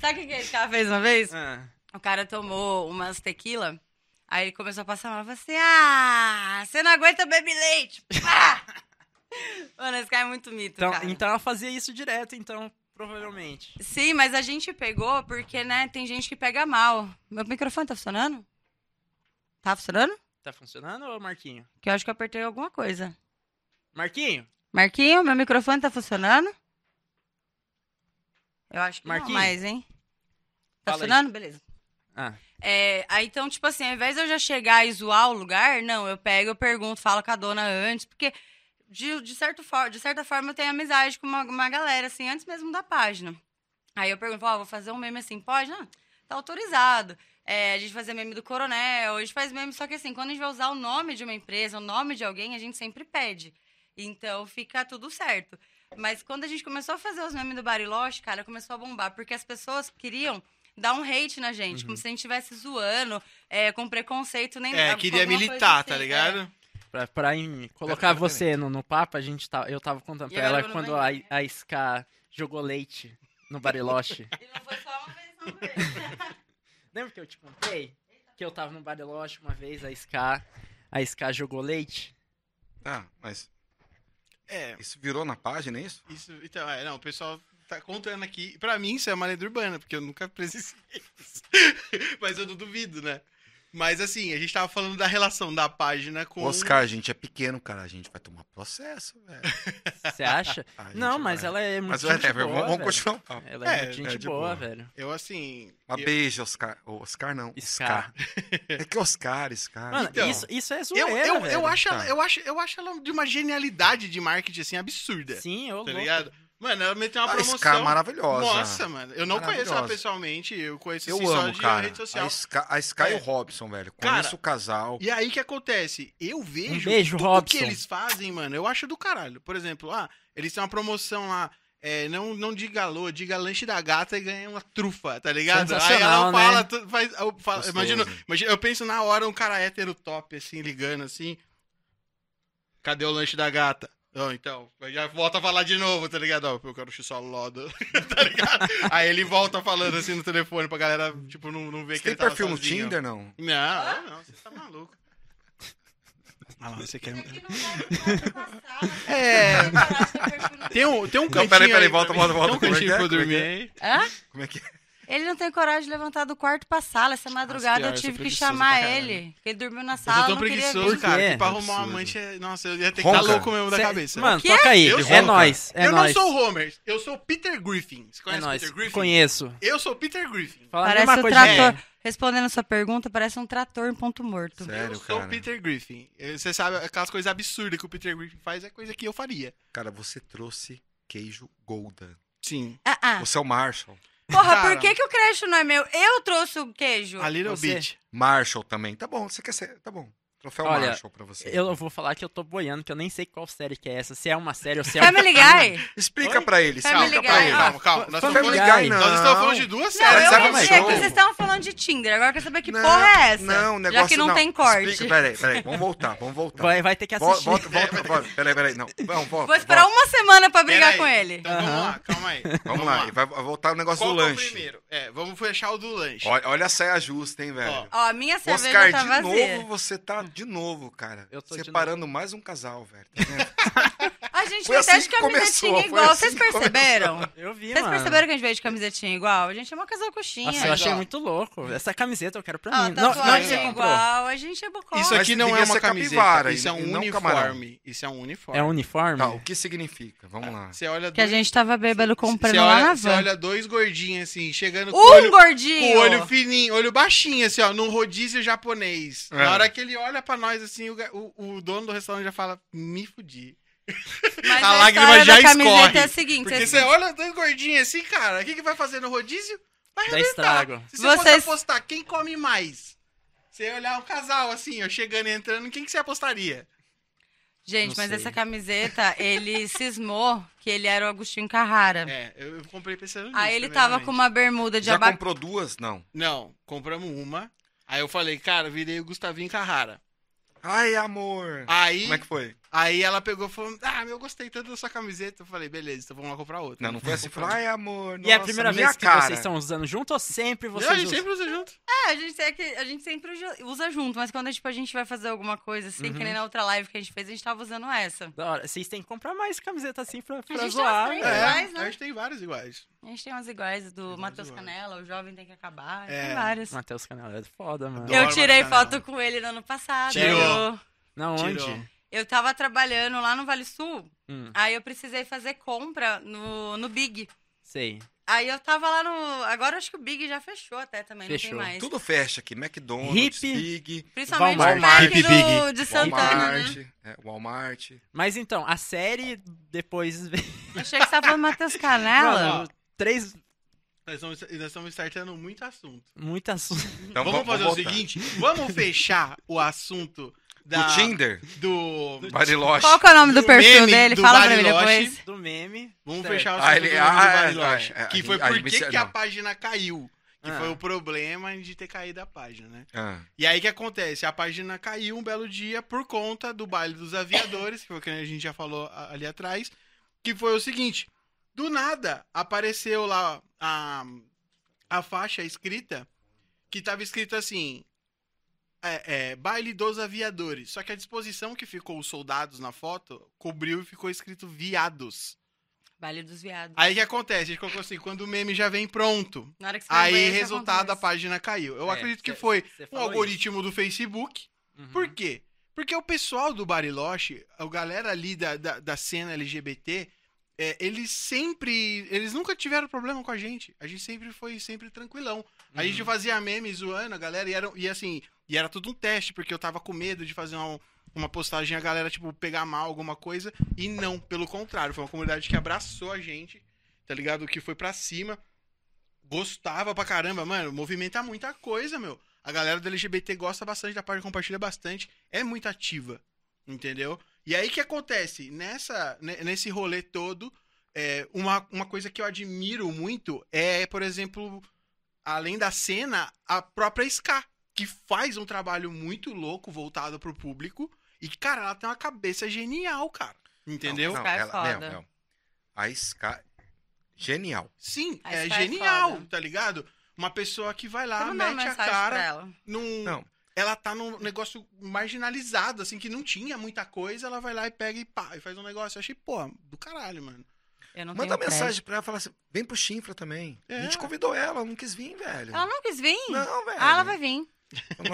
Sabe o que que esse cara fez uma vez?
Ah,
O cara tomou umas tequila, aí ele começou a passar mal. Falou assim: Ah, você não aguenta beber leite! Pá! Mano, esse cara é muito mito,
então,
cara.
então ela fazia isso direto, então, provavelmente.
Sim, mas a gente pegou porque, né, tem gente que pega mal. Meu microfone tá funcionando? Tá funcionando?
Tá funcionando, ô Marquinho?
Que eu acho que eu apertei alguma coisa.
Marquinho?
Marquinho, meu microfone tá funcionando? Eu acho que
Marquinho?
não mais, hein? Tá
Fala aí.
funcionando? Beleza.
Ah,
É, aí então, tipo assim, ao invés de eu já chegar e zoar o lugar, não, eu pego, eu pergunto, falo com a dona antes, porque de, de, certo for, de certa forma eu tenho amizade com uma, uma galera, assim, antes mesmo da página. Aí eu pergunto, ó, vou fazer um meme assim, pode? Não, tá autorizado. É, a gente fazia meme do coronel, a gente faz meme, só que assim, quando a gente vai usar o nome de uma empresa, o nome de alguém, a gente sempre pede. Então fica tudo certo. Mas quando a gente começou a fazer os memes do Bariloche, cara, começou a bombar, porque as pessoas queriam dar um hate na gente, como se a gente estivesse zoando, é, com preconceito, nem
Uhum. É,
com
queria
alguma coisa
militar, tá
assim,
ligado?
é.
pra, pra em- colocar
pera, pera,
você no, no papo, a gente tá, eu tava contando
E
pra
agora
ela
eu vou no
quando a, a Ska jogou leite no Bariloche.
é. E não foi só uma vez, não foi.
Lembra que eu te contei? Que eu tava no Bariloche uma vez, a Ska. A Ska jogou leite.
Tá, mas
É,
isso virou na página, é isso?
isso. Então, é, não, o pessoal tá contando aqui. Pra mim, isso é uma lenda urbana, porque eu nunca presenciei isso. Mas eu não duvido, né? Mas assim, a gente tava falando da relação da página com.
Oscar, gente, é pequeno, cara. A gente vai tomar processo, velho.
Você acha?
A gente
Não, mas
vai.
ela é muito
Mas
gente
whatever, vamos,
boa.
vamos
velho.
continuar o papo.
Ela é,
É,
muito gente
é de
boa,
boa.
velho.
Eu assim.
Uma
eu-
beijo, Oscar. Ô, Oscar não.
Scar.
Oscar. É que Oscar, Scar.
Mano,
Então,
isso, isso é
Eu,
zoeira,
eu, eu,
velho.
acho ela,
Tá.
eu, acho, eu acho ela de uma genialidade de marketing, assim, absurda.
Sim, eu
tá
louco.
ligado? Mano, ela meteu uma
a
promoção.
Scar é maravilhosa.
Nossa, mano. Eu não conheço ela
Maravilhosa.
pessoalmente, eu conheço
eu
assim, só
amo,
de
cara.
rede social. É.
A Scar, a Scar e o Robson, velho.
Cara,
Conheço o casal.
E aí o que acontece? Eu vejo
Um beijo,
tudo
Robson.
que eles fazem, mano, eu acho do caralho. Por exemplo, ah, eles têm uma promoção lá. é, não, não diga alô, diga lanche da gata e ganha uma trufa, tá ligado? Aí ela
Sensacional, né?
fala, tu- faz, eu, falo-
Gostoso.
imagino, imagino- eu penso na hora um cara hétero top, assim, ligando assim. Cadê o lanche da gata? Ó, então, já volta a falar de novo, tá ligado? Ó, eu quero chussar o lodo, tá ligado? Aí ele volta falando assim no telefone pra galera, tipo, não, não ver
Você
que
tem
ele tava
perfil no
sozinho.
Tinder, não? Ah?
Não, eu não, você tá maluco. Ah, lá,
É.
você quer.
Aqui é não vai passar.
É.
Eu acho que é perfil no
Tem um, tem um cantinho.
Não, peraí, peraí,
aí pra
volta,
mim.
volta, volta.
Tem um
Como é que
cantinho
é?
pra eu
Como é que
dormir
é?
aí.
Hã?
Como é que é?
Ele não tem coragem de levantar do quarto pra sala. Essa madrugada
pior, eu
eu
sou
tive que
preguiçoso
chamar
pra caralho.
ele. Porque ele dormiu na
Eu sou
sala,
tão
não queria
preguiçoso,
Por
vir.
cara,
quê?
que pra arrumar uma
Absurdo.
amante é. Nossa, eu ia ter que
Ronca.
estar louco mesmo da
Cê-
cabeça.
Mano,
Quê?
toca aí.
Eu
é
sou,
nóis. É
eu
nóis.
não sou o Homer, eu sou o Peter Griffin. Você
É
conhece o
nóis.
Peter Griffin?
Conheço.
Eu sou o Peter Griffin.
Fala a
Parece
mesma
um
coisa. é. que
trator.
eu.
Respondendo sua pergunta, parece um trator em ponto morto.
Sério,
eu sou
cara.
o Peter Griffin. Eh, Você sabe, aquelas coisas absurdas que o Peter Griffin faz é coisa que eu faria.
Cara, você trouxe queijo Golda.
Sim.
Ah, ah.
Você é o Marshall.
Porra,
Cara.
por que, que o creche não é meu? Eu trouxe o queijo.
A little
Você?
bit.
Marshall também. Tá bom, você quer ser. Tá bom. Troféu
Olha,
Marshall pra você.
Eu vou falar que eu tô boiando, que eu nem sei qual série que é essa. Se é uma série ou se é uma...
Family Guy?
Explica
Oi?
pra ele,
Family
explica
Guy.
pra ele.
Ah,
Calma, calma. Nós estamos,
Family
falando,
Guy, não.
nós estamos falando de duas
Não,
séries. é
Sério,
eu
sabe
pensei
mais
que
um?
vocês estavam falando de Tinder. Agora eu quero saber que porra é essa.
Não, o negócio
Já que não, tem corte.
explica- peraí, peraí, vamos voltar, vamos voltar.
Vai, vai ter que
Vol-
assistir.
Volta, volta, volta. Peraí, peraí, não. Vamos, volta.
Vou esperar um
volta.
uma semana pra brigar
Peraí,
com ele.
Então vamos lá, calma aí.
Vamos lá, e vai voltar o negócio
Qual
do
que é o
lanche.
primeiro? É, vamos fechar o do lanche.
Olha, olha a saia justa, hein, velho.
Ó,
Ó, a minha cerveja
Oscar,
tá
de
vazia.
novo, você tá de novo, cara.
Eu tô de
separando mais um casal, velho. Tá vendo?
A gente
Foi
tem até
assim
de
que começou,
camisetinha
foi
igual.
assim
Vocês
que começou.
perceberam?
Eu vi,
Vocês
mano.
perceberam que a gente veio de camisetinha igual? A gente é uma casalcoxinha.
Nossa, eu
Mas,
achei
ó.
muito louco. Essa camiseta eu quero pra
Ó,
mim. Não, não, é
tatuagem
você comprou.
tá é igual, a gente é bocó.
Isso
Mas
aqui não
devia
é uma
ser
camiseta,
capivara,
isso é
e
um
não
uniforme.
camarão.
Isso é um uniforme.
É um uniforme?
Tá, o que significa? Vamos lá.
Você olha
Que a
dois-
gente tava bêbado comprando
você
lá
olha,
na
você
van.
olha dois gordinhos assim, chegando com o
Um
olho, com
gordinho!
o olho fininho, olho baixinho assim, ó, num rodízio japonês.
É.
Na hora que ele olha pra nós assim, o, ga- o- o dono do restaurante já fala: "Me fudi".
Mas
a
a
lágrima
história
já
da camiseta
escorre,
é a seguinte,
Porque
vocês-
você olha os dois gordinhos assim, cara, o que que vai fazer no rodízio? Vai
Dá
arrebentar.
estrago.
Se você
Vocês-
fosse apostar quem come mais? Você ia olhar um casal assim, ó, chegando e entrando, quem que você apostaria?
Gente,
Não
mas
sei.
essa camiseta, ele cismou que ele era o Agostinho Carrara.
É, eu eu comprei pensando nisso.
Aí ele tava
primeiramente.
com uma bermuda de
Já
abacate.
comprou duas? Não.
Não, compramos uma. Aí eu falei, cara, virei o Gustavinho Carrara.
Ai, amor.
Aí,
Como é que foi?
aí ela pegou e falou, ah, meu, eu gostei tanto da sua camiseta. Eu falei, beleza, então vamos lá comprar outra.
Não, não foi assim. Falou, ai, amor.
E é a
nossa,
primeira
minha
vez que
cara.
vocês estão usando junto ou sempre
Não, a
vocês
gente
usam?
sempre usa junto.
É, a gente, é que a gente sempre usa- usa junto, mas quando tipo, a gente vai fazer alguma coisa assim, que nem na outra live que a gente fez, a gente tava usando essa.
Da hora. Vocês têm que comprar mais camiseta assim pra, pra
gente
zoar.
tem
né?
umas
É.
três. Iguais, né?
a gente tem vários iguais.
A gente tem umas iguais do
umas
Matheus
iguais.
Canela, o Jovem Tem Que Acabar,
É.
tem várias.
Matheus Canela é foda, mano.
Adoro
Eu tirei
Matheus Canela.
foto com ele no ano passado.
Tirou.
Eu,
Não,
Tirou.
onde?
eu tava trabalhando lá no Vale Sul,
Hum,
aí eu precisei fazer compra no, no Big.
sei.
Aí eu tava lá no. Agora eu acho que o Big já fechou até também,
Fechou.
não tem mais.
Tudo fecha aqui. McDonald's,
Hippie.
Big,
Principalmente
Walmart.
o Parque
Hip
do, de Santana,
Walmart.
né?
é, Walmart.
Mas então, a série depois.
Achei que você tava falando Matheus Canela.
Mano, três.
Nós estamos, nós estamos startando muito assunto.
Muito assunto.
Então,
vamos, fazer o
voltar.
seguinte, vamos fechar o assunto da,
Do Tinder,
do-
Bariloche.
Qual que é o nome do
do
perfil
meme
dele?
do
Fala pra mim
Bariloche.
depois.
Do meme.
Vamos
Certo.
fechar o
Ah,
assunto
ele-
do,
ah,
do
é,
Bariloche.
é, é,
que
a
foi
gente- a
por
gente
que
me-
que a
não.
página caiu. Que
Ah.
foi o problema de ter caído a página, né?
Ah,
E aí o que acontece? A página caiu um belo dia por conta do baile dos aviadores, que foi o que a gente já falou a- ali atrás, que foi o seguinte: do nada apareceu lá a, a faixa escrita que tava escrito assim. é, é, baile dos aviadores. Só que a disposição que ficou os soldados na foto cobriu e ficou escrito viados.
Vale dos Viados.
Aí o que acontece? A gente colocou assim: quando o meme já vem pronto.
Na hora que você vai no
Aí,
banheiro, você
resultado, a
acontece.
página caiu. Eu
É,
acredito que
cê-
foi
cê
um
falou
algoritmo do Facebook.
isso. Uhum.
Por quê? Porque o pessoal do Bariloche, a galera ali da, da, da cena LGBT, é, eles sempre. Eles nunca tiveram problema com a gente. A gente sempre foi sempre tranquilão. A gente fazia memes zoando a galera e, era, e assim, e era tudo um teste, porque eu tava com medo de fazer uma, uma postagem e a galera, tipo, pegar mal alguma coisa. E não, pelo contrário, foi uma comunidade que abraçou a gente, tá ligado? Que foi pra cima. Gostava pra caramba, mano. Movimenta muita coisa, meu. A galera do LGBT gosta bastante da página, compartilha bastante. É muito ativa, entendeu? E aí o que acontece? Nessa, ne- nesse rolê todo, é, uma, uma coisa que eu admiro muito é, por exemplo, além da cena, a própria Ska, que faz um trabalho muito louco voltado pro público. E, cara, ela tem uma cabeça genial, cara. Entendeu?
Não, não,
Sky é
ela,
foda.
não, não. A Sky... Genial.
Sim,
A
é
Ska é
genial,
foda.
tá ligado? Uma pessoa que vai lá,
Vamos dar uma
mete a
mensagem
cara.
pra ela.
num.
Não.
Ela tá num negócio marginalizado, assim, que não tinha muita coisa, ela vai lá e pega e pá, e faz um negócio. Eu achei, pô, do caralho, mano.
Eu não
Manda
tenho
mensagem pra ela, fala assim, vem pro Chinfra também.
É.
A gente convidou ela, ela não quis vir,
crédito.
velho.
Ela não quis vir?
Não, velho.
Ah, ela vai vir.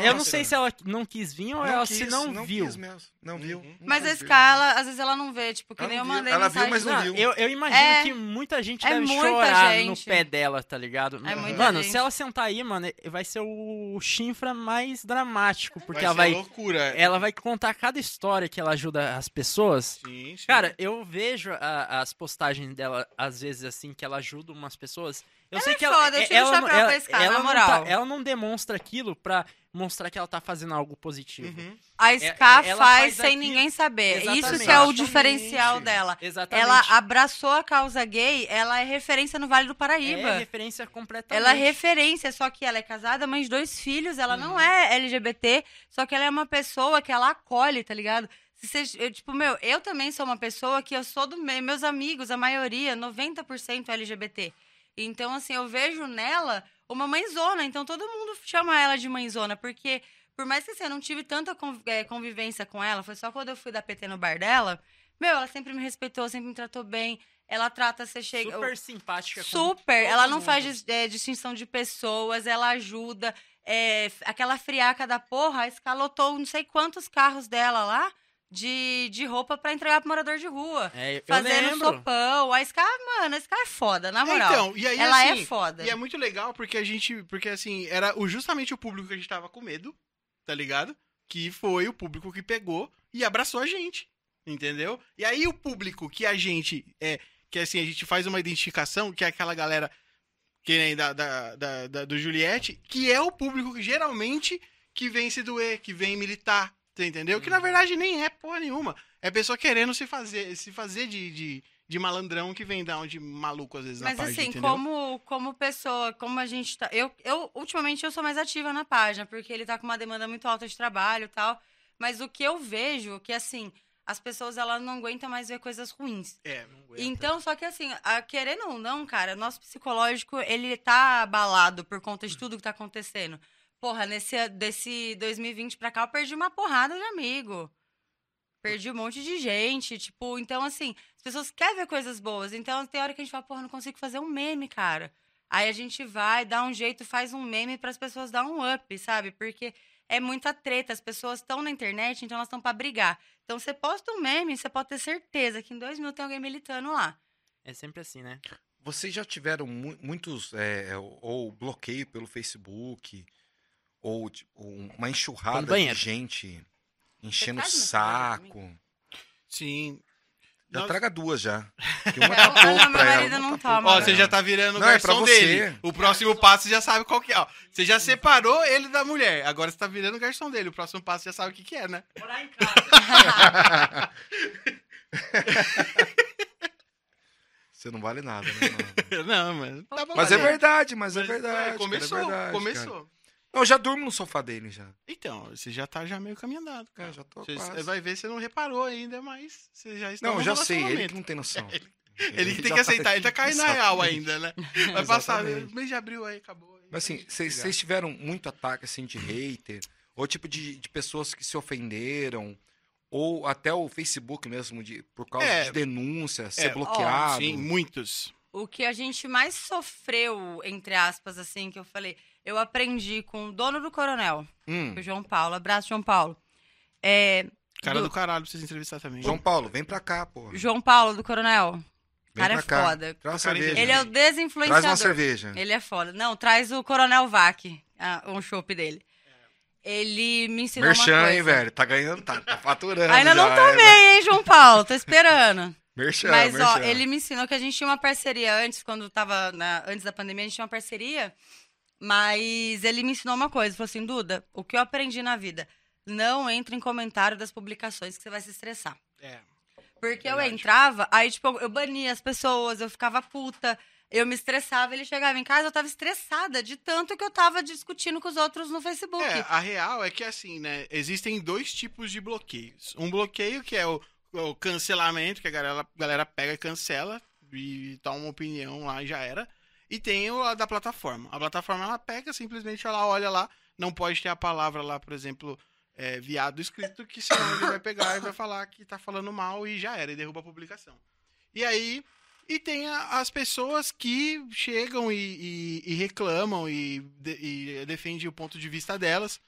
Eu não sei se ela não quis vir ou
é,
ela se não, viu.
quis mesmo, não viu.
Uhum.
Mas a
viu.
escala, às vezes ela não vê, tipo, que
Ela
nem eu
não viu.
mandei
Ela viu,
mensagem.
mas não
Não,
viu.
eu, eu imagino
É.
que muita gente
É
deve
muita
chorar no
gente.
pé dela, tá ligado?
É muita
mano,
gente.
se ela sentar aí, mano, vai ser o chinfra mais dramático, porque
Vai
ela
ser
vai é
loucura.
ela vai contar cada história que ela ajuda as pessoas.
Sim, sim.
Cara, eu vejo a- as postagens dela, às vezes, assim, que ela ajuda umas pessoas. Eu
Ela
sei
é
que
foda,
ela,
eu tiro o
ela,
chapéu pra
ela,
esse cara,
ela
na
não
moral.
tá- ela não demonstra aquilo pra mostrar que ela tá fazendo algo positivo.
Uhum.
A
É-
Ska
ela faz
faz sem
aquilo.
ninguém saber. Isso que é o
Exatamente.
diferencial dela.
Exatamente.
Ela abraçou a causa gay, ela é referência no Vale do Paraíba.
é referência completamente. Uhum.
Ela é referência, só que ela é casada, mãe de dois filhos, ela não é LGBT, só que ela é uma pessoa que ela acolhe, tá ligado? Se você- eu, tipo, meu, eu também sou uma pessoa que eu sou do meio, meus amigos, a maioria, 90% LGBT. Então, assim, eu vejo nela uma mãezona, então todo mundo chama ela de mãezona, porque por mais que assim, eu não tive tanta con- eh, convivência com ela, foi só quando eu fui da PT no bar dela, meu, ela sempre me respeitou, sempre me tratou bem, ela trata, você chega... eu-
super simpática. com
Super,
todo
ela não
mundo.
faz dis- eh, distinção de pessoas, ela ajuda. É, f- aquela friaca da porra escalotou não sei quantos carros dela lá de, de roupa pra entregar pro morador de rua.
É, eu
fazendo
lembro.
sopão. A Scar, mano, a Scar é foda, na
É,
moral.
então, e aí,
ela
assim,
é foda.
E é muito legal porque a gente. Porque assim, era o- justamente o público que a gente tava com medo, tá ligado? Que foi o público que pegou e abraçou a gente. Entendeu? E aí o público que a gente. É, que assim, a gente faz uma identificação, que é aquela galera que nem da, da, da- da- do Juliette, que é o público que geralmente que vem se doer, que vem militar. Você entendeu? Que na verdade nem é porra nenhuma. É pessoa querendo se fazer, se fazer de, de, de malandrão que vem dar onde maluco às vezes na
Mas
página,
assim,
entendeu?
como, como pessoa, como a gente tá. Eu, eu, ultimamente, eu sou mais ativa na página, porque ele tá com uma demanda muito alta de trabalho e tal. Mas o que eu vejo, que assim, as pessoas elas não aguentam mais ver coisas ruins.
É,
Então, só que assim, a- querendo ou não, cara, nosso psicológico, ele tá abalado por conta de tudo que tá acontecendo. Porra, nesse desse 2020 pra cá, eu perdi uma porrada de amigo. Perdi um monte de gente, tipo, então assim, as pessoas querem ver coisas boas. Então, tem hora que a gente fala, porra, não consigo fazer um meme, cara. Aí a gente vai, dá um jeito, faz um meme para as pessoas dar um up, sabe? Porque é muita treta, as pessoas estão na internet, então elas estão pra brigar. Então você posta um meme, você pode ter certeza que em dois minutos tem alguém militando lá.
É sempre assim, né?
Vocês já tiveram mu- muitos, é, ou- ou bloqueio pelo Facebook, ou tipo, um- uma
Tô no
enxurrada de
banheiro.
gente enchendo o
quase não fala pra
saco.
Sim.
Já
Nossa.
traga duas já. que uma
É,
tá
uma
pouco
não, meu
pra ela,
marido
uma
não
tá
toma.
pouco
Ó,
pra
você
ela.
já tá virando
Não, é
garçom
pra você.
dele. O próximo passo você já sabe qual que é. Ó, você já separou ele da mulher. Agora você tá virando garçom dele. O próximo passo você já sabe o que, que é, né?
Morar em casa.
né?
Você não vale nada, né, mano?
Não, mas tá bom.
Mas é
né?
verdade, mas é
Mas,
verdade.
é, começou,
cara, é verdade,
começou.
cara. Não, eu já durmo no sofá dele já.
Então, você já tá já meio caminho andado,
É,
cara.
já tô
Você
quase.
vai ver, você não reparou ainda, mas você já está
Não,
num
já sei, é ele que
relacionamento.
não tem noção.
Ele que tem
já
que
tá-
aceitar, ele tá caindo na real ainda, né? Vai passar,
Exatamente.
mês de abril aí, acabou.
Mas assim, vocês vocês tiveram muito ataque assim de hater, ou tipo de, de pessoas que se ofenderam, ou até o Facebook mesmo, de, por causa
É.
de denúncia, ser
ó,
bloqueado.
Sim, muitos.
O que a gente mais sofreu, entre aspas, assim, que eu falei, eu aprendi com o dono do coronel,
Hum,
o João Paulo. Abraço, João Paulo. É,
Cara
Do-
do caralho pra vocês entrevistar também.
João Paulo, vem pra cá, pô. Vem
João Paulo, do coronel. O cara é
pra cá.
foda.
Traz uma
Cara
cerveja.
Ele é
Traz
o
uma
desinfluenciador.
cerveja.
Ele é foda. Não, traz o Coronel Vac, ah, um chopp dele. Ele me ensinou uma
Merchan,
coisa.
hein, velho? Tá ganhando, tá, tá faturando.
Ainda não
já, é, velho.
tomei, hein, João Paulo? Tô esperando.
É,
Merchan,
Mas,
merchan.
ó, ele me ensinou que a gente tinha uma parceria antes, quando tava na- antes da pandemia, a gente tinha uma parceria. Mas ele me ensinou uma coisa. Falou assim, Duda, o que eu aprendi na vida? Não entre em comentário das publicações que você vai se estressar.
É.
Porque eu
Verdade.
entrava, aí, tipo, eu bania as pessoas, eu ficava puta, eu me estressava. Ele chegava em casa, eu tava estressada de tanto que eu tava discutindo com os outros no Facebook.
É, a real é que assim, né? Existem dois tipos de bloqueios. Um bloqueio que é o, o cancelamento, que a galera, galera pega e cancela e dá uma opinião lá e já era. E tem o a da plataforma. A plataforma ela pega, simplesmente ela olha lá, não pode ter a palavra lá, por exemplo, é, viado escrito, que senão ele vai pegar e vai falar que tá falando mal e já era, e derruba a publicação. E aí, e tem a- as pessoas que chegam e, e- e reclamam e, de, e defendem o ponto de vista delas.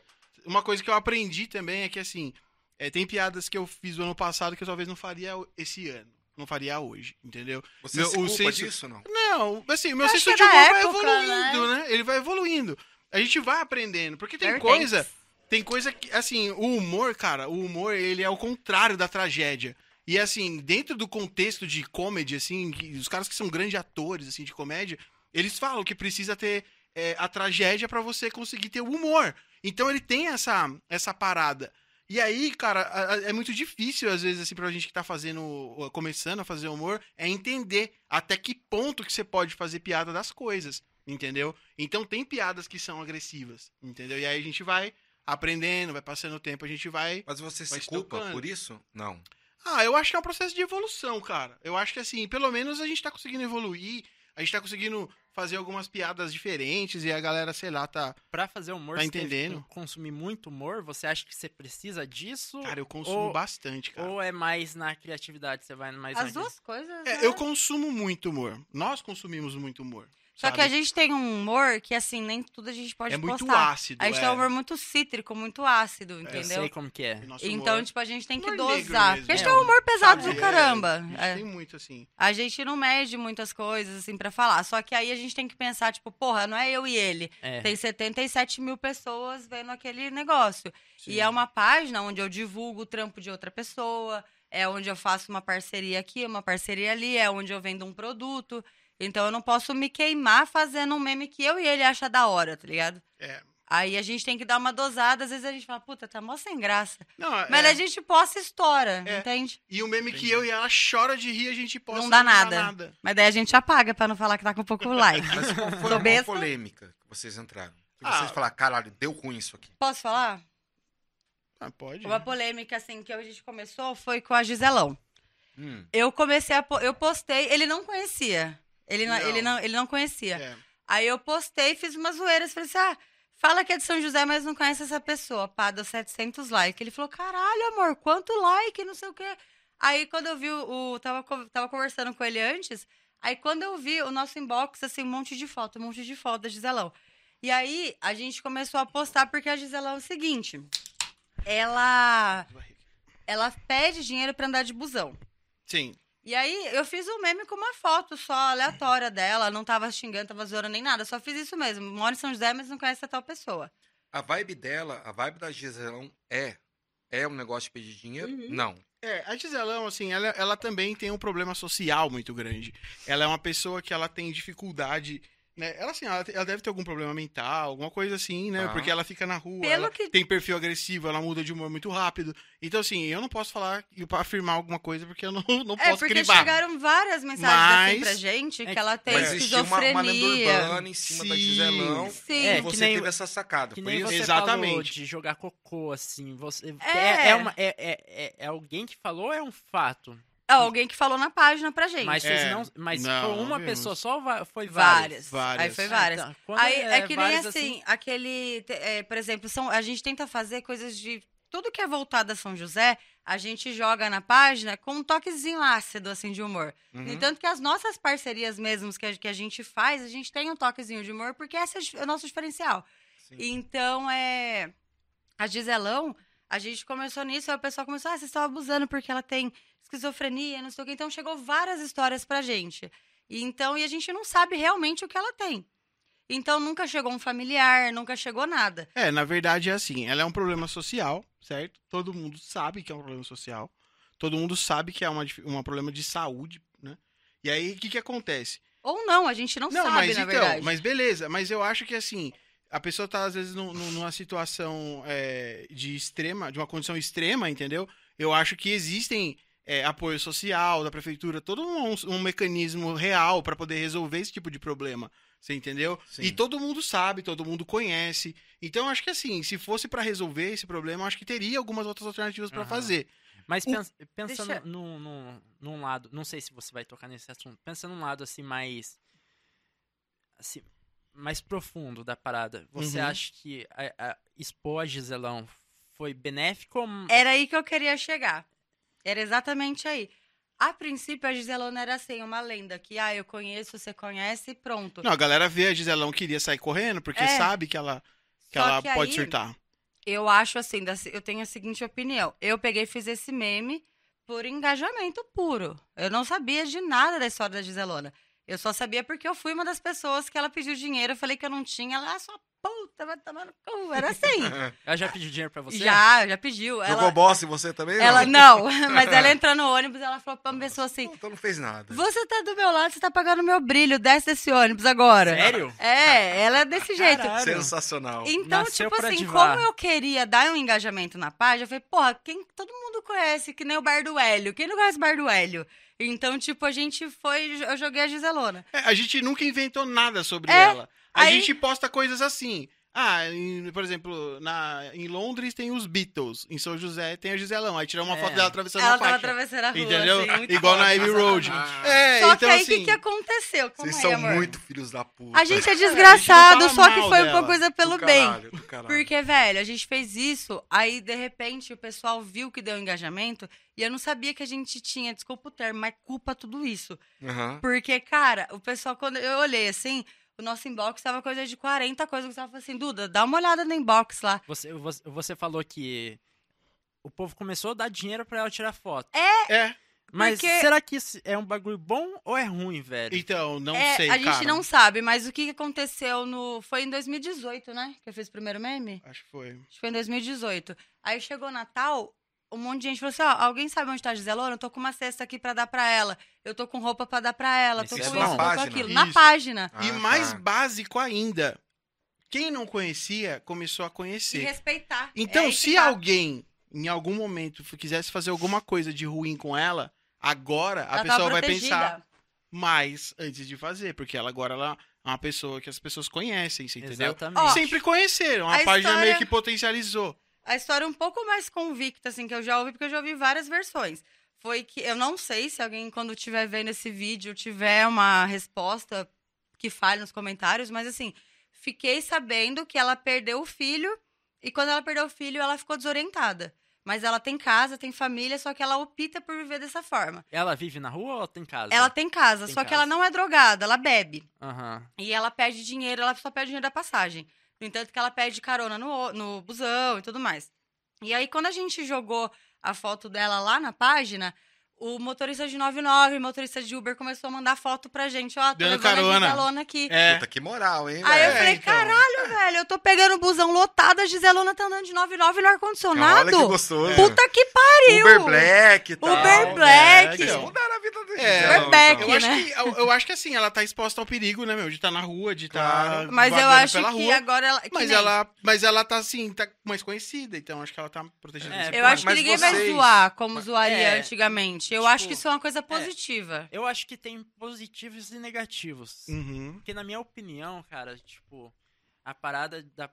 Uma coisa que eu aprendi também é que, assim, é, tem piadas que eu fiz o ano passado que eu talvez não faria esse ano. Não faria hoje, entendeu?
Você
meu-
se
o
culpa
senso-
disso ou não?
Não, assim, meu
Acho
senso
que é
de
da
humor vai
época,
evoluindo, né? Ele vai evoluindo. A gente vai aprendendo. Porque tem
Fair
coisa.
thanks.
Tem coisa que, assim, o humor, cara, o humor, ele é o contrário da tragédia. E, assim, dentro do contexto de comedy, assim, que os caras que são grandes atores, assim, de comédia, eles falam que precisa ter é, a tragédia pra você conseguir ter o humor. Então ele tem essa, essa parada. E aí, cara, a- a- é muito difícil, às vezes, assim, pra gente que tá fazendo, ou começando a fazer humor, é entender até que ponto que você pode fazer piada das coisas, entendeu? Então tem piadas que são agressivas, entendeu? E aí a gente vai aprendendo, vai passando o tempo, a gente vai
Mas você
Vai
se
se
culpa
tocando.
por isso? Não.
ah, eu acho que é um processo de evolução, cara. Eu acho que assim, pelo menos a gente tá conseguindo evoluir, a gente tá conseguindo fazer algumas piadas diferentes e a galera, sei lá, tá.
Pra fazer humor,
Tá
você teve que
entendendo?
consumir muito humor, você acha que você precisa disso?
Cara, eu consumo
Ou-
bastante, cara.
Ou é mais na criatividade, você vai mais
As
na...
duas coisas. né?
É, eu consumo muito humor. Nós consumimos muito humor.
Só
sabe?
que a gente tem um humor que, assim, nem tudo a gente pode
é muito
postar.
ácido.
A gente
é.
tem um humor muito cítrico, muito ácido,
Eu
entendeu?
sei como que é.
Nosso humor-
Então, tipo, a gente tem que
Humor
dosar.
negro mesmo. né?
Porque a gente
É,
tem um humor pesado
sabe?
do caramba.
É, a gente
É.
tem muito assim.
A gente não mede muitas coisas, assim, pra falar. Só que aí a gente tem que pensar, tipo, porra, não é eu e ele.
É.
Tem 77 mil pessoas vendo aquele negócio.
Sim.
E é uma página onde eu divulgo o trampo de outra pessoa, é onde eu faço uma parceria aqui, uma parceria ali, é onde eu vendo um produto. Então eu não posso me queimar fazendo um meme que eu e ele acha da hora, tá ligado?
É.
Aí a gente tem que dar uma dosada, às vezes a gente fala, puta, tá mó sem graça.
Não,
Mas
é,
a gente posta e estoura,
É.
entende?
E o meme que eu e ela chora de rir, a gente posta.
Não dá nada. Mas daí a gente apaga pra não falar que tá com pouco like.
Mas qual foi
Tô
a maior
besta.
polêmica que vocês entraram? Que
Ah.
vocês falaram, caralho, deu ruim isso aqui.
Posso falar?
Ah, pode.
Uma polêmica, assim, que a gente começou foi com a Giselão.
Hum.
Eu comecei a. po- Eu postei, ele não conhecia. Ele não,
Não.
Ele não, ele não conhecia.
É.
Aí eu postei, fiz umas zoeiras. Falei assim: ah, fala que é de São José, mas não conhece essa pessoa. Pá, deu 700 likes. Ele falou: caralho, amor, quanto like, não sei o quê. Aí quando eu vi o. o- tava, co- tava conversando com ele antes. Aí quando eu vi o nosso inbox, assim, um monte de foto, um monte de foto da Giselão. E aí a gente começou a postar porque a Giselão é o seguinte: ela. Ela pede dinheiro pra andar de busão.
Sim.
E aí, eu fiz um meme com uma foto só, aleatória dela. Não tava xingando, tava zoando nem nada. Só fiz isso mesmo. Moro em São José, mas não conhece a tal pessoa.
A vibe dela, a vibe da Giselão é. É um negócio de pedir dinheiro?
Uhum.
Não.
É, a Giselão, assim, ela, ela também tem um problema social muito grande. Ela é uma pessoa que ela tem dificuldade, né? Ela, assim, ela, te- ela deve ter algum problema mental, alguma coisa assim, né?
Tá.
Porque ela fica na rua,
Pelo
ela
que-
tem perfil agressivo, ela muda de humor muito rápido. Então, assim, eu não posso falar e afirmar alguma coisa porque eu não, não
É,
posso
porque
cribar.
chegaram várias mensagens assim
Mas-
pra gente
É,
que ela tem
Mas existia uma, uma lenda
esquizofrenia.
urbana em cima da
Sim.
Giselão.
Sim.
E
É,
você
que nem-
teve essa sacada.
Que
Foi
nem
isso?
você
Exatamente.
falou de jogar cocô, assim. Você...
É.
É. É, uma- é- é- é- é alguém que falou ou é um fato?
É, alguém que falou na página pra gente.
Mas, vocês
É.
não, mas
Não,
foi uma
não vimos.
pessoa só ou va- foi várias?
várias.
várias.
Aí foi várias.
Ah, tá. Quando
Aí é, que nem
várias,
assim, aquele. te- é, por exemplo, são, a gente tenta fazer coisas de. Tudo que é voltado a São José, a gente joga na página com um toquezinho ácido, assim, de humor.
Uhum.
No entanto, que as nossas parcerias mesmo que a, que a gente faz, a gente tem um toquezinho de humor, porque esse é dif- é o nosso diferencial.
Sim.
Então, é. A Giselão, a gente começou nisso, aí o pessoal começou, ah, vocês estão abusando porque ela tem esquizofrenia, não sei o quê. Então, chegou várias histórias pra gente. E, então, e a gente não sabe realmente o que ela tem. Então, nunca chegou um familiar, nunca chegou nada.
É, na verdade é assim, ela é um problema social, certo? Todo mundo sabe que é um problema social. Todo mundo sabe que é uma, dif- um problema de saúde, né? E aí, o que que acontece?
Ou não, a gente não, sabe,
mas
na
então,
verdade.
mas beleza, mas eu acho que assim, a pessoa tá às vezes num- num- numa situação é, de extrema, de uma condição extrema, entendeu? Eu acho que existem é, apoio social da prefeitura, todo um, um mecanismo real pra poder resolver esse tipo de problema. Você entendeu?
Sim.
E todo mundo sabe, todo mundo conhece. Então, eu acho que assim, se fosse pra resolver esse problema, eu acho que teria algumas outras alternativas pra
Aham.
fazer.
Mas
O-
pens- pensando
Deixa-
num, num- num lado, não sei se você vai tocar nesse assunto, pensando num lado assim mais assim, mais profundo da parada, você
Uhum.
acha que a, a expor a Giselão foi benéfico ou m-
Era aí que eu queria chegar. Era exatamente aí. A princípio, a Giselona era assim, uma lenda que, ah, eu conheço, você conhece e pronto.
Não, a galera vê a Giselão queria sair correndo, porque
É.
sabe que ela, que
Só
ela
que
pode
aí,
surtar.
Eu acho assim, da- eu tenho a seguinte opinião. Eu peguei e fiz esse meme por engajamento puro. Eu não sabia de nada da história da Giselona. Eu só sabia porque eu fui uma das pessoas que ela pediu dinheiro, eu falei que eu não tinha, ela, ah, sua puta, vai tomar no cu, era assim.
Ela já pediu dinheiro pra você?
Já, já pediu.
Jogou
ela,
bosta em você também? não?
ela não, mas ela entrou no ônibus, ela falou pra uma pessoa assim,
Então não fez nada.
você tá do meu lado, você tá pagando meu brilho, desce desse ônibus agora.
Sério?
É, ela é desse jeito.
Caralho.
Sensacional.
Então,
Nasceu
tipo
pra
assim,
divar.
como eu queria dar um engajamento na página, eu falei, porra, quem todo mundo conhece, que nem o Bar do Hélio. Quem não conhece o Bar do Hélio? Então, tipo, a gente foi, eu joguei a Giselona.
É, a gente nunca inventou nada sobre
É,
ela. A
aí-
gente posta coisas assim. Ah, em- por exemplo, na, em Londres tem os Beatles, em São José tem a Giselão. Aí tiramos uma
É.
foto dela atravessando
Ela
a
tava
faixa.
atravessando a rua,
entendeu?
assim, muito
Igual
foda.
na Abbey Road.
Ah.
É,
Só que
então
aí, o
assim.
que, que aconteceu? Calma
Vocês
aí,
são
é, amor.
muito filhos da puta.
A gente é
a
desgraçado,
gente não
só
fala
que
mal
foi
dela.
uma coisa
Do
pelo bem.
caralho, do caralho.
Porque, velho, a gente fez isso, aí de repente o pessoal viu que deu engajamento e eu não sabia que a gente tinha, desculpa o termo, mas culpa tudo isso.
Aham.
Porque, cara, o pessoal, quando eu olhei assim, o nosso inbox tava coisa de 40 coisas. O Gustavo falou assim, Duda, dá uma olhada no inbox lá.
Você, você, você falou que o povo começou a dar dinheiro pra ela tirar foto.
É,
Mas
porque-
será que isso é um bagulho bom ou é ruim, velho?
então, não
É,
sei,
a gente
cara.
não sabe, mas o que que aconteceu no. Foi em 2018, né? Que eu fiz o primeiro meme?
Acho que foi.
Acho que foi em 2018. Aí chegou Natal, um monte de gente falou assim: ó, alguém sabe onde tá a Giselona? Eu tô com uma cesta aqui pra dar pra ela. Eu tô com roupa pra dar pra ela.
Isso
tô
é
com
bom.
isso, tô
Na
com
página.
aquilo.
Isso.
Na página.
Ah,
e
tá.
mais básico ainda, quem não conhecia, começou a
E
conhecer.
respeitar. É
Então,
aí que
se
tá.
alguém, em algum momento, f- quisesse fazer alguma coisa de ruim com ela, agora a
Ela tava
pessoa vai
protegida.
pensar mais antes de fazer, porque ela agora ela é uma pessoa que as pessoas conhecem, você entendeu?
Exatamente.
Ó,
Sempre conheceram, a,
a
página meio
história-
que potencializou.
A história um pouco mais convicta, assim, que eu já ouvi, porque eu já ouvi várias versões. Foi que eu não sei se alguém, quando estiver vendo esse vídeo, tiver uma resposta que fale nos comentários, mas assim, fiquei sabendo que ela perdeu o filho e quando ela perdeu o filho, ela ficou desorientada. Mas ela tem casa, tem família, só que ela opta por viver dessa forma.
Ela vive na rua ou ela tem casa?
Ela tem casa,
Tem
só que
casa.
ela não é drogada, ela bebe.
Aham.
E ela pede dinheiro, ela só pede dinheiro da passagem. No entanto, que ela pede carona no, ô- no busão e tudo mais. E aí, quando a gente jogou a foto dela lá na página, o motorista de 99, motorista de Uber, começou a mandar foto pra gente. Ó, tô
Dando
levando
carona.
a Giselona aqui.
É.
Puta, que moral, hein?
Aí eu
velho?
falei,
então.
caralho, velho, eu tô pegando o busão lotado, a Giselona tá andando de 99 no
Olha que
ar-condicionado.
gostoso.
Puta que pariu!
Uber Black e tal.
Uber Black.
Vocês
então.
mudaram a vida da
É,
Gisela,
Uber Black.
Eu
então.
acho,
né?
que, eu, eu acho que assim, ela tá exposta ao perigo, né, meu? De estar na rua, de estar.
Claro.
Mas eu acho que
pela rua,
agora ela. que
Mas
nem-
ela, mas ela tá assim, tá mais conhecida, então acho que ela tá protegida.
É,
desse
Eu
ponto.
acho que
Mas
ninguém vai
vocês-
zoar como zoaria
É,
antigamente. Eu
tipo,
acho que isso é uma coisa positiva.
Eu acho que tem positivos e negativos.
Uhum.
Porque na minha opinião, cara, tipo, a parada da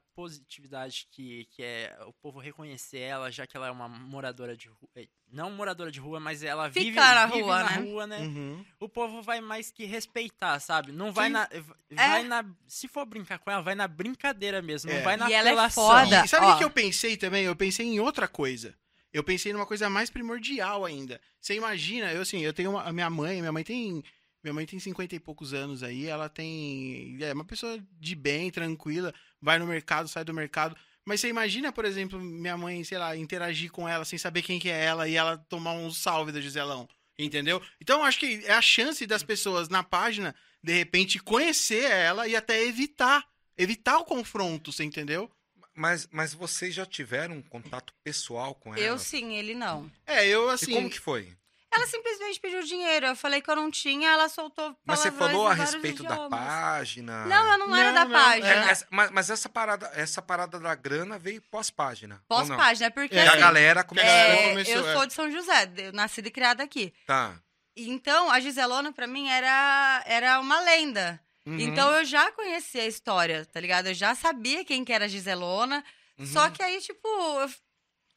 positividade que, que é o povo reconhecer ela, já que ela é uma moradora de rua. eh, Não moradora de rua, mas ela
Fica
vive
na
vive
rua, né?
rua, né?
Uhum.
O povo vai mais que respeitar, sabe? Não vai
Sim. É.
na. Vai na. Se for brincar com ela, vai na brincadeira mesmo.
É.
Não vai na
E ela é
apelação.
foda.
E sabe o que
ó.
que eu pensei também? Eu pensei em outra coisa. Eu pensei numa coisa mais primordial ainda. Você imagina, eu assim, eu tenho uma, a minha mãe, minha mãe tem. Minha mãe tem 50 e poucos anos aí, ela tem. É uma pessoa de bem, tranquila, vai no mercado, sai do mercado. Mas você imagina, por exemplo, minha mãe, sei lá, interagir com ela sem saber quem que é ela e ela tomar um salve da Giselão. Entendeu? Então acho que é a chance das pessoas na página, de repente, conhecer ela e até evitar. Evitar o confronto, você entendeu?
Mas, mas vocês já tiveram um contato pessoal com ela?
Eu sim, ele não.
É, eu
E
assim.
como que foi?
Ela simplesmente pediu dinheiro. Eu falei que eu não tinha, ela soltou
Mas você
palavrões
falou a
em vários
respeito da
idiomas.
página?
Não, né? eu não, era
Não,
da
não,
É,
página.
essa- mas, mas essa parada, essa parada da grana veio pós-página. ou não?
Pós-página, porque
Que a
assim,
galera começou.
galera
é,
começou,
eu
é.
sou de São José, eu nascida e criada aqui.
Tá.
E Então, a Giselona, pra mim, era, era uma lenda.
Uhum,
Então, eu já conhecia a história, tá ligado? Eu já sabia quem que era a Giselona.
uhum.
Só que aí, tipo, eu-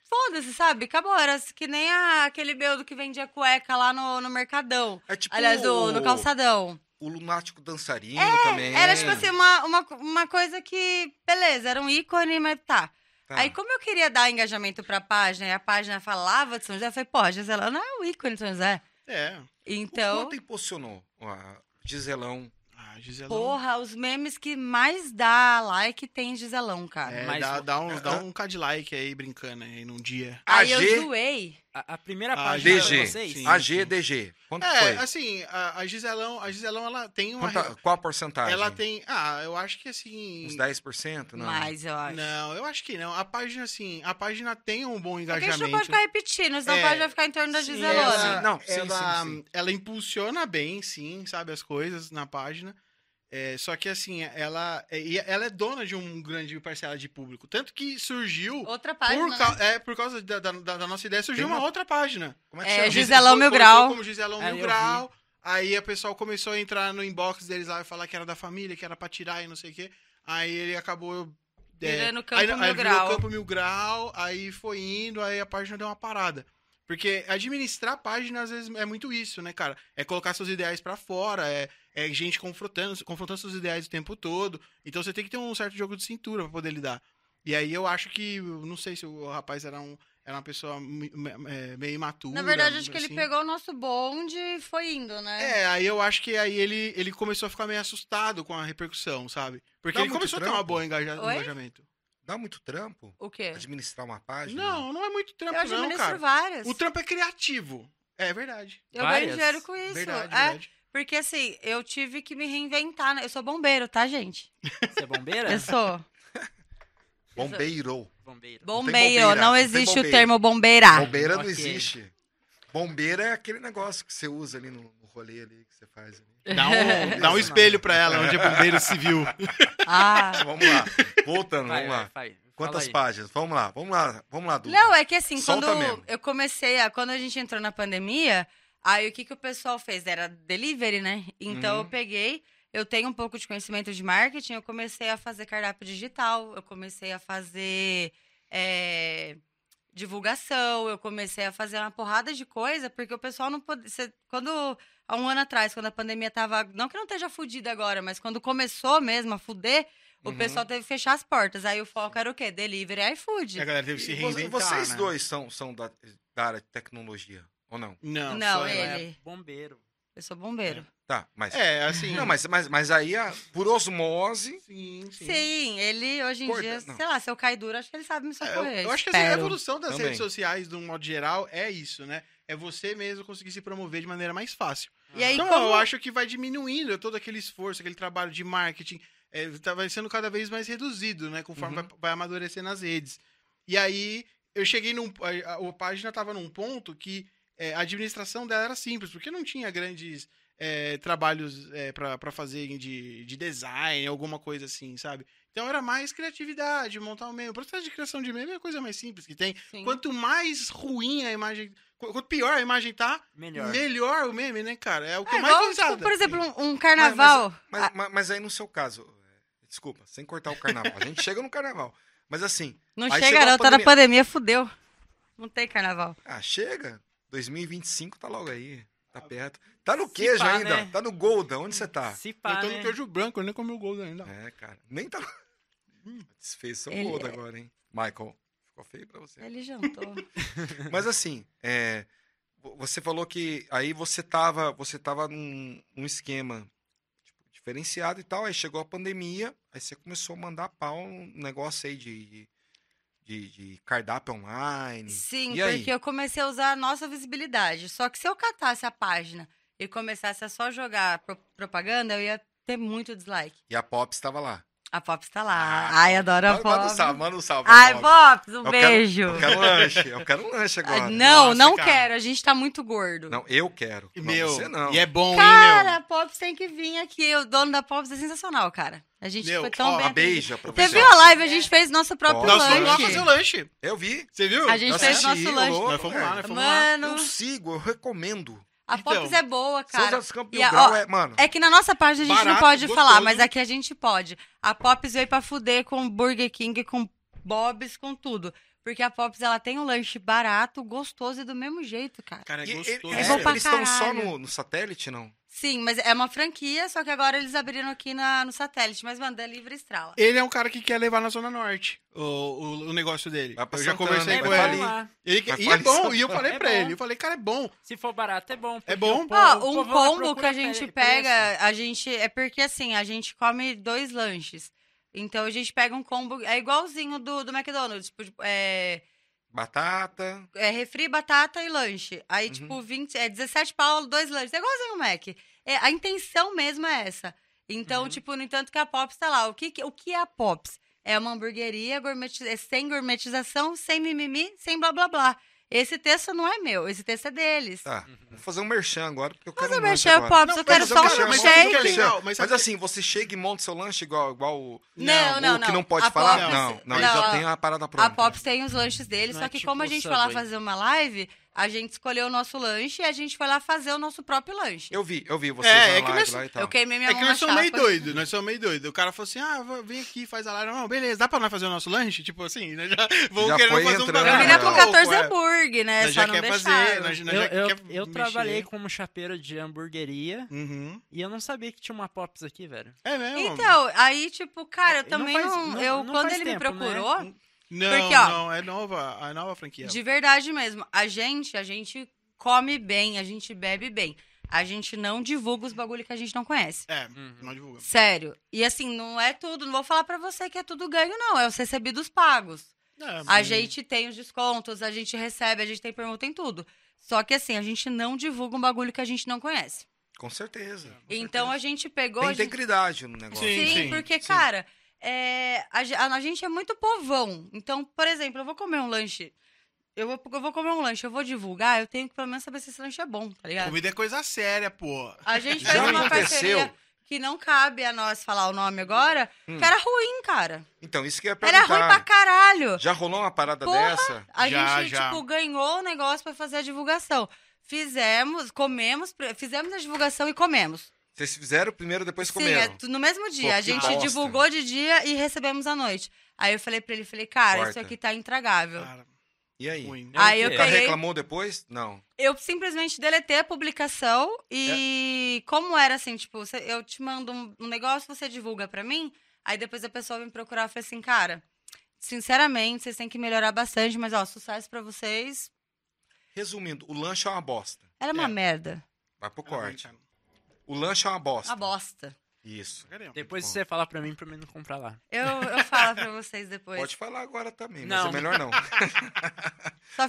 foda-se, sabe? Acabou, era que nem a- aquele beudo que vendia cueca lá no, no Mercadão.
É tipo
Aliás, do, no
o-
calçadão.
O lunático dançarino também.
Era, tipo assim, uma, uma, uma coisa que, beleza, era um ícone, mas tá.
Tá.
Aí, como eu queria dar engajamento pra página e a página falava de São José, eu falei, pô, a Giselona é o ícone de São José.
É.
O
Então,
quanto impulsionou a Giselão?
Ah, Giselão.
porra, os memes que mais dá like tem Giselão, cara.
É,
Mas-
dá, dá um, dá um Cadillac aí brincando aí num dia.
A
Aí eu
G,
zoei.
A, a primeira
Ah,
página
DG.
de vocês?
Sim.
AGDG. Quanto
É,
foi?
assim, a, a Giselão, a Giselão, ela tem uma...
Quanta- qual a porcentagem?
ela tem... Ah, eu acho que assim...
Uns 10%? Não. é.
Mas eu acho.
Não, eu acho que não. A página, assim, a página tem um bom
Porque a gente
engajamento.
não pode ficar repetindo, senão
É.
pode vai ficar em torno da
Sim, é.
Giselona.
Ela,
Não, sim,
ela,
sim, sim.
ela impulsiona bem, sim, sabe, as coisas na página. É, só que assim, ela é, e ela é dona de um grande parcela de público. Tanto que surgiu.
Outra página.
Por,
né?
cau- é, por causa da, da- da- da nossa ideia, surgiu
Tem
uma,
uma-
outra página.
Como
É,
chama?
Gisela- Giselão
Começou-
Mil
começou
Grau.
Como Giselão
É, eu
Mil
vi.
Grau. Aí o pessoal começou a entrar no inbox deles lá e falar que era da família, que era pra tirar e não sei o quê. Aí ele acabou. é,
Virando né, Campo
aí,
Mil
aí virou
Grau.
Campo Mil Grau, aí foi indo, aí a página deu uma parada. Porque administrar página, às vezes, é muito isso, né, cara? É colocar seus ideais pra fora, é, é gente confrontando, confrontando seus ideais o tempo todo. Então você tem que ter um certo jogo de cintura pra poder lidar. E aí eu acho que, eu não sei se o rapaz era um era uma pessoa me- me- é, meio imatura.
Na verdade, acho que ele
assim.
pegou o nosso bonde e foi indo, né?
É, aí eu acho que aí ele, ele começou a ficar meio assustado com a repercussão, sabe? Porque
Dá
ele
é muito
começou a ter
trampo.
uma boa engaja
Oi?
engajamento.
Dá muito trampo
O quê?
administrar uma página?
Não, não é muito
Eu
trampo, não,
administro
cara.
várias.
O trampo é criativo. É verdade.
Eu ganho
Várias?
dinheiro com isso.
verdade,
é,
verdade.
porque assim, eu tive que me reinventar. né? Eu sou bombeiro, tá, gente?
Você é bombeira?
Eu sou
Bombeiro.
Bombeiro.
bombeiro.
bombeira,
Não,
não tem
existe o
bombeiro.
termo bombeira.
Bombeira não
ok.
existe. Bombeira é aquele negócio que você usa ali no, no rolê ali que você faz ali.
Dá um, dá um espelho pra ela, onde é bombeiro civil.
Ah.
Vamos lá. Voltando,
Vai,
vamos lá.
vai, vai. Fala
Quantas
aí.
páginas? Vamos lá, vamos lá, vamos lá, Duda.
Não, é que assim,
Solta
quando
mesmo.
eu comecei a. Quando a gente entrou na pandemia, aí o que, que o pessoal fez? Era delivery, né? Então
Uhum.
eu peguei, eu tenho um pouco de conhecimento de marketing, eu comecei a fazer cardápio digital, eu comecei a fazer é, divulgação, eu comecei a fazer uma porrada de coisa, porque o pessoal não podia. Quando. Há um ano atrás, quando a pandemia tava. Não que não esteja fudida agora, mas quando começou mesmo a fuder, o
Uhum.
pessoal teve que fechar as portas. Aí o foco era o quê? Delivery e
É.
iFood.
E a galera teve que se
E vo-
reinventar,
vocês
né?
dois são, são da, da área de tecnologia, ou não?
Não,
Não,
só
ele.
ela.
Ela é bombeiro.
Eu sou bombeiro.
Tá, mas.
É, assim...
Não, mas, mas, mas aí, a- por osmose,
Sim, sim.
Sim, ele hoje em
Corta-
dia,
não.
sei lá, se eu cair duro, acho que ele sabe me
É, Eu,
socorrer.
eu acho que assim, a
espero.
evolução das
Também.
redes sociais, de um modo geral, é isso, né? É você mesmo conseguir se promover de maneira mais fácil.
E aí,
Então,
como...
eu acho que vai diminuindo todo aquele esforço, aquele trabalho de marketing. É, tá- vai sendo cada vez mais reduzido, né? Conforme
Uhum.
vai, vai amadurecendo as redes. E aí, eu cheguei num. A, a- a página estava num ponto que é, a administração dela era simples, porque não tinha grandes é, trabalhos é, para fazer de, de design, alguma coisa assim, sabe? Então era mais criatividade, montar um o meme. O processo de criação de meme é a coisa mais simples que tem.
Sim.
Quanto mais ruim a imagem. qu- Quanto pior a imagem tá,
Melhor.
Melhor. o meme, né, cara? É o que
É
eu mais
igual,
dou risada.
tipo, por exemplo, um, um carnaval.
mas, ma- mas aí no seu caso, é, desculpa, sem cortar o carnaval. A gente chega no carnaval. Mas assim,
Não
aí
chega,
chegou a
não, tá na pandemia, fudeu. Não tem carnaval.
ah, chega. 2025 tá logo aí. Tá perto. Tá no queijo
pá,
ainda.
né?
Tá no Golda. Onde você tá?
Se
Eu
pá,
tô
né?
no queijo branco, eu nem comi o Golden ainda.
É, cara. Nem tá. Desfez seu
Ele
Golda
é-
agora, hein? Michael, ficou feio pra você.
Ele jantou.
Mas assim, é, vo- você falou que aí você tava, você tava num, num esquema tipo, diferenciado e tal, aí chegou a pandemia, aí você começou a mandar pau um negócio aí de, de- de, de cardápio online.
Sim,
E aí?
porque eu comecei a usar a nossa visibilidade. Só que se eu catasse a página e começasse a só jogar pro- propaganda, eu ia ter muito dislike.
E a Pops estava lá.
A Pops tá lá.
Ah,
Ai, adoro a
Manda, manda um
Pops.
salve, manda um salve. pra
Ai,
Pops.
Pops, um
Eu quero-
beijo.
Eu quero um lanche, eu quero um lanche
Ah,
agora.
não,
Nossa,
não
cara.
quero. A gente tá muito gordo.
Não, eu quero.
E
Não,
Meu,
você não.
e é bom,
Cara,
hein,
a Pops tem que vir aqui. O dono da Pops é sensacional, cara. A gente
Meu,
foi tão
ó,
bem.
Uma
atendido.
beija pra você.
Você viu a live? A gente fez nosso próprio
Ó,
meu? Nós fomos lá
lanche.
fazer o lanche.
Eu vi.
Você viu?
A gente
Eu
fez
assisti,
nosso lanche.
ô louco,
Nós fomos lá, né?
velho.
nós fomos lá.
Mano,
Eu sigo, eu recomendo.
a
Então,
Pops é boa,
São José
cara.
dos Campos
e
Mil
a-
Grau
ó,
é, mano.
É que na nossa página a gente não
Barato,
pode
gostoso.
falar, mas aqui a gente pode. A Pops veio pra fuder com Burger King, com Bob's, com tudo. Porque a Pops, ela tem um lanche barato, gostoso e do mesmo jeito, cara.
Cara,
E-
é
e-
gostoso.
eles
É bom pra
eles estão só
caralho.
no, no satélite, não?
Sim, mas é uma franquia, só que agora eles abriram aqui na- no satélite. Mas, mano, delivery estrala.
Ele é um cara que quer levar na Zona Norte o, o, o negócio dele.
Vai pra
Eu já
Santana,
conversei
né?
É
com
Vai pra
bom
ele.
ali.
lá.
ele quer-
Vai
e
pra
é bom,
Santana.
e eu falei
É
pra
bom.
ele, eu falei, cara, é bom.
Se for barato, é bom. porque
bom.
o povo-
Ó,
o
um
povo lá
combo que
procura
a gente
pre-
pega,
preço.
a gente. É porque assim, a gente come dois lanches. Então a gente pega um combo. É igualzinho do, do McDonald's. Tipo, de- é,
Batata.
É refri, batata e lanche. Aí,
Uhum.
tipo, 20, é 17 pau, dois lanches. É igualzinho o Mac. É, a intenção mesmo é essa. Então,
Uhum.
tipo, no entanto que a Pops tá lá. O que, que- o que é a Pops? É uma hamburgueria gourmeti- é sem gourmetização, sem mimimi, sem blá blá blá. Esse texto não é meu, esse texto é deles.
Tá.
Uhum.
Vou fazer um merchan agora, porque eu quero
Mas eu
um lanche
mexer a
agora.
Pops,
Não,
eu quero
mas
Fazer um
só um
merchan, mas
sabe o que é
tudo
milkshake.
legal.
Não, mas
Mas,
sabe que-
assim, você chega e monta seu lanche igual, igual o,
Não, não,
o
não.
que não pode
A
falar?
Pops-
não, não,
não,
ele já
a-
tem a parada pronta.
A Pops tem os lanches dele,
Não
só
é
que
tipo
como a
o
gente foi lá
Subway.
fazer uma live, a gente escolheu o nosso lanche e a gente foi lá fazer o nosso próprio lanche.
Eu tá. vi, eu vi vocês
É,
na
é que
live
nós-
lá e tal.
Eu queimei minha
É
mão
que
na
nós somos meio
chapa. né?
doidos, nós somos meio doidos. O cara falou assim: ah, vou- vem aqui, faz a live. Não, beleza, dá pra nós fazer o nosso lanche? Tipo assim, nós já vamos
Já
querendo
foi
fazer um
entrando,
bagulho
Eu
né?
queria
muito
com
Não,
louco,
14
é.
hambúrguer, né?
Nós
Só
já
não
quer
deixaram.
fazer, nós, nós
Eu,
já
eu,
é quer
eu
mexer.
trabalhei como chapeiro de hamburgueria
Uhum.
e eu não sabia que tinha uma Pops aqui, velho.
É mesmo?
Então, aí, tipo, cara, eu
Não
também
faz-
não.
não-
eu,
não
quando
faz
ele me
tempo, né?
procurou,
não,
porque, ó,
não, é nova, a nova franquia.
de verdade mesmo, a gente, a gente come bem, a gente bebe bem. A gente não divulga os bagulho que a gente não conhece.
É,
Uhum.
não divulga.
Sério. E assim, não é tudo. Não vou falar pra você que é tudo ganho, não. É os recebidos pagos.
É,
A
Uhum.
hum,
gente tem os descontos, a gente recebe, a gente tem permuta, tem tudo. Só que assim, a gente não divulga um bagulho que a gente não conhece.
Com certeza.
Então a gente pegou.
Tem
a gente-
integridade no negócio.
Sim,
Sim,
sim,
porque,
sim.
cara, é, a, ge- a gente é muito povão. Então, por exemplo, eu vou comer um lanche. Eu vou, eu vou comer um lanche, eu vou divulgar, eu tenho que pelo menos saber se esse lanche é bom, tá ligado?
Comida é coisa séria, pô.
A gente
Já
fez uma
aconteceu.
parceria que não cabe a nós falar o nome agora,
Hum.
que era ruim, cara.
Então, isso que eu ia
Era
perguntar.
ruim pra caralho.
Já rolou uma parada
Porra!
dessa?
A
Já,
gente,
já.
tipo, ganhou o negócio pra fazer a divulgação. Fizemos, comemos, pre- fizemos a divulgação e comemos.
Vocês fizeram primeiro, depois
Sim, é
comeram.
tu- no mesmo dia.
Pô,
a
que
gente
bosta.
divulgou de dia e recebemos à noite. Aí eu falei pra ele, falei, cara, isso
Corta. Ah, Tá
aqui tá intragável.
Cara,
E aí?
ruim.
Aí
É o
eu
O
quê?
cara
peguei,
reclamou depois? Não.
eu simplesmente deletei a publicação
É.
e como era assim, tipo, cê- eu te mando um, um negócio, você divulga pra mim, aí depois a pessoa vem procurar e fala assim, cara, sinceramente, vocês têm que melhorar bastante, mas ó, sucesso pra vocês,
Resumindo, o lanche é uma bosta.
era uma
É.
merda.
Vai
um
pro
Era ruim,
corte.
cara.
O lanche é uma bosta.
Uma bosta.
Isso.
Caramba.
Depois
bom.
você fala pra mim pra mim não comprar lá.
Eu, eu falo pra vocês depois.
Pode falar agora também, mas
Não.
é melhor não.
Só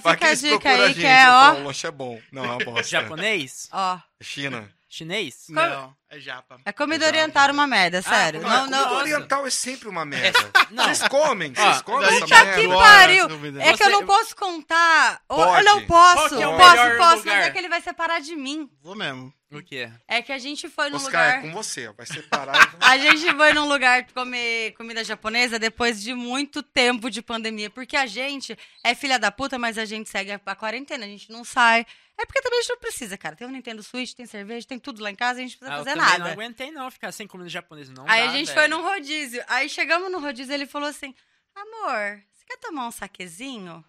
Pra
fica a
quem se
dica
procura a
aí
gente,
que é,
eu falo,
ó,
o lanche é bom. Não, é uma bosta.
Japonês?
ó.
China.
Chinês?
Não, é japa.
É comida
Exato.
oriental uma merda, sério.
Ah,
não,
Não,
não.
comida
nossa.
oriental é sempre uma merda.
Não.
Vocês comem? Vocês
Ó,
comem
Da
essa
gente
puta que
merda?
adora
pariu.
essa comida.
É que eu não
Você-
posso contar. Ou- Eu
Pode.
não posso.
Qual que
é o
posso,
melhor
posso, mas
lugar?
é que ele vai separar de mim.
Vou mesmo.
O quê?
É que a gente foi num
Oscar, é
lugar.
com você. Vai separar.
A gente foi num lugar comer comida japonesa depois de muito tempo de pandemia. Porque a gente é filha da puta, mas a gente segue a, a quarentena, a gente não sai. É porque também a gente não precisa, cara. Tem o Nintendo Switch, tem cerveja, tem tudo lá em casa, a gente não
Ah,
precisa
eu
fazer
também
nada.
não aguentei não ficar sem comida japonesa, não
Aí
dá,
a gente
velho.
foi num rodízio. Aí chegamos no rodízio, ele falou assim: Amor, você quer tomar um saquezinho?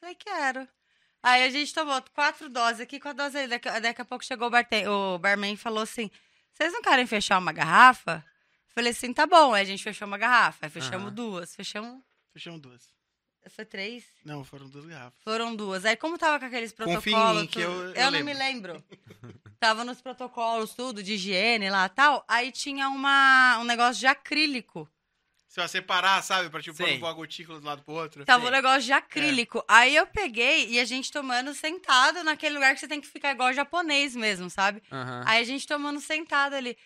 Falei, quero. Aí a gente tomou quatro doses aqui, quatro doses ali. Daqui, daqui a pouco chegou o, barte- o barman e falou assim: Vocês não querem fechar uma garrafa? Falei assim, tá bom. Aí a gente fechou uma garrafa. Aí fechamos
Aham.
duas, fechamos.
Fechamos duas.
Foi três?
Não, foram duas garrafas.
Foram duas. Aí, como tava com aqueles protocolos.
Confia em mim,
tudo-
que eu- eu
não
lembro.
me lembro. tava nos protocolos, tudo, de higiene lá tal. Aí tinha uma, um negócio de acrílico.
Se vai separar, sabe? Pra tipo, pôr
Sei.
uma gotícula do lado pro outro.
Tava um
Sim.
negócio de
É.
acrílico. Aí eu peguei e a gente tomando sentado naquele lugar que você tem que ficar igual japonês mesmo, sabe?
Aham.
Ah.
Aí a gente tomando sentado ali.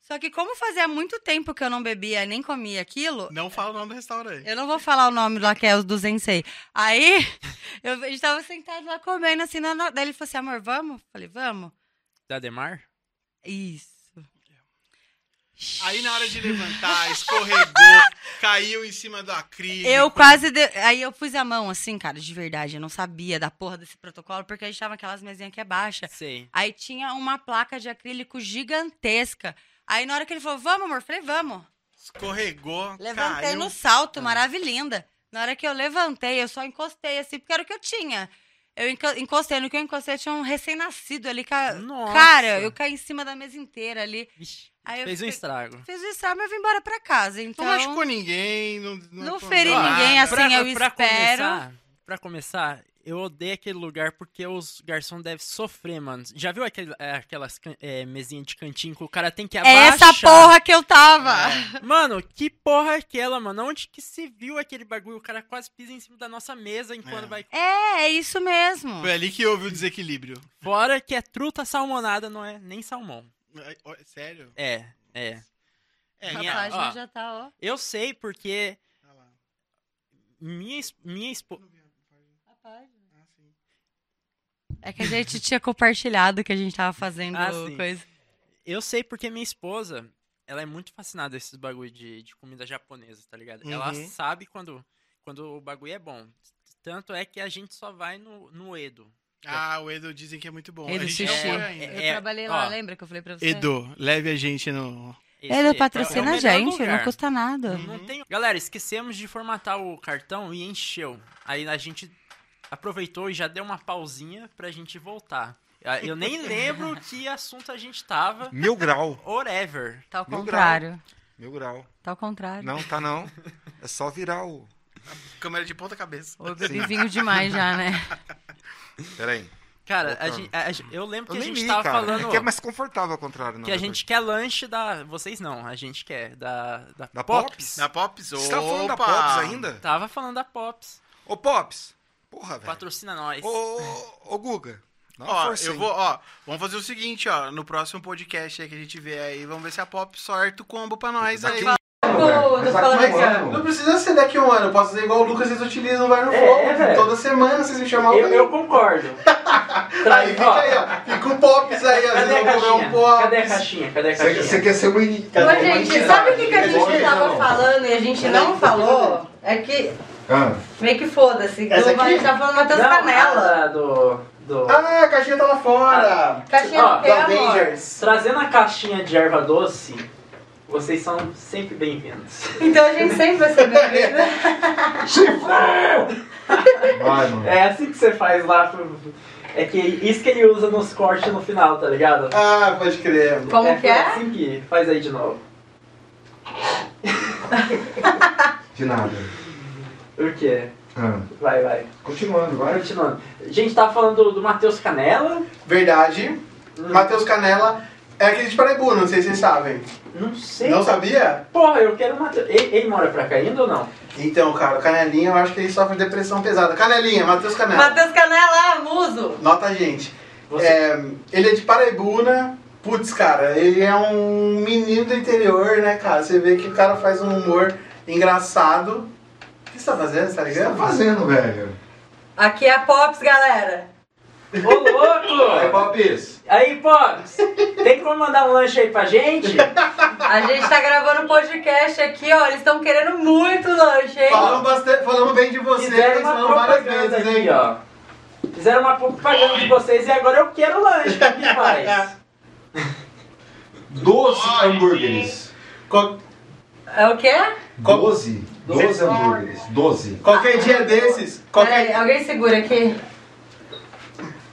Só que como fazia muito tempo que eu não bebia nem comia aquilo,
Não fala o nome do restaurante.
eu não vou falar o nome lá que é os do Zensei. Aí eu, a gente tava sentado lá comendo assim. Na, na- daí ele falou assim, amor, vamos? Eu falei, vamos.
Da Demar?
Isso.
Aí na hora de levantar, escorregou, caiu em cima do acrílico.
Eu quase. de- Aí eu pus a mão assim, cara, de verdade. Eu não sabia da porra desse protocolo, porque a gente tava naquelas mesinhas que é baixa.
Sei.
Aí tinha uma placa de acrílico gigantesca. Aí na hora que ele falou, vamos, amor, eu falei, vamos.
Escorregou,
Levantei
caiu.
no salto,
Ah.
maravilhinda. Na hora que eu levantei, eu só encostei assim, porque era o que eu tinha. Eu enco- encostei, no que eu encostei, tinha um recém-nascido ali. Ca...
Nossa.
Cara, eu caí em cima da mesa inteira ali.
Vixe,
Aí eu
fez um
fiquei-
estrago.
Fiz o estrago, mas eu vim embora pra casa. Então,
Não machucou ninguém. Não,
Não feri
nada.
ninguém, assim,
pra,
eu
pra
espero.
Começar, pra começar, eu odeio aquele lugar porque os garçons devem sofrer, mano. Já viu aquele, é, aquelas can- é, mesinhas de cantinho que o cara tem que
É
abaixar?
essa porra que eu
Ah, é.
tava.
Mano, que porra é aquela, mano? Onde que se viu aquele bagulho? O cara quase pisa em cima da nossa mesa enquanto
É.
vai...
É, é isso mesmo.
Foi ali que houve o desequilíbrio.
Fora que é truta salmonada, não é nem salmão.
Ai, ó, Sério?
É, é.
É,
A
minha-
página
ó.
já tá, ó.
Eu sei porque
Ah lá.
minha, es- minha esposa...
Não vi a página. Ah, sim.
É que a gente tinha compartilhado que a gente tava fazendo
Ah, sim.
coisa.
Eu sei porque minha esposa, ela é muito fascinada esses bagulho de, de comida japonesa, tá ligado? Ela
Uhum.
sabe quando, quando o bagulho é bom. Tanto é que a gente só vai no, no Edo.
Ah, o Edo dizem que é muito bom.
Ele
a
do
gente não
sushi.
foi ainda.
É,
eu trabalhei lá,
ó.
lembra que eu falei pra você?
Edo, leve a gente no.
Esse é- é
Ele
o
patrocina a
melhor
gente,
lugar.
não custa nada.
Não
Uhum.
tem- Galera, esquecemos de formatar o cartão e encheu. Aí a gente aproveitou e já deu uma pausinha pra gente voltar. Ah, Eu nem lembro que assunto a gente tava.
Mil grau.
Whatever.
Tá ao
Mil
contrário.
Mil grau.
Tá ao contrário.
Não, tá não. É só virar o.
Câmera de ponta cabeça.
Ô, eu bebi vinho demais já, né?
Peraí.
Cara, a
Opa.
gen- a gen- eu lembro
Eu
que a
nem
gente
li,
tava
cara.
falando.
É que é mais confortável ao contrário, não.
Que a gente quer lanche da. Vocês não, a gente quer. Da. Da,
Da Pops?
Na Pops?
Você tá falando da
Opa!
Pops ainda?
Tava falando da Pops.
Ô, Pops! Porra, velho.
Patrocina nós.
Ô, ô, ô, ô, Guga. Dá uma
Ó,
força
eu
aí.
vou, ó, vamos fazer o seguinte, ó, no próximo podcast aí que a gente vê aí, vamos ver se a Pop sorta o combo pra nós
Daqui
aí.
um-
precisa ser daqui a um ano, eu posso fazer igual o Lucas, vocês utilizam, vai no
É, é, velho.
toda semana vocês me chamam
concordo. Tá,
ó, fica o Pops aí,
um
caixinha? Cadê a
quer ser uma in-
Ô,
uma
gente,
entidade?
sabe o que, que a gente
Olha,
tava
não.
falando e a gente não falou? É que
Ah.
meio que foda-se. que
Essa
A gente
aqui?
tá falando Matheus Canela.
do.
Ah, a caixinha tá lá fora!
Caixinha
Ó,
É
do quê,
da
amor?
Avengers!
Trazendo a caixinha de erva doce, vocês são sempre bem-vindos.
Então a gente sempre vai ser bem-vinda.
Vai, mano.
É assim que você faz lá. pro- É que isso que ele usa nos cortes no final, tá ligado?
Ah, pode crer.
Como que é?
assim que faz aí de novo.
De nada.
O quê?
Ah.
Vai, vai.
Continuando, vai.
Continuando. A gente tava falando do, do Matheus Canela.
Verdade.
Hum.
Matheus Canela é aquele de Paraibu, não sei se vocês sabem.
Não sei.
Não sabia?
Porra, eu quero o Matheus. Ele, ele mora pra cá ainda ou não?
Então, cara, o Canelinha, eu acho que ele sofre de depressão pesada. Canelinha, Matheus Canela.
Matheus Canela, muso.
Nota a gente.
Você-
É, ele é de Paraibuna. Putz, cara, ele é um menino do interior, né, cara? Você vê que o cara faz um humor engraçado. O que você tá fazendo? Você tá
O que você tá
ligado?
fazendo, velho?
Aqui é a Pops, galera.
Ô,
é
louco!
Popis!
Aí, Pops, tem como mandar um lanche aí pra gente?
A gente tá gravando um podcast aqui, ó. Eles estão querendo muito lanche, hein?
Falamos, bastante, falamos bem de você,
Fizeram
eles
uma
falam várias
propaganda
vezes,
aqui,
hein?
ó. Fizeram uma propaganda de vocês e agora eu quero lanche. O que faz?
Doze hambúrgueres!
Qual-
É o quê?
Doze? Doze hambúrgueres! Doze!
qualquer dia desses,
é?
qualquer
Peraí, alguém segura aqui.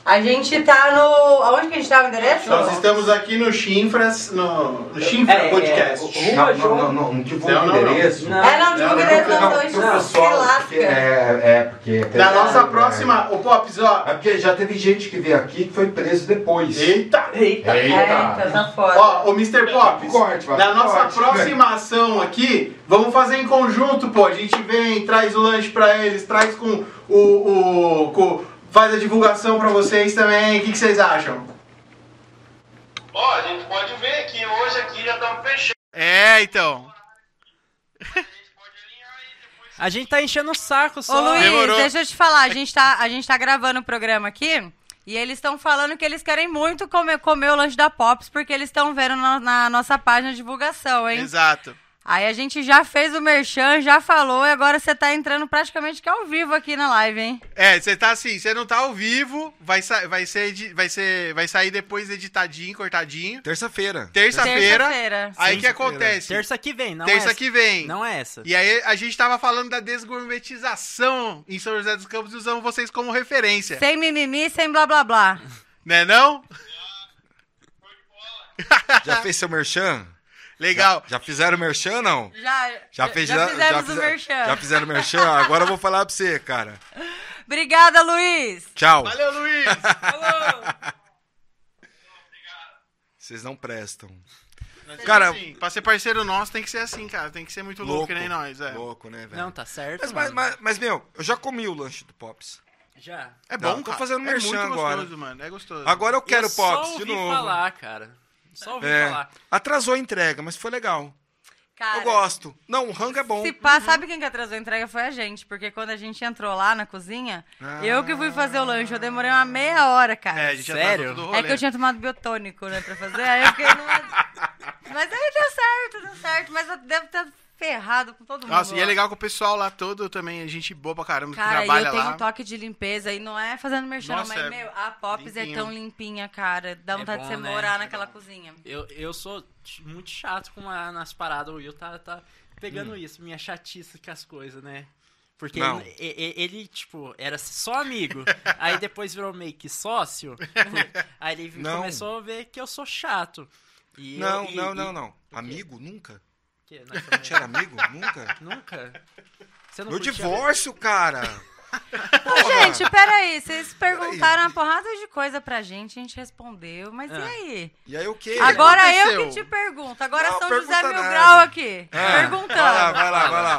A gente tá no. Aonde que a gente tá o endereço?
Nós estamos aqui no Chinfras, no, no Chinfra
É, é,
Podcast.
Rua
Não,
João-
não, não, não, não divulga
Não,
o
não, não.
endereço.
Não.
É, não,
Não,
divulga o
não,
endereço
não,
não,
porque
hoje,
o
não.
pessoal-
Se lasca.
porque- É, é, porque.
Na nossa
é,
próxima, o Pops, ó.
É porque já teve gente que veio aqui que foi preso depois.
Eita!
Eita.
É, então tá foda.
Ó, o Mr. Pops,
Corte, vai,
na nossa
corte.
próxima ação aqui, vamos fazer em conjunto, pô. A gente vem, traz o lanche pra eles, traz com o. o com- faz a divulgação pra vocês também. O que, que vocês acham?
Ó, a gente pode ver que hoje aqui já tá um estamos fechando.
É, então.
A gente pode alinhar aí depois.
A gente tá enchendo o saco só.
Ô Luiz,
Demorou.
deixa eu te falar, a gente tá, a gente tá gravando o programa aqui e eles estão falando que eles querem muito comer, comer o lanche da Pops porque eles estão vendo na, na nossa página de divulgação, hein?
Exato.
Aí a gente já fez o merchan, já falou e agora você tá entrando praticamente que ao vivo aqui na live, hein?
É, você tá assim, você não tá ao vivo, vai, sa- vai, ser, edi- vai, ser, vai sair depois editadinho, cortadinho.
Terça-feira.
Terça-feira.
Terça-feira.
aí o que
Terça-feira.
acontece?
Terça que vem, não
Terça
essa.
que vem.
Não é essa.
E aí a gente tava falando da desgourmetização em São José dos Campos e usamos vocês como referência.
Sem mimimi, sem blá blá blá.
Né não?
Já fez seu merchan?
Legal.
Já fizeram merchan, não?
Já,
Já, fez,
já fizemos o
fize-
merchan.
Ah, Já fizeram merchan? Agora eu vou falar pra você, cara.
Obrigada, Luiz!
Tchau.
Valeu, Luiz!
Vocês não prestam.
Mas,
Cara-
assim, pra ser parceiro nosso tem que ser assim, cara. Tem que ser muito louco, que nem nós. É,
Louco, né, velho?
Não, tá certo.
Mas, mas,
mano.
mas- mas, meu, eu já comi o lanche do Pops.
Já.
é
Não,
bom,
tô
cara.
fazendo
é
merchan
muito
agora.
gostoso, mano. É gostoso.
Agora eu quero
eu
Pops
só
de
ouvi
novo.
falar, cara. Só ouvi
É.
falar.
Atrasou a entrega, mas foi legal.
Cara,
eu gosto. Não, o rango é bom.
Se pá, sabe quem que atrasou a entrega foi a gente, porque quando a gente entrou lá na cozinha,
Ah.
eu que fui fazer o lanche, eu demorei uma meia hora, cara.
É, a
É,
gente
Sério?
atrasou todo o rolê.
que eu tinha tomado biotônico, né, pra fazer, aí eu fiquei numa... Mas aí deu certo, deu certo, mas eu devo ter ferrado com todo mundo.
Nossa, e é
lá.
legal que o pessoal lá todo também, é gente boa pra caramba, que
Cara, e
trabalha
eu tenho
lá.
um toque de limpeza, e não é fazendo merchan, não,
Nossa,
mas,
é
meu, a Pops
limpinho.
é tão limpinha, cara, dá
É
vontade de
bom,
você
né?
morar
É
naquela
bom.
cozinha.
Eu, eu sou ch- muito chato com a, nas paradas, o Will tá, tá pegando isso, minha chatice com as coisas, né? Porque
Não.
ele, e- e- ele, tipo, era só amigo, aí depois virou meio que sócio, aí ele vi-
Não.
começou a ver que eu sou chato. E eu-
Não,
e-
não,
e-
não, não. Amigo? Nunca?
que? Nós
A
somos-
gente era amigo? Nunca?
Nunca? Você não
Meu
curtia-
divórcio, cara!
Ô,
Porra!
gente, peraí, vocês perguntaram uma porrada de coisa pra gente, a gente respondeu, mas e
Ah.
aí?
E aí o quê?
Agora eu que
aconteceu?
te pergunto. Agora
Não,
São José
pergunta
Mil
nada.
Grau aqui.
Ah,
Perguntando.
Vai lá, vai lá, vai lá.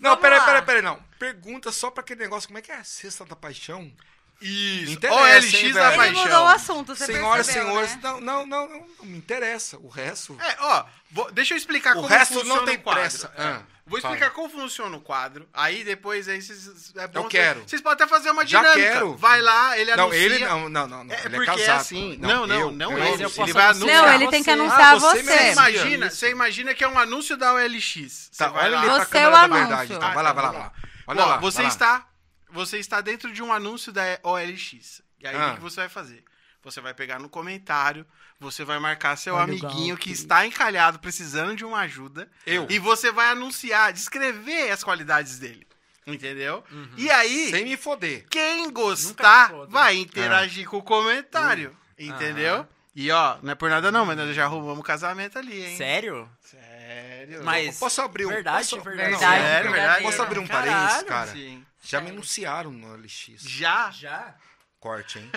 Não,
Vamos
peraí,
lá.
peraí, peraí, não. Pergunta só pra aquele negócio, como é que é a cesta da paixão?
Isso.
Interessa, é hein,
OLX
velho?
da
Ele
Ele
paixão.
mudou o assunto, você
Senhoras e
percebeu,
senhores,
né?
não, não, não, não, não me interessa. O resto,
É, ó, vou- deixa eu explicar
o
É, como
resto
funciona
não tem
o quadro. É.
pressa. Ah,
Vou
fala.
explicar como funciona o quadro. Aí depois aí vocês é bom
Eu quero.
Vocês podem até fazer uma
Já
dinâmica.
quero.
Vai lá, ele
Não,
anuncia.
ele não, não, não, não.
É
ele é
porque é
casado.
assim. Não, não,
eu-
não
eu
Mas
ele.
eu
anuncio.
posso
Ele vai
anunciar
anunciar
Não, ele tem
você.
que anunciar
Ah, você
você.
Você
mesmo.
Mas
imagina,
Isso.
você imagina que é um anúncio da OLX. Você
Tá,
vai
olha
lá.
ali pra
Você é o
câmera da
anúncio.
verdade. Então,
Ah,
vai lá, vai
então
lá, vai
vamos
lá. Olha
Ó,
lá.
você
vai lá.
está você está dentro de um anúncio da OLX. E aí o
Ah.
que que você vai fazer? Você vai pegar no comentário, você vai marcar seu
Olha o
amiguinho
golpe.
que está encalhado precisando de uma ajuda
Eu.
e você vai anunciar, descrever as qualidades dele. Entendeu?
Uhum.
E aí,
Sem me foder.
quem
Nunca
gostar
foda.
vai interagir
Ah.
com o comentário.
Uh.
Entendeu? E ó, não é por nada não, mas nós já arrumamos casamento ali, hein?
Sério?
Sério?
Mas.
Posso abrir um...
Verdade,
posso...
verdade.
Não,
Verdade,
sério,
verdade.
Posso abrir um
é Caralho,
parênteses, cara?
sim.
Já me anunciaram no LX.
Já?
Já?
Corte, hein?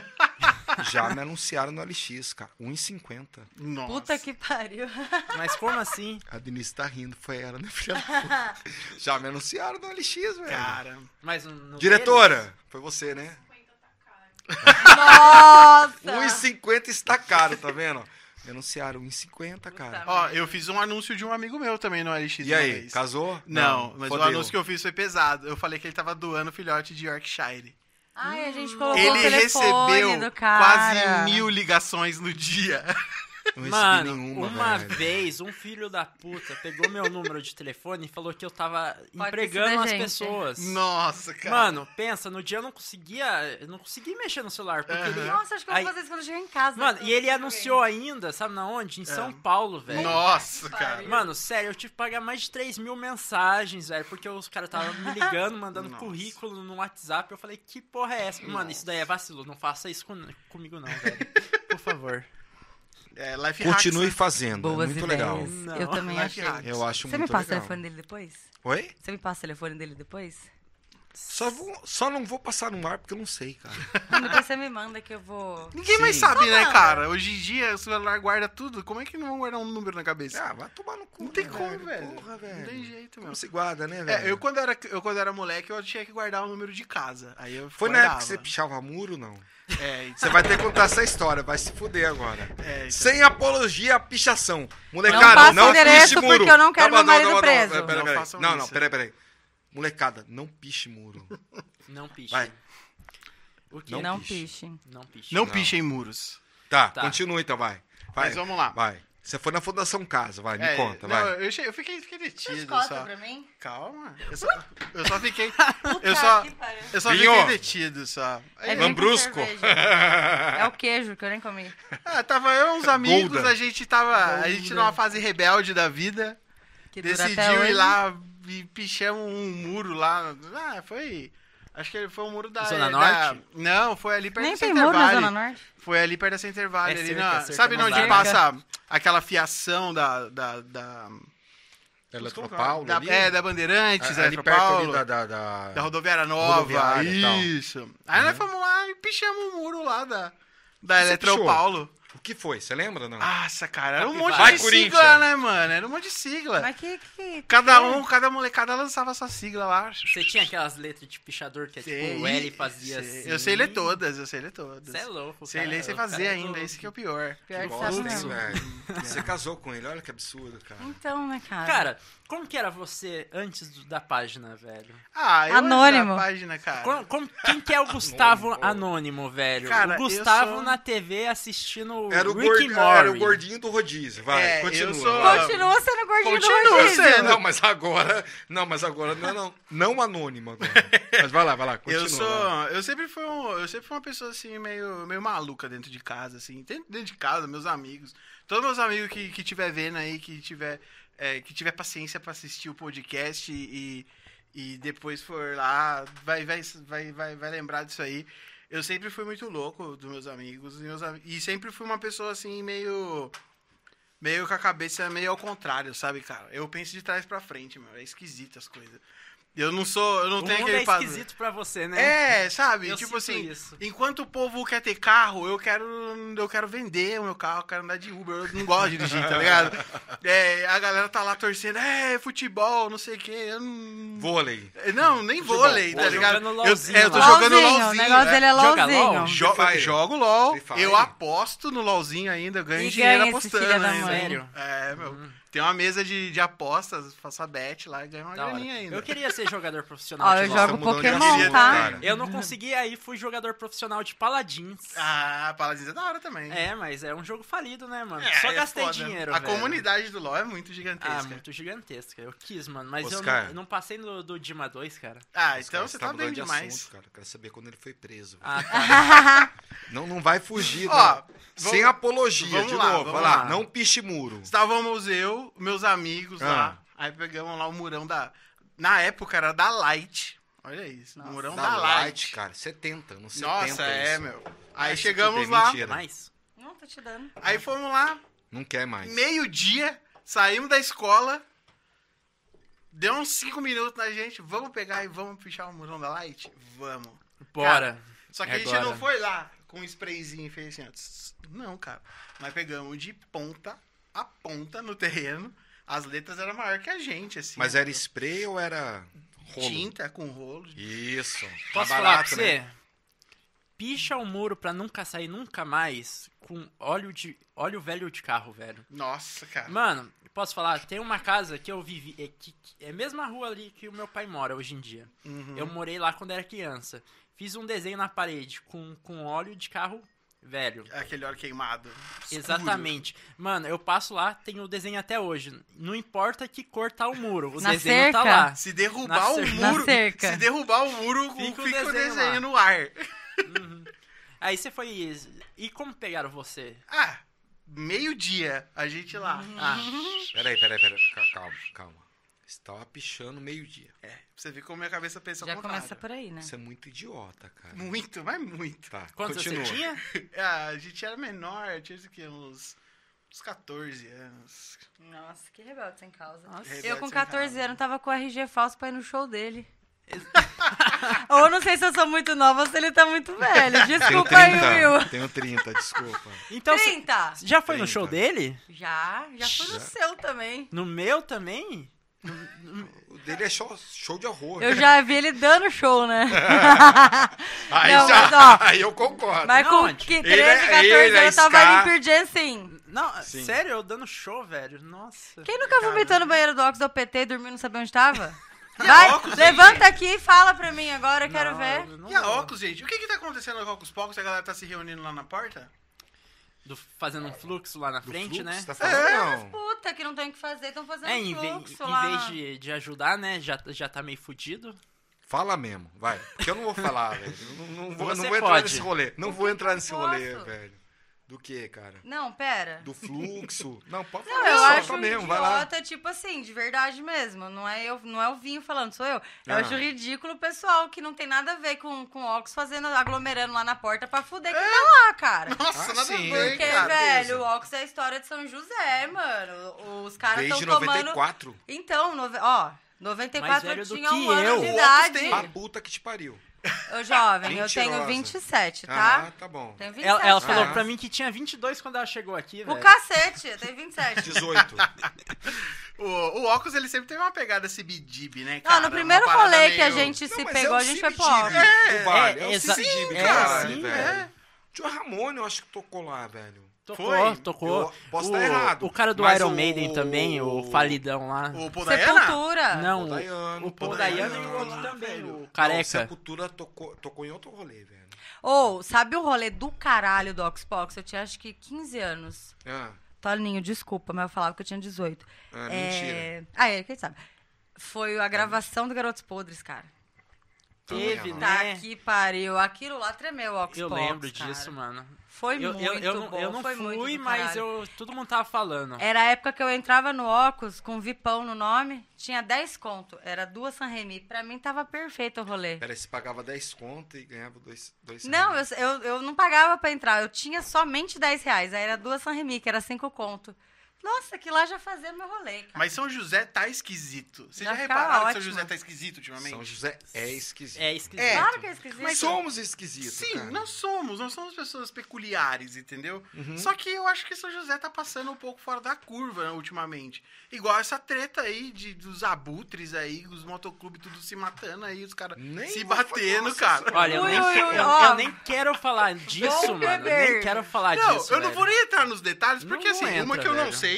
Já me anunciaram no LX, cara. 1,50.
Nossa.
Puta que pariu.
Mas como assim?
A Denise tá rindo, foi ela, né, filha da puta? Já me anunciaram no LX, velho.
Cara,
Mas no- no
Diretora, foi você, né?
Nossa!
1,50 está caro, tá vendo? Me anunciaram 1,50, cara.
ó, eu fiz um anúncio de um amigo meu também no OLX.
E
uma
aí,
vez.
casou?
Não, mas
fodeu.
o anúncio que eu fiz foi pesado. Eu falei que ele tava doando filhote de Yorkshire.
Ai, a gente colocou o
ele
telefone
recebeu
do cara.
quase mil ligações no dia.
Não recebi
Mano,
nenhuma,
uma
velho.
vez um filho da puta pegou meu número de telefone e falou que eu tava
sido
empregando
a
as
gente.
pessoas.
Nossa, cara.
Mano, pensa, no dia eu não conseguia, eu não consegui mexer no celular porque ele
Nossa, acho que eu vou
Aí-
fazer isso quando eu chegar em casa.
Mano, e ele anunciou ainda, sabe na onde? Em
É.
São Paulo, velho.
Nossa, cara.
Mano, sério, eu tive que pagar mais de 3 mil mensagens, velho, porque os caras estavam me ligando, mandando
Nossa.
currículo no WhatsApp. Eu falei, que porra é essa? Mano, isso daí é vacilo, não faça isso com- comigo, não, velho. Por favor.
É, life
Continue
hacks,
fazendo,
Boas
é muito
ideias.
legal.
Não.
Eu também
Life
achei.
hack.
Eu acho
é Você me
muito
passa o
legal.
telefone dele depois?
Oi?
Você me passa o telefone dele depois?
Só, vou- só não vou passar no ar porque eu não sei, cara.
Mano, depois você me manda que eu vou...
né? Ninguém mais
Sim.
sabe, né, cara? Hoje em dia o celular guarda tudo. Como é que não vão guardar um número na cabeça?
Ah, vai tomar no cu.
não tem
né,
como, velho.
Porra, velho.
Não tem jeito,
Como
meu.
se guarda, né, velho?
É, eu quando, era, eu quando era moleque, eu tinha que guardar o número de casa. Aí eu
Foi na época
guardava.
que você pichava muro, não?
É, então-
Você vai ter que contar essa história, vai se fuder agora.
é, então.
Sem apologia à pichação.
Não
Molecada,
passa
não,
endereço
piche muro.
porque eu não quero
Calma,
meu marido preso.
Não, é, peraí,
Não
peraí.
façam
não, não,
isso.
peraí, peraí. Molecada, não piche muro.
Não piche.
Vai.
O quê?
Não
Não,
piche.
piche.
Não piche.
Não
Não.
piche em muros.
Tá,
Tá.
continua então, vai. vai.
Mas vamos lá.
Vai. Você foi na Fundação Casa, vai, me
É,
conta,
não,
vai.
Eu, che- eu fiquei, fiquei detido só.
mim? Tá,
Calma. Eu só, eu só fiquei. eu só,
que pariu.
eu só
Vinho.
fiquei detido só. Aí-
É vinho.
Lambrusco.
com É o queijo que eu nem comi.
ah, tava eu e uns amigos,
Golda.
a gente tava. A gente numa fase rebelde da vida.
Que dura até
decidiu
hoje.
ir lá e pichamos um muro lá. Ah, foi. Acho que foi o muro da.
Zona
da-
Norte?
Não, foi ali perto
Nem
do
tem
Center
muro na
Valley.
Zona Norte.
Foi ali perto da Center Valley.
É
ali
cerca,
na-
cerca,
sabe
não
onde
dá.
passa aquela fiação da, da, da-
Da Eletropaulo
Da-
ali?
é, da Bandeirantes,
ali
da
perto
Paulo,
ali da... Da, da-
da Rodoviária Nova.
rodoviária e tal. Uhum.
isso. Aí nós fomos lá e pichamos o muro lá da, da
Você
Eletro
pichou?
Paulo.
O que foi? Você lembra ou não?
Nossa, cara, era um monte
Vai,
de
Corinthians.
sigla, né, mano? Era um monte de sigla.
Mas que, que...
Cada um, cada molecada lançava sua sigla lá.
é. Você tinha aquelas letras de pichador que é
Sei,
tipo o L fazia
sei.
assim.
Eu sei ler todas, eu sei ler todas.
Você é louco,
Sei ler e sei
o cara
fazer
é
ainda,
louco.
isso que é o pior.
Pior
Que
que
bosta,
sabe
hein,
assim.
mesmo.
velho? Você casou com ele, olha que absurdo, cara.
Então, né, cara?
Cara, como que era você antes do- da página, velho?
Ah, eu
Anônimo.
essa página, cara.
Como- como- quem que é o Gustavo Anônimo, velho?
Cara,
o
eu
Gustavo
sou-
na TV assistindo
Era o,
Rick
gord-
e Morty.
era o gordinho do rodízio, vai,
É, eu
continua.
sou-
vai.
Continua sendo gordinho do
Continua
rodízio.
sendo.
Não, mas agora. Não, mas agora. Não, não. Não anônimo agora. Mas vai lá, vai lá. Continua.
Eu sou,
vai.
eu sempre fui, um- eu sempre fui uma pessoa assim meio, meio maluca dentro de casa assim, dentro dentro de casa, meus amigos, todos meus amigos que, que tiver vendo aí, que tiver, é, que tiver paciência pra assistir o podcast e, e depois for lá, vai, vai, vai, vai, vai lembrar disso aí. Eu sempre fui muito louco dos meus amigos e, meus ami- e sempre fui uma pessoa assim meio meio com a cabeça meio ao contrário, sabe, cara? Eu penso de trás pra frente, meu, é esquisito as coisas. Eu não sou, eu não
o
tenho
mundo
aquele
é
padrão.
esquisito pra você, né?
É, sabe?
Eu
tipo
sinto
assim,
isso.
enquanto o povo quer ter carro, eu quero, eu quero vender o meu carro, eu quero andar de Uber, eu não gosto de dirigir, tá ligado? É, a galera tá lá torcendo, é, futebol, não sei o quê, eu não... é,
Vôlei.
Não, nem vôlei, tá
vôlei.
ligado?
Jogando
eu,
LOLzinho
é, eu tô
lá.
jogando
LOLzinho,
LOLzinho.
O negócio
né?
dele é
Joga
LOLzinho.
LOL?
Free
Jo-
Fire.
jogo LOL,
Free Fire.
eu aposto no LOLzinho ainda, eu ganho
E
dinheiro
ganha esse
apostando.
filho da
ainda.
mãe.
Sério?
É, meu. Tem uma mesa de, de apostas, faço a bet lá e ganho uma
Da hora.
graninha ainda.
Eu queria ser jogador profissional
Ó,
de
Ah, eu
LOL.
Nossa,
jogo
mudou de
Pokémon,
assunto,
tá?
né,
cara.
Eu não consegui, aí fui jogador profissional de paladins.
Ah, Paladins é da hora também.
É, mas é um jogo falido, né, mano?
É,
Só
é
gastei
foda.
dinheiro,
A
velho.
comunidade do LoL é muito
Ah,
gigantesca.
muito gigantesca. Eu quis, mano, mas eu
Oscar.
não, não passei no do Dima 2, cara.
Ah,
Os
então
caras
você
tá
tá
mudando
bem
de
demais.
assunto, cara. Eu Quero saber quando ele foi preso. velho.
Ah, tá.
Não, não vai fugir,
Ó,
não.
vamos-
Sem apologia,
vamos
de
lá,
novo.
vamos
Vai lá,
lá.
não piche muro.
Estávamos eu, meus amigos
Ah.
lá. Aí pegamos lá o murão da. Na época era da Light. Olha isso.
Nossa.
murão da,
Dá
Light.
cara. 70, não 70.
Então Nossa, é,
isso.
meu. Aí
É, se
chegamos
fuder,
lá.
mentira.
Mas,
Não, tô te dando.
Aí fomos lá,
Não quer mais.
meio-dia, saímos da escola. Deu uns cinco minutos na gente. Vamos pegar e vamos pichar o murão da Light? Vamos.
bora.
Só que
É
a gente
agora.
não foi lá com um sprayzinho e fez assim, ó, tss, Não, cara. Nós pegamos de ponta a ponta no terreno. As letras eram maior que a gente, assim.
né?
Mas era spray ou era rolo?
Tinta com rolo.
Isso.
Posso
tá
falar pra
barato,
você?
né?
Picha o muro pra nunca sair nunca mais com óleo de óleo velho de carro, velho.
Nossa, cara.
Mano, posso falar? Tem uma casa que eu vivi. É, que, que- é a mesma rua ali que o meu pai mora hoje em dia.
Uhum.
Eu morei lá quando era criança. Fiz um desenho na parede com, com óleo de carro velho.
Aquele óleo queimado. escuro.
Exatamente. Mano, eu passo lá, tem o desenho até hoje. Não importa que cor tá o muro, o
Na
desenho tá
cerca?
lá.
Se derrubar
Na
o
cer-
na
muro.
cerca.
Se derrubar o muro,
Fica
fica,
o
o
desenho
desenho,
lá.
no ar.
Aí você foi. E como pegaram você?
Ah, meio-dia. A gente lá.
Uhum.
Ah,
Peraí, peraí, peraí. Ca- Calma, calma. Você tava pichando meio-dia.
é. pra Você vê como minha cabeça pensa ao
Já
contrário.
começa por aí, né?
Você é muito idiota, cara.
Muito, mas muito.
Tá,
Quantos anos
continua.
você tinha?
Ah, a gente era menor, eu tinha isso aqui, uns, uns 14 anos.
Nossa, que rebelde sem causa.
Nossa.
Eu com
Rebelde sem
14
causa.
anos tava com o RG falso pra ir no show dele. ou não sei se eu sou muito nova ou se ele tá muito velho.
Tenho
Desculpa aí,
30.
Will.
Tenho 30, desculpa.
Então, você
30!
já foi no show
30.
dele?
Já, já fui no
Já.
seu também.
No meu também?
O dele é show, show de horror.
Eu já vi ele dando show, né?
Aí,
Não,
já-
mas, ó,
aí eu concordo.
Mas com
Aonde?
que 13,
Ele é-
14
ele é
anos eu tava
ska.
ali em Pearl Jam, sim.
Não,
Sim.
sério, eu dando show, velho. Nossa.
Quem nunca vomitou no banheiro do Ox do PT e dormiu e não sabia onde tava? Vai, levanta aqui e fala pra mim agora, eu quero
Não,
ver.
eu não
E a
lembro.
óculos, gente? O que que tá acontecendo com a óculos Pocos? A galera tá se reunindo lá na porta?
Do- fazendo um fluxo lá na
Do
frente,
fluxo,
né?
Tá
É.
falando? Não.
Puta, que não tem o que fazer, estão fazendo
É, em, ve-
fluxo
em
lá.
vez de, de ajudar, né? Já, já tá meio fudido.
Fala mesmo, vai. Porque eu não vou falar, velho. Eu Não, não vou, não
Você
vou entrar
pode.
nesse rolê. Não vou entrar nesse
posso?
rolê, velho. Do que, cara?
Não, pera.
Do fluxo? Não, pode
Não,
falar,
eu
solta
acho
mesmo, vai lá.
idiota, tipo assim, de verdade mesmo. Não é, eu, não é o vinho falando, sou eu. Eu
Ah.
acho ridículo o pessoal que não tem nada a ver com, com Ox fazendo, aglomerando lá na porta pra fuder que tá lá, cara.
Nossa,
Ah,
nada
sim.
a ver,
Porque,
cara.
velho, o Ox é a história de São José, mano. Os caras
Desde
estão tomando.
94.
Então, nove- ó,
Mais
94
velho
eu
do
tinha
que
um ano
eu.
de
O Ox
idade.
tem a puta que te pariu.
Ô, jovem, eu
Mentirosa.
tenho 27,
Ah,
tá?
tá bom.
Tenho 27.
Ela, ela
sete
falou
anos.
pra mim que tinha 22 quando ela chegou aqui,
é. O
velho.
cacete, eu tenho 27.
18.
O, o óculos, ele sempre teve uma pegada CBDB, né, cara?
Não, no primeiro
Uma parada
rolê que a
meio-
gente se
Não, mas
pegou,
é um
a gente foi pro
CBGB
Ox.
do Vale, É,
é,
o
exa-
CBGB,
é,
caralho,
sim, é.
velho. Tio Ramone, eu acho que tocou lá, velho.
Tocou,
Foi.
tocou.
Eu posso
o,
tá errado,
O cara do
mas
Iron
o-
Maiden também, o falidão lá.
O Paul Dayana?
Sepultura.
não,
Paul Dayano,
o Paul
Paul
Dayano e
Dayano
o outro
lá,
também,
velho.
o
Não,
careca.
Sepultura tocou, tocou em outro rolê, velho.
Ou, sabe o rolê do caralho do Oxbox? Eu tinha acho que 15 anos.
Ah,
Tolinho, desculpa, mas eu falava que eu tinha 18.
ah, mentira.
É... Ah, é, quem sabe. Foi a gravação do Garotos Podres, cara.
Teve,
Tá
Tá
né?
que pariu. Aquilo lá tremeu o Oxbox.
Eu lembro
cara.
disso, mano.
Foi
Eu,
muito
eu, eu, não-
bom. É,
eu não
foi muito
fui,
do
mas
caralho.
eu, todo mundo tava falando.
Era a época que eu entrava no Ocus com um Vipão no nome, tinha 10 conto, era duas San Remi. Pra mim tava perfeito o rolê.
Peraí, você pagava 10 conto e ganhava 2
é
dois
Não, eu, eu, eu não pagava pra entrar, eu tinha somente 10 reais. Aí era duas San Remi, que era cinco conto. Nossa, que lá já fazia meu rolê, cara.
Mas São José tá esquisito. Vocês já,
Já ficava
repararam que São
ótimo.
José tá esquisito ultimamente?
São José é esquisito.
É um esquisito.
É.
Claro que é esquisito.
Mas somos esquisitos,
Sim,
cara.
nós somos, nós somos pessoas peculiares, entendeu?
Uhum.
Só que eu acho que São José tá passando um pouco fora da curva né, ultimamente. Igual essa treta aí de, dos abutres aí, os motoclubes tudo se matando aí, os caras
Nem
se
vou falar,
batendo,
nossa
cara.
Olha, eu
Ui,
nem,
ui, ui,
eu,
ó.
eu nem quero falar disso, mano. Eu nem
beber.
quero falar
não,
Ah, disso.
eu não vou
velho.
nem entrar nos detalhes,
Não,
porque
não
assim, uma
entra,
que eu não
velho.
sei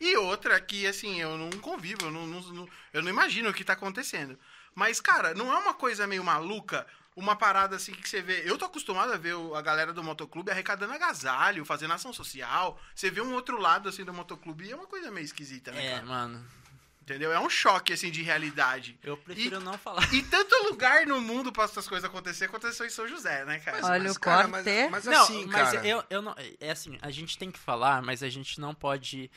e outra que, assim, eu não convivo, eu não, não- não- eu não imagino o que tá acontecendo. Mas, cara, não é uma coisa meio maluca, uma parada assim que você vê. Eu tô acostumado a ver o- a galera do motoclube arrecadando agasalho, fazendo ação social. Você vê um outro lado assim do motoclube e é uma coisa meio esquisita, né,
É,
cara?
mano.
Entendeu? É um choque assim de realidade.
Eu prefiro não falar.
E tanto lugar no mundo pra essas coisas acontecer, aconteceu em São José, né, cara?
Olha
Mas,
o
cara,
corte.
mas, mas
não,
assim,
mas
cara.
eu, eu não. É assim, a gente tem que falar, mas a gente não pode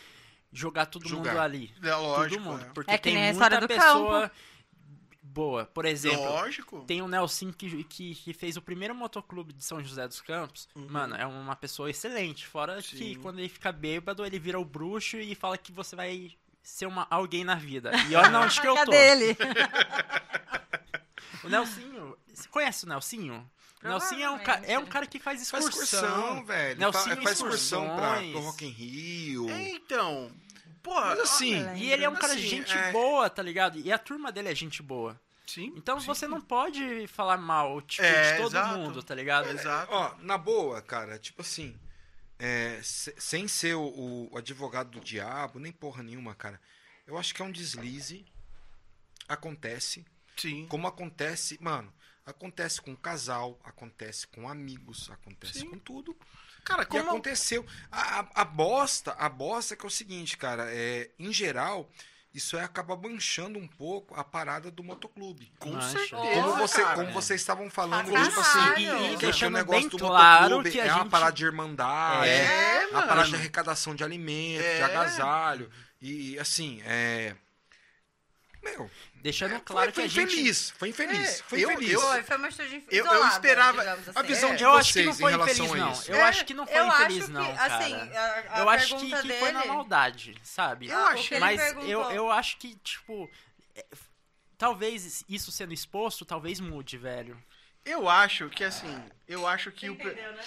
jogar todo
Julgar.
mundo ali.
É lógico.
todo mundo.
é.
Porque
É que
tem
nem a
muita
história do
pessoa boa. Por exemplo,
é. Lógico.
tem o Nelson que, que, que fez o primeiro motoclube de São José dos Campos. Mano, é uma pessoa excelente. Fora que
Uhum. Sim.
quando ele fica bêbado, ele vira o bruxo e fala que você vai ser uma, alguém na vida. E olha onde que eu tô.
Cadê ele?
O Nelsinho. Você conhece o Nelsinho? O Nelsinho é um, ca- é um cara que faz
Faz
excursão.
excursão, velho.
Nelsinho
Fa- faz excursão pra,
excursões.
pro Rock in Rio.
É, então. Porra,
Mas assim,
olha,
E ele é um cara
assim,
de gente
é-
boa, tá ligado? E a turma dele é gente boa.
Sim.
Então você não pode falar mal, tipo,
É,
de todo
exato.
mundo, tá ligado?
Exato.
Ó, na boa, cara, tipo assim, é, se- sem ser o, o advogado do diabo, nem porra nenhuma, cara. Eu acho que é um deslize. Acontece.
Sim.
Como acontece, mano, acontece com casal, acontece com amigos, acontece
Sim.
com tudo.
Cara,
E
como.
aconteceu. A, a, a bosta, a bosta que é o seguinte, cara, é, em geral, isso aí acaba manchando um pouco a parada do motoclube.
Com
Mancha.
certeza.
Como, você,
cara.
como
é.
vocês estavam falando,
Pra
tipo
caralho.
assim,
E- e
que o
deixando
negócio
bem
do
claro
motoclube
que a
é uma
gente-
parada de irmandade,
É,
é,
É,
uma parada de
mano.
arrecadação de alimentos,
É.
de agasalho. E assim, é. Meu,
Deixando
foi-
claro
foi,
que a gente.
infeliz, foi infeliz,
É,
foi
eu-
infeliz.
eu-
Foi, foi uma atitude
Eu- eu
isolada,
esperava-
digamos assim.
a visão
É.
de
Eu acho que não
vocês em
foi
relação
infeliz,
a
não.
isso.
Eu
É,
acho que não foi
eu
infeliz,
acho
não.
que,
cara.
assim, a- a
eu acho que,
pergunta
que foi na
dele-
maldade, sabe?
Eu acho.
ele
Mas
perguntou.
eu, eu acho que, tipo. é, f- Talvez isso sendo exposto, talvez mude, velho.
Eu acho que assim. Eu acho que o. pe-
Entendeu, né?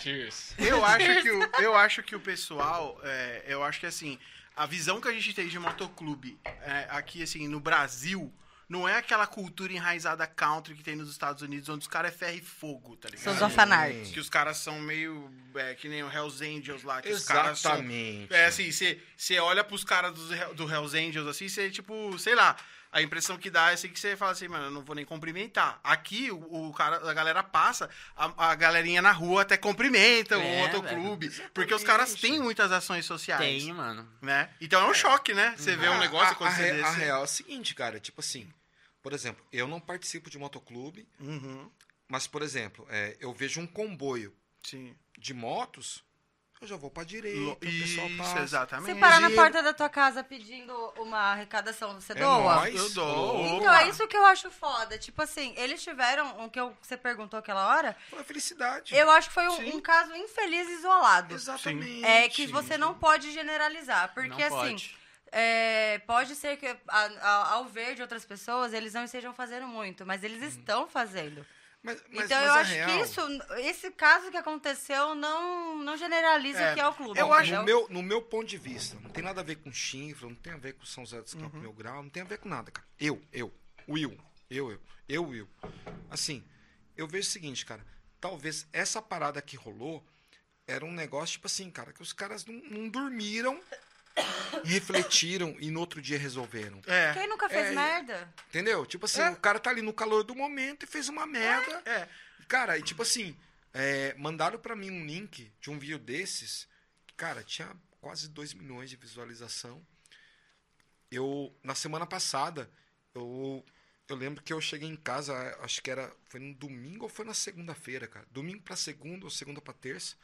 Eu acho que o, eu acho que o pessoal. é, eu acho que assim. A visão que a gente tem de motoclube é, aqui, assim, no Brasil. Não é aquela cultura enraizada country que tem nos Estados Unidos, onde os caras é ferro e fogo, tá
São
ligado?
os orfanartes.
Que os caras são meio. é, que nem o Hells Angels lá, que os caras são
Exatamente.
É assim, você olha pros caras dos Hell- do Hells Angels, assim, você, tipo, sei lá, a impressão que dá é assim que você fala assim, mano, eu não vou nem cumprimentar. Aqui, o, o cara, a galera passa, a, a galerinha na rua até cumprimenta o
É,
motoclube, porque os caras têm muitas ações
é
sociais,
Tem, mano.
né? Então é um choque, né? Você vê um
A-
negócio
Ah, a- a,
acontecer
re- a
desse.
real é o seguinte, cara, tipo assim, por exemplo, eu não participo de motoclube,
Uhum,
mas, por exemplo, é, eu vejo um comboio
sim.
de motos, eu já vou pra direita,
Lo-
o pessoal
Isso,
passa.
exatamente.
Você parar na
E-
porta da tua casa pedindo uma arrecadação, você
É
doa?
nóis.
Eu dou.
Então,
Opa.
é isso que eu acho foda. Tipo assim, eles tiveram o que eu- você perguntou aquela hora.
Foi a felicidade.
Tipo,
Eu acho que foi um,
Sim.
um caso infeliz e isolado.
Exatamente.
É que você não pode generalizar. Porque
não
assim,
pode.
É, pode ser que a- a- ao ver de outras pessoas, eles não estejam fazendo muito, mas
Hum.
eles estão fazendo.
Mas, mas-
então
mas
eu
a
acho
real-
que isso, esse caso que aconteceu não, não generaliza
É,
o que é o clube.
Eu acho, no
entendeu?
meu, no meu ponto de vista, não tem nada a ver com chifra, não tem a ver com São José dos Campos Mil Grau, não tem a ver com nada, cara. Eu, eu, Will, eu, eu, eu, Will. Assim, eu vejo o seguinte, cara, talvez essa parada que rolou era um negócio, tipo assim, cara, que os caras não, não dormiram, refletiram e no outro dia resolveram.
É.
Quem nunca fez
É,
merda?
Entendeu? Tipo assim, o cara tá ali no calor do momento e fez uma merda.
É.
Cara, e tipo assim, é, mandaram pra mim um link de um vídeo desses. que, Cara, tinha quase 2 milhões de visualização. Eu, na semana passada, eu, eu lembro que eu cheguei em casa, acho que era, foi no domingo ou foi na segunda-feira, cara. Domingo pra segunda ou segunda pra terça.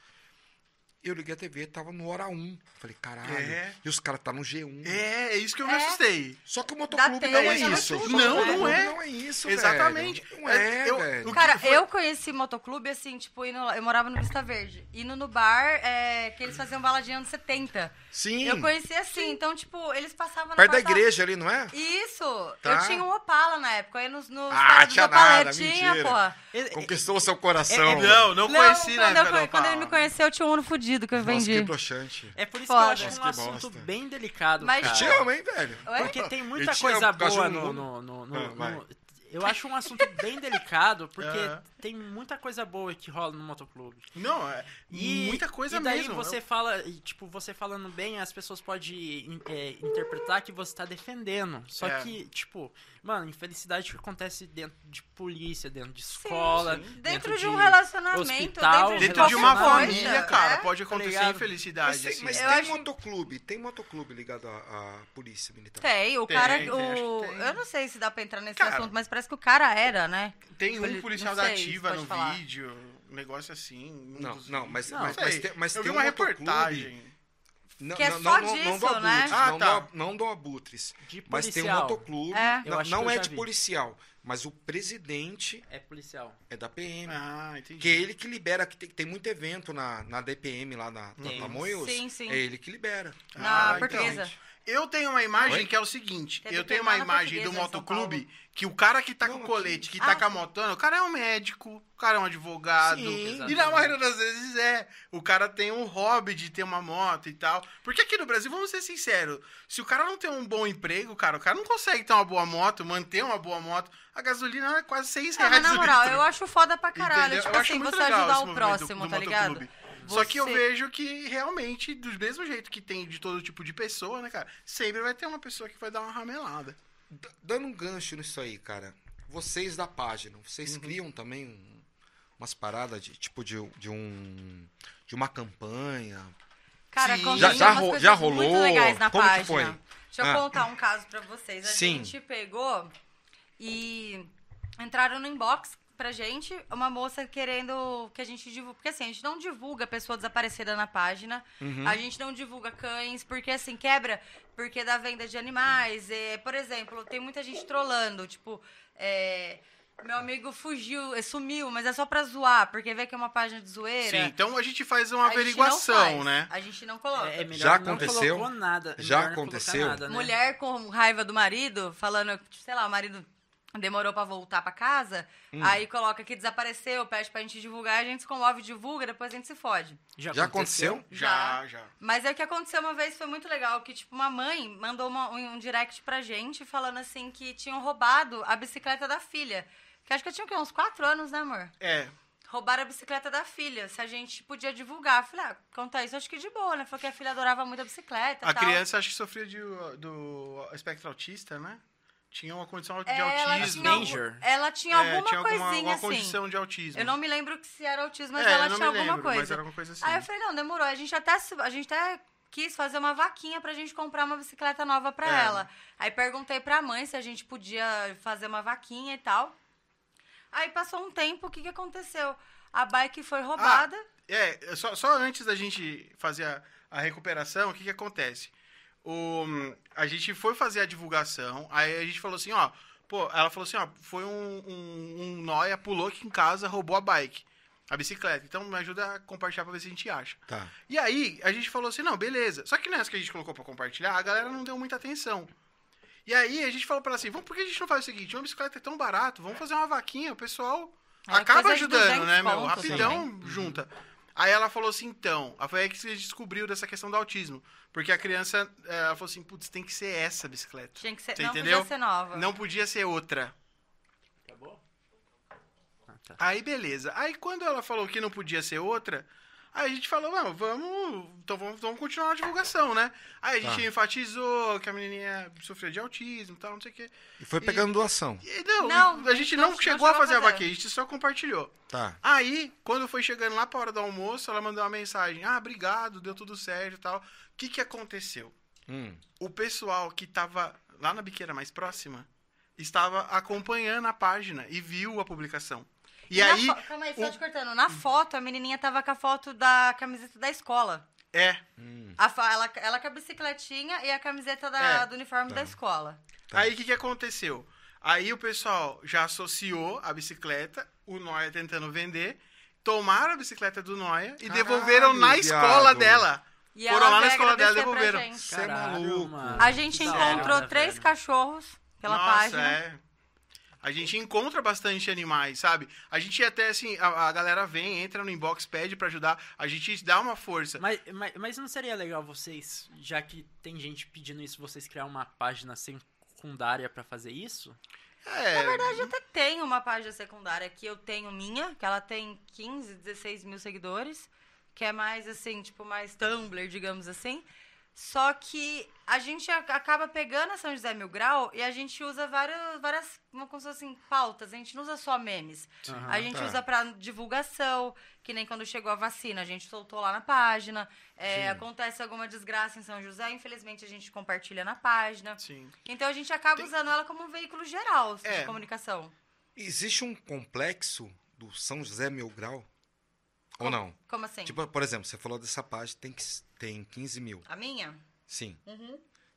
Eu liguei a TV, tava no hora 1. Falei, caralho.
É.
E os caras tá no G1.
É, é isso que eu me
É.
assustei.
Só que o motoclube
Dá
não é
tempo,
isso. Só
é tudo,
que o
né?
motoclube
Não é.
Não é isso,
Exatamente.
velho. Não é,
Eu-
velho.
o que
Cara,
foi-
eu conheci motoclube assim, tipo, indo lá- eu morava no Vista Verde. Indo no bar, é, que eles faziam baladinha anos 70.
Sim.
Eu conheci assim, então, tipo, eles passavam
Perto
na
da
porta-
igreja ali, não é?
Isso!
Tá.
Eu tinha um Opala na época, aí nos, nos
Ah,
caras dos
tinha
Opala,
nada,
tinha,
mentira.
porra.
É,
Conquistou o seu coração.
É,
Não, não conheci
quando,
na época
eu,
da
quando ele
Opala.
me conheceu, eu tinha um Uno fudido que eu
Nossa,
vendi.
que broxante.
É por isso
Foda.
que eu acho que é um
Nossa, que
assunto
bosta.
bem delicado,
Mas- tipo,
Eu
cara.
te amo, hein, velho?
Ué?
Porque tem muita
Eu te
coisa
amo por causa
boa
de um
no.
Uno.
no- no- no-
Ah, vai.
no- eu acho um assunto bem delicado, porque
É.
tem muita coisa boa que rola no motoclube.
Não, é
E,
muita coisa
e daí
mesmo.
você fala, e, tipo, você falando bem, as pessoas podem in- é, interpretar que você tá defendendo. Só
É.
que, tipo, mano, infelicidade que acontece dentro de polícia, dentro de
Sim,
escola.
sim.
Dentro,
Dentro de um
relacionamento.
relacionamento,
hospital,
Eu-
dentro de,
Dentro de uma
qualquer
família,
coisa,
cara,
é né?
pode
Tá
acontecer
ligado?
Mas,
infelicidade.
tem-
assim.
mas
Eu
tem
acho-
motoclube, tem motoclube ligado à, à polícia militar.
Tem, o
Tem,
cara.
tem,
o...
acho que tem.
Eu não sei se dá pra entrar nesse
Cara.
assunto, mas parece que o cara era, né?
Tem um
Poli-
policial
não
da
sei,
ativa
pode
no
falar.
vídeo, um negócio assim. um
Não,
dos
não, mas-
vídeos.
mas-
Não
mas
sei.
tem- mas
Eu
tem
vi
um
uma
motoclube.
reportagem.
Não,
Que é
não,
só
não, não do
disso,
Abutres,
né?
Ah,
não,
tá.
do, não do Abutres.
De policial.
Mas tem um motoclube.
É.
Eu
Não,
acho que
não
eu
é
já
de
vi.
policial, mas o presidente
É policial.
é da PM.
Ah,
Que
entendi.
é ele que libera, que tem, tem muito evento na, na DPM lá na, na
Tem.
Tamoios.
Sim, sim.
É ele que libera. então,
Na
Ah,
portuguesa.
Eu tenho uma imagem
Oi?
que é o seguinte:
Teve
eu tenho uma
queimada
imagem
portuguesa
do
em São
motoclube que o cara que tá
Não,
com o
aqui.
colete, que
Ah,
tá com a
sim.
motona, o cara é um médico, o cara é um advogado.
Sim.
E na maioria das vezes é. O cara tem um hobby de ter uma moto e tal. Porque aqui no Brasil, vamos ser sinceros, se o cara não tem um bom emprego, cara, o cara não consegue ter uma boa moto, manter uma boa moto. A gasolina é quase 6
Ah,
reais.
mas na
o
moral,
litro.
eu acho foda pra caralho.
Entendeu?
Tipo
Eu acho
assim,
muito
você
legal
ajudar
esse
o
movimento
próximo,
do
tá ligado?
motoclube. Só que eu
Você-
vejo que realmente, do mesmo jeito que tem de todo tipo de pessoa, né, cara? Sempre vai ter uma pessoa que vai dar uma ramelada.
D- dando um gancho nisso aí, cara. Vocês da página, vocês criam também um- umas paradas de tipo de, de um de uma campanha.
Cara,
Sim.
aconteceu
Já- já
umas
ro-
coisas
já
Muito
rolou?
legais na
Como que
página.
foi?
Deixa eu
Ah.
contar um caso pra vocês. A
Sim.
gente pegou e entraram no inbox pra gente uma moça querendo que a gente divulgue. Porque assim, a gente não divulga pessoa desaparecida na página.
Uhum.
A gente não divulga cães, porque assim, quebra. Porque da venda de animais. eh, por exemplo, tem muita gente trolando, tipo. eh, meu amigo fugiu, eh, sumiu, mas é só pra zoar, porque vê que é uma página de zoeira.
Sim, então a gente faz uma
A gente não
averiguação,
faz,
né?
A gente não coloca.
É, é melhor
Já
não
aconteceu?
colocou nada. é
Já
melhor não colocar
aconteceu?
nada, né?
Mulher com raiva do marido, falando, sei lá, o marido demorou pra voltar pra casa,
Hum.
aí coloca que desapareceu, pede pra gente divulgar, a gente se comove, divulga, depois a gente se fode.
Já aconteceu?
Já, já.
Mas é o que aconteceu uma vez, foi muito legal, que tipo, uma mãe mandou uma- um, um direct pra gente, falando assim, que tinham roubado a bicicleta da filha. Que acho que eu tinha o quê? uns quatro anos, né amor?
É.
Roubaram a bicicleta da filha, se a gente podia divulgar. Eu Falei, ah, conta isso, acho que de boa, né? Falou que a filha adorava muito a bicicleta e
A
tal.
criança acho que sofria de, uh, do espectro autista, né? Tinha uma condição de
É, ela
autismo.
tinha, algum-
Danger.
ela tinha
É,
alguma
tinha
coisinha
alguma
assim.
condição de autismo.
Eu não me lembro que se era autismo, mas
É,
ela
eu não
tinha
me
alguma
lembro,
coisa.
Mas era alguma coisa assim.
Aí eu falei, não, demorou. A gente até, se- a gente até quis fazer uma vaquinha pra gente comprar uma bicicleta nova pra
É.
ela. Aí perguntei pra mãe se a gente podia fazer uma vaquinha e
Ah,
tal. Aí passou um tempo, o que, que aconteceu? A bike foi roubada.
É, só, só antes da gente fazer a, a recuperação, o que, que acontece? O, a gente foi fazer a divulgação, aí a gente falou assim, ó. Pô, ela falou assim, ó, foi um, um, um nóia, pulou aqui em casa, roubou a bike, a bicicleta. Então me ajuda a compartilhar pra ver se a gente acha.
Tá.
E aí, a gente falou assim, não, beleza. Só que nessa que a gente colocou pra compartilhar, a galera não deu muita atenção. E aí, a gente falou pra ela assim, vamos, por que a gente não faz o seguinte? Uma bicicleta é tão barato, vamos fazer uma vaquinha, o pessoal
Era
acaba
coisa de
ajudando,
200
né, meu?
pontos
Rapidão, junta. Aí ela falou assim, então, aí foi aí que a gente descobriu dessa questão do autismo. Porque a criança, eh, ela falou assim, putz, tem que ser essa bicicleta.
Tinha que ser.
Você
não
entendeu?
podia ser nova.
Não podia ser outra.
Acabou? Ah, tá.
Aí beleza. Aí quando ela falou que não podia ser outra, aí a gente falou, não, vamos. Então vamos, vamos continuar a divulgação, né? Aí a gente
Tá.
enfatizou que a menininha sofria de autismo e tal, não sei o quê.
E foi pegando doação.
E não,
Não,
a gente
não-
não,
não
chegou
chegou
a
a
fazer a
fazer.
vaquinha, a gente só compartilhou.
Tá.
Aí, quando foi chegando lá pra hora do almoço, ela mandou uma mensagem: Ah, obrigado, deu tudo certo e tal. O que, que aconteceu?
Hum.
O pessoal que tava lá na biqueira mais próxima estava acompanhando a página e viu a publicação. E,
na
aí,
fo- Calma aí, só
o-
te cortando. Na foto, a menininha tava com a foto da camiseta da escola.
é,
hum,
A fa- ela, ela com a bicicletinha e a camiseta da-
É.
do uniforme da escola.
Tá.
Aí o que, que aconteceu? Aí o pessoal já associou a bicicleta, o Noia tentando vender, tomaram a bicicleta do Noia e
Caralho,
devolveram na
viado.
escola dela.
E
Foram
ela
lá na
veio
escola dela
agradecer
e
pra
devolveram.
gente.
Você é maluco.
mano.
A gente
Que da
encontrou
hora,
três
velho.
cachorros pela
Nossa,
página.
É. A gente encontra bastante animais, sabe? A gente até assim, a, a galera vem, entra no inbox, pede pra ajudar, a gente dá uma força.
Mas, mas, mas não seria legal vocês, já que tem gente pedindo isso, vocês criar uma página secundária pra fazer isso?
É,
Na verdade, até tem uma página secundária que eu tenho minha, que ela tem 15, 16 mil seguidores, que é mais assim, tipo, mais Tumblr, digamos assim. Só que a gente a- acaba pegando a São José Mil Grau e a gente usa várias, várias uma- como se fossem pautas. A gente não usa só memes.
Aham.
a gente
tá.
usa pra divulgação, que nem quando chegou a vacina, a gente soltou lá na página. É, acontece alguma desgraça em São José, infelizmente a gente compartilha na página.
sim.
Então a gente acaba
Tem-
usando ela como um veículo geral
É.
de comunicação.
Existe um complexo do São José Milgrau? Ou não?
Como assim?
Tipo, por exemplo, você falou dessa página tem, que- tem 15 mil.
A minha?
Sim.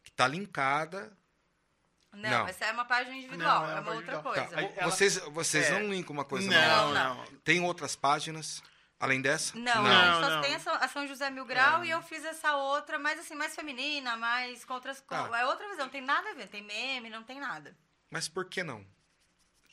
Que tá linkada.
Não,
Não.
individual, essa é uma página individual,
Não, é
é
uma
uma outra
individual.
Tá.
coisa.
Aí ela-
Vocês, vocês
É.
não linkam uma coisa na
Não,
outra?
não.
Tem outras páginas além dessa?
Não,
Não,
a gente só
não. É.
tem a São, a São José Mil Grau e eu fiz essa outra, mas assim, mais feminina, mais com outras coisas.
Tá.
É outra visão, não tem nada a ver, tem meme, não tem nada.
Mas por que não?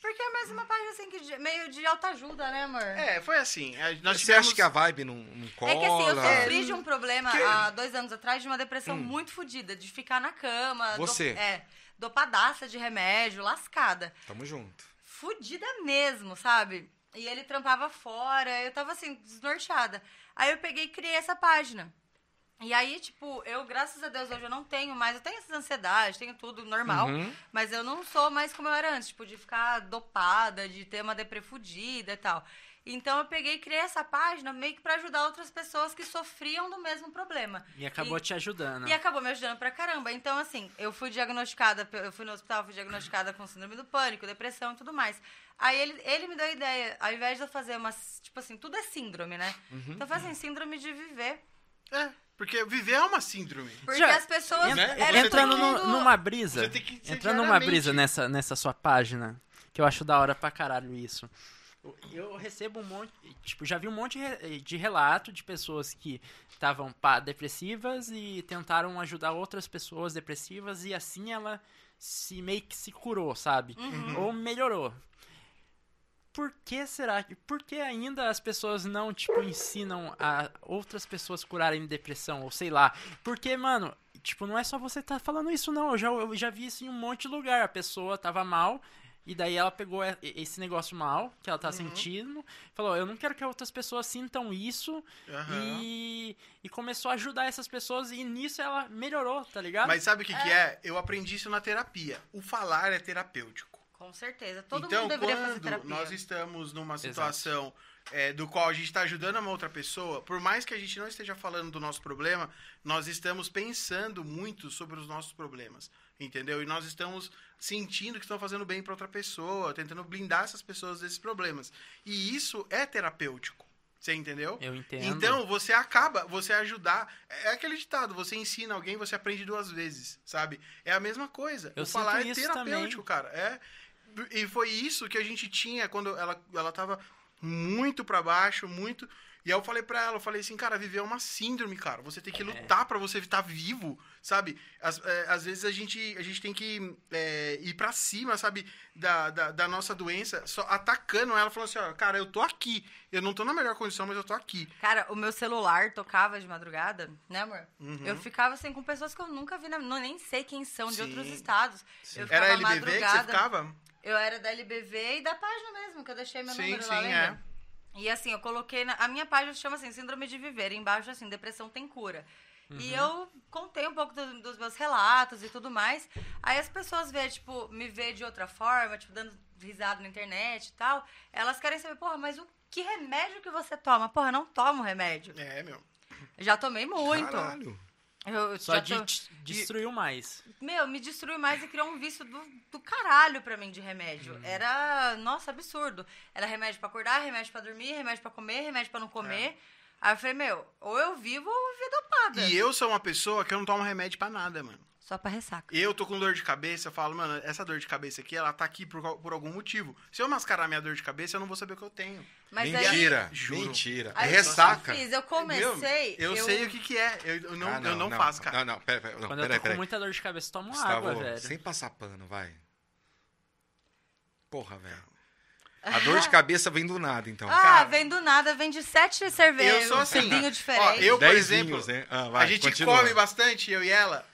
Porque é mais uma página assim, que de- meio de autoajuda, né, amor?
É, foi assim. a- nós
você
tivemos-
acha que a vibe não, não cola?
É que assim, eu sofri de um problema
Que-
há dois anos atrás de uma depressão
Hum.
muito fodida, de ficar na cama. do-
Você?
é, dopadaça de remédio, lascada.
Tamo junto.
fudida mesmo, sabe? E ele trampava fora, eu tava assim, desnorteada. Aí eu peguei e criei essa página. E aí, tipo, eu, graças a Deus, hoje eu não tenho mais. Eu tenho essas ansiedades, tenho tudo normal.
Uhum.
Mas eu não sou mais como eu era antes, tipo, de ficar dopada, de ter uma deprefudida e tal. Então eu peguei e criei essa página meio que pra ajudar outras pessoas que sofriam do mesmo problema.
E acabou
E-
te ajudando.
E acabou me ajudando pra caramba. Então, assim, eu fui diagnosticada, pe- eu fui no hospital, fui diagnosticada com síndrome do pânico, depressão e tudo mais. Aí ele, ele me deu a ideia, ao invés de eu fazer umas. Tipo assim, tudo é síndrome, né?
Uhum.
Então eu falei assim, síndrome de viver.
É, porque viver é uma síndrome.
Porque
Já-
as pessoas.
Né?
é
Você
Entrando
tem
no-
tudo-
numa brisa.
Você tem que ser
Entrando numa
diariamente.
brisa nessa, nessa sua página. Que eu acho da hora pra caralho isso. Eu- Eu recebo um monte. Tipo, já vi um monte re- de relato de pessoas que estavam pá, depressivas e tentaram ajudar outras pessoas depressivas e assim ela se meio que se curou, sabe?
Uhum.
Ou melhorou. Por que será que. Por que ainda as pessoas não, tipo, ensinam a outras pessoas curarem depressão? Ou sei lá. Porque, mano, tipo, não é só você tá falando isso, não. Eu já, eu já vi isso em um monte de lugar. A pessoa tava mal. E daí ela pegou e- esse negócio mal que ela tá sentindo, falou, eu não quero que outras pessoas sintam isso,
Aham.
e, e começou a ajudar essas pessoas e nisso ela melhorou, tá ligado?
Mas sabe o que, que é? Eu aprendi isso na terapia. O falar é terapêutico.
Com certeza. Todo
então,
mundo deveria
quando
fazer terapia.
nós estamos numa situação é, do qual a gente está ajudando uma outra pessoa, por mais que a gente não esteja falando do nosso problema, nós estamos pensando muito sobre os nossos problemas, entendeu? E nós estamos sentindo que estão fazendo bem para outra pessoa, tentando blindar essas pessoas desses problemas. E isso é terapêutico. Você entendeu?
Eu entendo.
Então, você acaba, você ajudar. É aquele ditado, você ensina alguém, você aprende duas vezes, sabe? É a mesma coisa.
Eu
o falar
sinto
é
isso
terapêutico, cara. É. E foi isso que a gente tinha quando ela, ela tava muito pra baixo, muito. E aí eu falei pra ela, eu falei assim, cara, viver é uma síndrome, cara. Você tem
É.
que lutar pra você estar vivo, sabe? Às, é, às vezes a gente, a gente tem que é, ir pra cima, sabe? Da, da, da nossa doença, só atacando ela, falando assim, ó, cara, eu tô aqui. Eu não tô na melhor condição, mas eu tô aqui.
Cara, o meu celular tocava de madrugada, né, amor?
Uhum.
Eu ficava assim com pessoas que eu nunca vi, na... não, nem sei quem são, de
Sim.
outros estados. Eu ficava
Era LBV que você
madrugada.
ficava?
Eu era da LBV e da página mesmo, que eu deixei meu
Sim,
número
sim, é.
lá, lembra? E assim, eu coloquei... Na... A minha página chama assim, Síndrome de Viver. e Embaixo, assim, Depressão Tem Cura.
Uhum.
E eu contei um pouco do- dos meus relatos e tudo mais. Aí as pessoas vê, tipo, me vê de outra forma, tipo, dando risada na internet e tal. Elas querem saber, porra, mas o que remédio que você toma? Porra, eu não tomo remédio.
É, meu.
Já tomei muito.
Caralho.
Eu, eu
Só
já tá-
de,
to-
te- destruiu mais.
Meu, me destruiu mais e criou um vício do, do caralho pra mim de remédio.
Hum.
Era, nossa, absurdo. Era remédio pra acordar, remédio pra dormir, remédio pra comer, remédio pra não comer. Aí eu falei, meu, ou eu vivo ou eu vivo dopada.
É. E eu sou uma pessoa que eu não tomo remédio pra nada, mano.
Só pra ressaca.
Eu tô com dor de cabeça, eu falo, mano, essa dor de cabeça aqui, ela tá aqui por, qual- por algum motivo. Se eu mascarar minha dor de cabeça, eu não vou saber o que eu tenho.
Mas
mentira,
Juro.
mentira.
aí,
é
aí
ressaca.
Eu, fiz, eu comecei.
Meu, eu, sei o que que é. Eu, eu não,
Ah,
eu não, faço, cara.
Não, não, pera, pera, não,
Quando
pera,
eu tô com
pera.
muita dor de cabeça, eu tomo
Gustavo,
água, velho.
sem passar pano, vai. Porra, velho. A dor de cabeça vem do nada, então.
Ah,
é, cara.
vem do nada, vem de sete cervejas.
Eu sou assim.
Um vinho
ó,
diferente.
eu, por
Dez
exemplo,
vinhos, né? Ah, vai,
a gente
continua.
come bastante, eu e ela.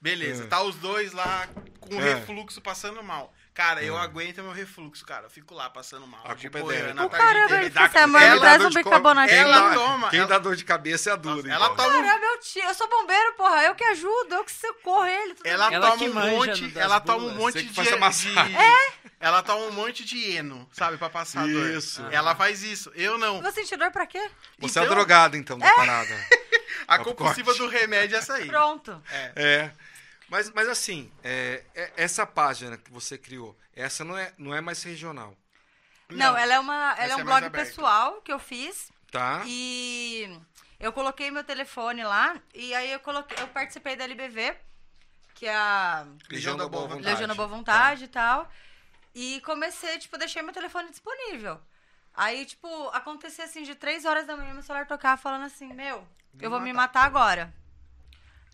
Beleza,
Hum.
tá os dois lá com
É. Hum.
refluxo passando mal. Cara, eu aguento meu refluxo, cara. Eu fico lá passando mal.
A
de
culpa é
boiana
dela.
a
O
tarde
caramba,
inteira.
ele fez essa mãe,
Quem
me
dá
traz
dor
um
de co-
bicarbonatinho.
Quem dá-
Ela toma,
Quem
ela-
dá dor de cabeça é a dura,
Ela
então.
toma um
Caramba, eu, te... eu sou bombeiro, porra. Eu que ajudo, eu que socorro ele. tudo
Ela,
Ela
toma
que
um
manja
monte,
das
ela toma um
bolas.
monte
Você que
de,
faz a massagem.
de-
É?
Ela toma um monte de eno, sabe, pra passar a dor.
Isso.
Ela faz isso. Eu não.
Vou sentir dor pra quê?
Você é
Então,
drogado, então, da parada.
A
Of
compulsiva
course.
do remédio é essa aí.
Pronto.
É. Mas, mas assim, é, é- essa página que você criou, essa não é, não é mais regional,
Não,
Não.
ela é uma, ela
Essa
é
é
um
mais
blog
aberta.
pessoal que eu fiz
tá?
e eu coloquei meu telefone lá e aí eu coloquei, eu participei da LBV, que é a
Legião da Boa Tá. Vontade.
Legião da Boa Vontade e tal. E comecei, tipo, deixei meu telefone disponível. Aí, tipo, acontecia assim, de três horas da manhã, meu celular tocava falando assim, meu, eu vou me matar agora.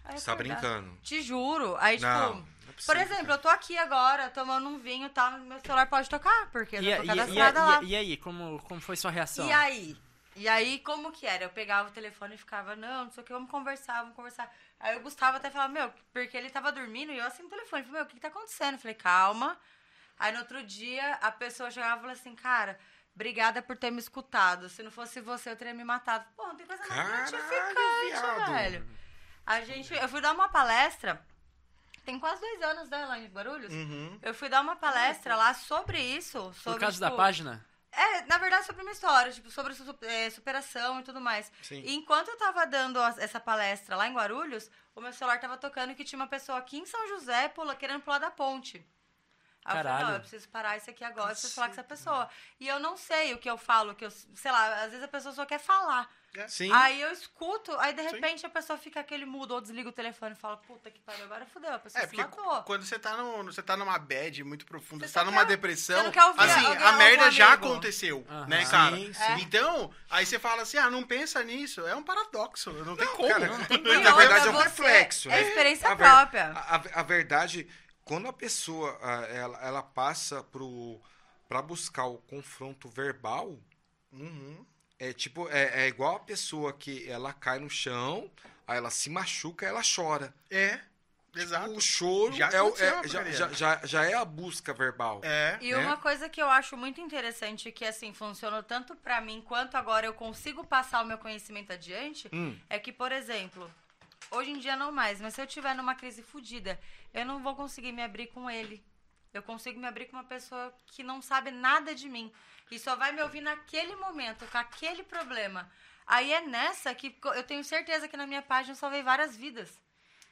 Aí eu
Você tá
acordava.
brincando.
Te juro. Aí, tipo,
Não, não é
por
possível,
exemplo,
cara.
eu tô aqui agora tomando um vinho e tal, meu celular pode tocar, porque
E,
eu tô
e- e-
cadastrada lá.
e- e aí, como, como foi sua reação?
E aí? E aí, como que era? Eu pegava o telefone e ficava, não, não sei o que, vamos conversar, vamos conversar. Aí o Gustavo até falava, meu, porque ele tava dormindo e eu assim no telefone. Falei, meu, o que, que tá acontecendo? Eu falei, calma. Aí no outro dia, a pessoa chegava e falou assim, cara, obrigada por ter me escutado. Se não fosse você, eu teria me matado. Pô, não tem coisa mais
Caralho,
gratificante,
viado.
velho. A gente, eu fui dar uma palestra, tem quase dois anos, né, lá em Guarulhos? Eu fui dar uma palestra lá sobre isso.
Uhum. Por
sobre,
causa da
tipo,
página?
é, na verdade, sobre uma história, tipo, sobre su- é, superação e tudo mais.
Sim.
E enquanto eu tava dando as- essa palestra lá em Guarulhos, o meu celular tava tocando que tinha uma pessoa aqui em São José pula, querendo pular da ponte. Aí eu falei,
Caralho.
não, eu preciso parar isso aqui agora, eu preciso falar com essa pessoa. E eu não sei o que eu falo, o que eu, sei lá, às vezes a pessoa só quer falar.
Sim.
Aí eu escuto, aí de repente a pessoa fica aquele mudo, ou desliga o telefone e fala, puta que pariu, agora fudeu, a pessoa
É,
se
porque
matou.
quando você tá, no, você tá numa bad muito profunda,
Você
você, tá
só
numa
quer-
depressão,
você não quer ouvir
assim,
alguém,
a merda
algum
já
amigo.
aconteceu,
Aham.
né, cara?
Sim,
Então, aí você fala assim, ah, não pensa nisso, é um paradoxo, não tem como. né?
Cara,
tem
na
como,
verdade
pra
é um
você,
reflexo.
é
né?
experiência
ver-
própria.
A, a- a verdade, quando a pessoa ah, ela, ela passa pro para buscar o confronto verbal,
Uhum.
é tipo é, é igual a pessoa que ela cai no chão, aí ela se machuca, ela chora.
É, exato.
O choro
Já
é, o-
aconteceu,
é- já,
Maria.
já, já, já é a busca verbal.
É,
E
né?
uma coisa que eu acho muito interessante, que assim, funcionou tanto pra mim quanto agora eu consigo passar o meu conhecimento adiante,
Hum.
é que, por exemplo, hoje em dia não mais, mas se eu tiver numa crise fodida, eu não vou conseguir me abrir com ele. Eu consigo me abrir com uma pessoa que não sabe nada de mim e só vai me ouvir naquele momento, com aquele problema. Aí é nessa que co- eu tenho certeza que na minha página eu salvei várias vidas.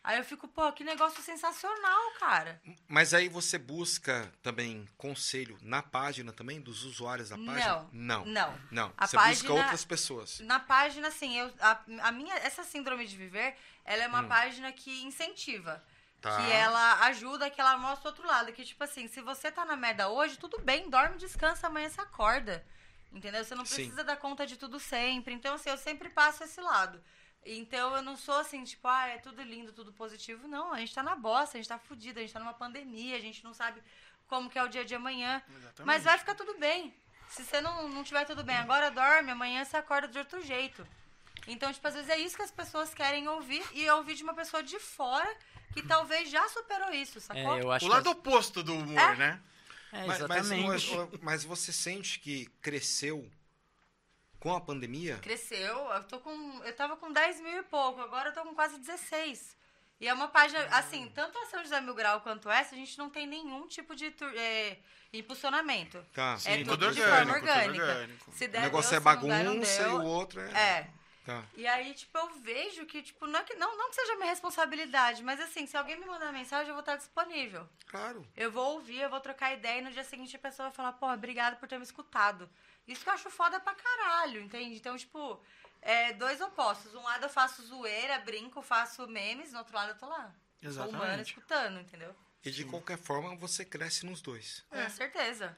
Aí eu fico, pô, que negócio sensacional, cara.
Mas aí você busca também conselho na página também, dos usuários da página? Não.
Não. Não.
Não.
A
você busca
página-
outras pessoas.
Na página, assim, eu, a, a minha, essa síndrome de viver, ela é uma página que incentiva.
Hum. Tá.
Que ela ajuda, que ela mostra o outro lado. Que, tipo assim, se você tá na merda hoje, tudo bem, dorme, descansa, amanhã você acorda. Entendeu? Você não
Sim.
precisa dar conta de tudo sempre. Então, assim, eu sempre passo esse lado. Então, eu não sou assim, tipo, ah, é tudo lindo, tudo positivo. Não, a gente tá na bosta, a gente tá fudido, a gente tá numa pandemia, a gente não sabe como que é o dia de amanhã.
Exatamente.
Mas vai ficar tudo bem. Se você não, não tiver tudo bem agora, dorme, amanhã você acorda de outro jeito. Então, tipo, às vezes é isso que as pessoas querem ouvir e é ouvir de uma pessoa de fora que talvez já superou isso, sacou?
É, eu acho
O
que
lado oposto do humor, né?
É,
Mas- mas não é-
exatamente.
mas você sente que cresceu com a pandemia?
Cresceu, eu tô com. Eu tava com 10 mil e pouco, agora eu tô com quase 16. E é uma página, assim, tanto a São José Mil Grau quanto essa, a gente não tem nenhum tipo de tur- é, impulsionamento.
Tá.
é
Sim,
tudo
tudo
de
orgânico,
forma
tudo
orgânica.
orgânico.
Se
O
der,
negócio
deu,
é
se não der, não
bagunça e
deu.
o outro é.
É.
Tá.
E aí, tipo, eu vejo que, tipo, não, é que, não, não que seja minha responsabilidade, mas assim, se alguém me mandar mensagem, eu vou estar disponível.
Claro.
Eu vou ouvir, eu vou trocar ideia e no dia seguinte a pessoa vai falar, pô, obrigado por ter me escutado. Isso que eu acho foda pra caralho, entende? Então, tipo, é dois opostos. Um lado eu faço zoeira, brinco, faço memes, no outro lado eu tô lá. Sou humana
Exatamente.
escutando, entendeu?
E de qualquer forma você cresce nos dois.
Com certeza.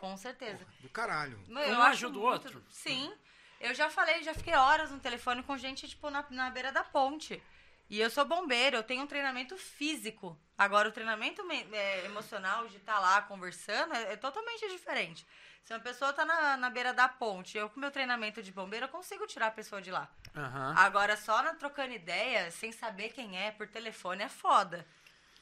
Com certeza.
Do caralho.
Meu,
Um
eu acho
ajuda o
muito-
outro.
Sim. Eu já falei, já fiquei horas no telefone com gente, tipo, na, na beira da ponte. E eu sou bombeiro, eu tenho um treinamento físico. Agora, o treinamento me- é, emocional de estar lá conversando é, é totalmente diferente. Se uma pessoa tá na, na beira da ponte, eu com meu treinamento de bombeiro, eu consigo tirar a pessoa de lá.
Aham.
Agora, só na trocando ideia, sem saber quem é, por telefone, é foda.